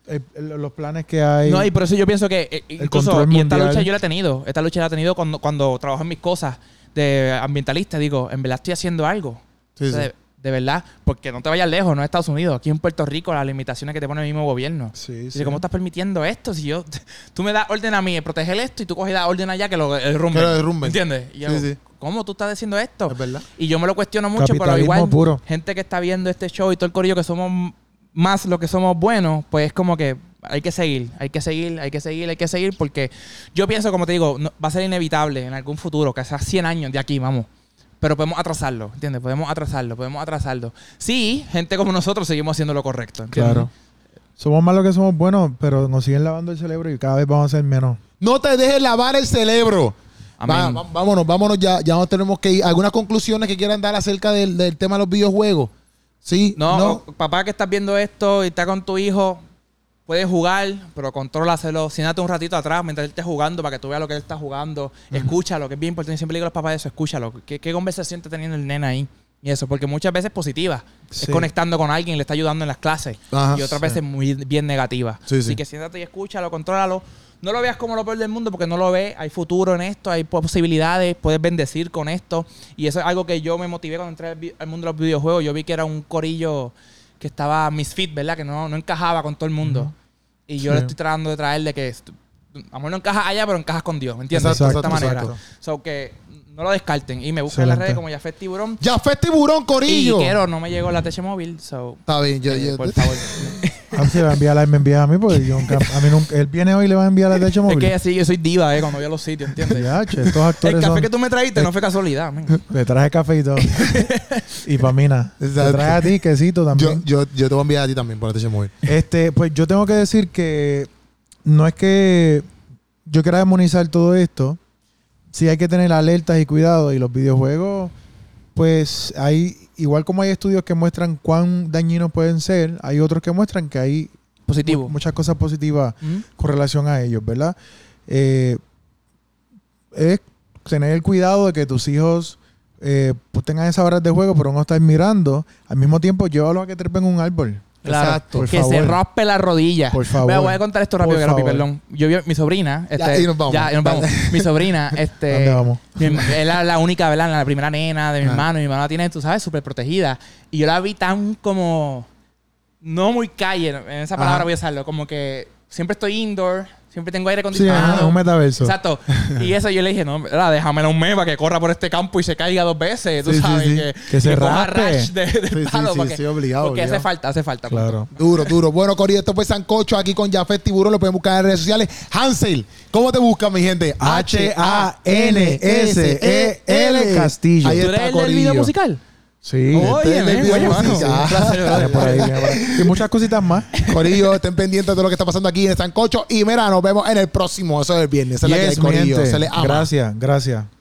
[SPEAKER 2] el- el- los planes que hay.
[SPEAKER 3] No, y por eso yo pienso que eh, incluso,
[SPEAKER 2] control
[SPEAKER 3] y esta
[SPEAKER 2] mundial.
[SPEAKER 3] lucha yo la he tenido, esta lucha la he tenido cuando, cuando trabajo en mis cosas de ambientalista, digo, en verdad estoy haciendo algo.
[SPEAKER 1] Sí,
[SPEAKER 3] O sea,
[SPEAKER 1] sí.
[SPEAKER 3] de, de verdad, porque no te vayas lejos, no es Estados Unidos, aquí en Puerto Rico las limitaciones que te pone el mismo gobierno.
[SPEAKER 2] Sí,
[SPEAKER 3] Dice,
[SPEAKER 2] sí.
[SPEAKER 3] ¿cómo estás permitiendo esto? Si yo, tú me das orden a mí de proteger esto y tú coges y das orden allá que lo derrumben.
[SPEAKER 1] Que lo derrumben.
[SPEAKER 3] ¿Entiendes? Y yo,
[SPEAKER 1] Sí, sí.
[SPEAKER 3] ¿cómo tú estás diciendo esto?
[SPEAKER 1] Es verdad.
[SPEAKER 3] Y yo me lo cuestiono mucho, pero
[SPEAKER 2] Capitalismo
[SPEAKER 3] igual
[SPEAKER 2] puro.
[SPEAKER 3] gente que está viendo este show y todo el corillo que somos m- más lo que somos buenos, pues es como que hay que seguir, hay que seguir, hay que seguir, hay que seguir, porque yo pienso, como te digo, no- va a ser inevitable en algún futuro, que sea 100 años de aquí, vamos. Pero podemos atrasarlo, ¿entiendes? Podemos atrasarlo, podemos atrasarlo. Sí, gente como nosotros seguimos haciendo lo correcto, ¿entiendes?
[SPEAKER 2] Claro. Somos malos que somos buenos, pero nos siguen lavando el cerebro y cada vez vamos a ser menos.
[SPEAKER 1] No te dejes lavar el cerebro.
[SPEAKER 3] Amén.
[SPEAKER 1] Va- va- vámonos, vámonos ya. Ya nos tenemos que ir. ¿Algunas conclusiones que quieran dar acerca del, del tema de los videojuegos? Sí,
[SPEAKER 3] No, o- papá que estás viendo esto y está con tu hijo, puedes jugar, pero controlaselo. Siéntate un ratito atrás mientras él esté jugando para que tú veas lo que él está jugando. Escúchalo, que es bien importante. Siempre le digo a los papás eso, escúchalo. ¿Qué, qué conversación está teniendo el nene ahí? Y eso, porque muchas veces positiva.
[SPEAKER 2] Sí.
[SPEAKER 3] Es conectando con alguien, le está ayudando en las clases.
[SPEAKER 1] Ajá,
[SPEAKER 3] y otras
[SPEAKER 1] sí.
[SPEAKER 3] veces muy bien negativa.
[SPEAKER 1] Sí, sí.
[SPEAKER 3] Así que siéntate y escúchalo, contrólalo. No lo veas como lo peor del mundo porque no lo ves. Hay futuro en esto, hay posibilidades, puedes bendecir con esto. Y eso es algo que yo me motivé cuando entré al, vi- al mundo de los videojuegos. Yo vi que era un corillo que estaba misfit, ¿verdad? Que no, no encajaba con todo el mundo. Y yo
[SPEAKER 2] Sí.
[SPEAKER 3] le estoy tratando de traer de que... est- A lo mejor no encajas allá, pero encajas con Dios, ¿me entiendes?
[SPEAKER 1] Exacto,
[SPEAKER 2] Exacto,
[SPEAKER 3] de cierta manera.
[SPEAKER 2] exacto.
[SPEAKER 3] So, que no lo descarten. Y me buscan en las
[SPEAKER 2] Excelente.
[SPEAKER 3] redes como Yafet Tiburón.
[SPEAKER 1] Ya fue tiburón,
[SPEAKER 3] Y
[SPEAKER 1] corillo.
[SPEAKER 3] quiero, no me llegó la TH móvil, so...
[SPEAKER 1] Está bien, yo,
[SPEAKER 3] eh,
[SPEAKER 1] yo-
[SPEAKER 3] por favor.
[SPEAKER 2] A ver si Ah, va a enviar a me envía a mí, porque yo nunca- a mí nunca- él viene hoy y le va a enviar a techo
[SPEAKER 3] es
[SPEAKER 2] móvil.
[SPEAKER 3] que así yo soy diva, eh, cuando voy a los sitios, ¿entiendes?
[SPEAKER 2] Ya, che, estos actores
[SPEAKER 3] El café
[SPEAKER 2] son-
[SPEAKER 3] que tú me
[SPEAKER 2] eh,
[SPEAKER 3] trajiste no fue casualidad, man.
[SPEAKER 2] Le traje café y todo. y pa' mí nada. Le
[SPEAKER 1] Exacto.
[SPEAKER 2] traje a ti quesito
[SPEAKER 1] yo,
[SPEAKER 2] también.
[SPEAKER 1] yo, yo te voy a enviar a ti también por este móvil.
[SPEAKER 2] Este, pues yo tengo que decir que no es que yo quiera demonizar todo esto. Sí hay que tener alertas y cuidado. Y los videojuegos, pues hay, igual como hay estudios que muestran cuán dañinos pueden ser, hay otros que muestran que hay mu-
[SPEAKER 3] Positivo.
[SPEAKER 2] muchas cosas positivas
[SPEAKER 3] ¿Mm?
[SPEAKER 2] con relación a ellos, ¿verdad? Eh, es tener el cuidado de que tus hijos eh, pues tengan esas horas de juego, pero no estar mirando. Al mismo tiempo, llévalos a que trepen un árbol.
[SPEAKER 3] Claro,
[SPEAKER 1] Exacto.
[SPEAKER 2] Por
[SPEAKER 3] que se
[SPEAKER 2] favor.
[SPEAKER 3] raspe la rodilla.
[SPEAKER 2] Por favor.
[SPEAKER 3] Vea, voy a contar esto rápido,
[SPEAKER 2] Por
[SPEAKER 3] Garopi,
[SPEAKER 2] favor.
[SPEAKER 3] perdón. Yo vi mi sobrina. Este,
[SPEAKER 1] y nos vamos.
[SPEAKER 3] ya, Mi sobrina, este.
[SPEAKER 2] ¿Dónde vamos?
[SPEAKER 3] mi herma- es la, la única, ¿verdad? La primera nena de mi
[SPEAKER 1] Ah.
[SPEAKER 3] hermano. Y mi hermano la tiene, tú sabes, súper protegida. Y yo la vi tan como. No muy calle, en esa palabra
[SPEAKER 1] Ajá.
[SPEAKER 3] voy a usarlo. Como que siempre estoy indoor, siempre tengo
[SPEAKER 2] Sí,
[SPEAKER 3] aire acondicionado.
[SPEAKER 2] es un metaverso.
[SPEAKER 3] Ah, Exacto. Y eso yo le dije, no, ¿verdad? déjamela un mes para que corra por este campo y se caiga dos veces. Tú
[SPEAKER 2] Sí, sí,
[SPEAKER 3] sabes
[SPEAKER 2] sí.
[SPEAKER 3] que,
[SPEAKER 2] Que se
[SPEAKER 3] coja
[SPEAKER 2] raspe.
[SPEAKER 3] rash de, de
[SPEAKER 1] Sí, sí,
[SPEAKER 3] palo,
[SPEAKER 1] sí,
[SPEAKER 3] porque,
[SPEAKER 1] sí, obligado,
[SPEAKER 3] porque hace
[SPEAKER 1] obligado.
[SPEAKER 3] falta, hace falta.
[SPEAKER 2] Claro.
[SPEAKER 1] Duro, duro. Bueno, Cori, esto fue Sancocho aquí con Jafet Tiburón. Lo pueden buscar en redes sociales. Hansel, ¿cómo te buscan, mi gente?
[SPEAKER 2] H-A-N-S-E-L Castillo.
[SPEAKER 1] E Ahí
[SPEAKER 3] E ¿Tú
[SPEAKER 1] está,
[SPEAKER 3] eres el del
[SPEAKER 1] Corillo.
[SPEAKER 3] video musical?
[SPEAKER 2] Sí.
[SPEAKER 1] Oye, este
[SPEAKER 3] Oye,
[SPEAKER 1] es
[SPEAKER 3] men,
[SPEAKER 1] el
[SPEAKER 3] oye,
[SPEAKER 1] video
[SPEAKER 3] mano.
[SPEAKER 1] musical.
[SPEAKER 3] Un placer,
[SPEAKER 2] Viene por ahí, viene por ahí. Y muchas cositas más.
[SPEAKER 1] Corillo, estén pendientes de lo que está pasando aquí en Sancocho. Y mira, nos vemos en el próximo. Eso es el viernes. Esa es la que hay,
[SPEAKER 2] Yes, mi
[SPEAKER 1] Corillo.
[SPEAKER 2] gente.
[SPEAKER 1] Se les ama.
[SPEAKER 2] Gracias, gracias.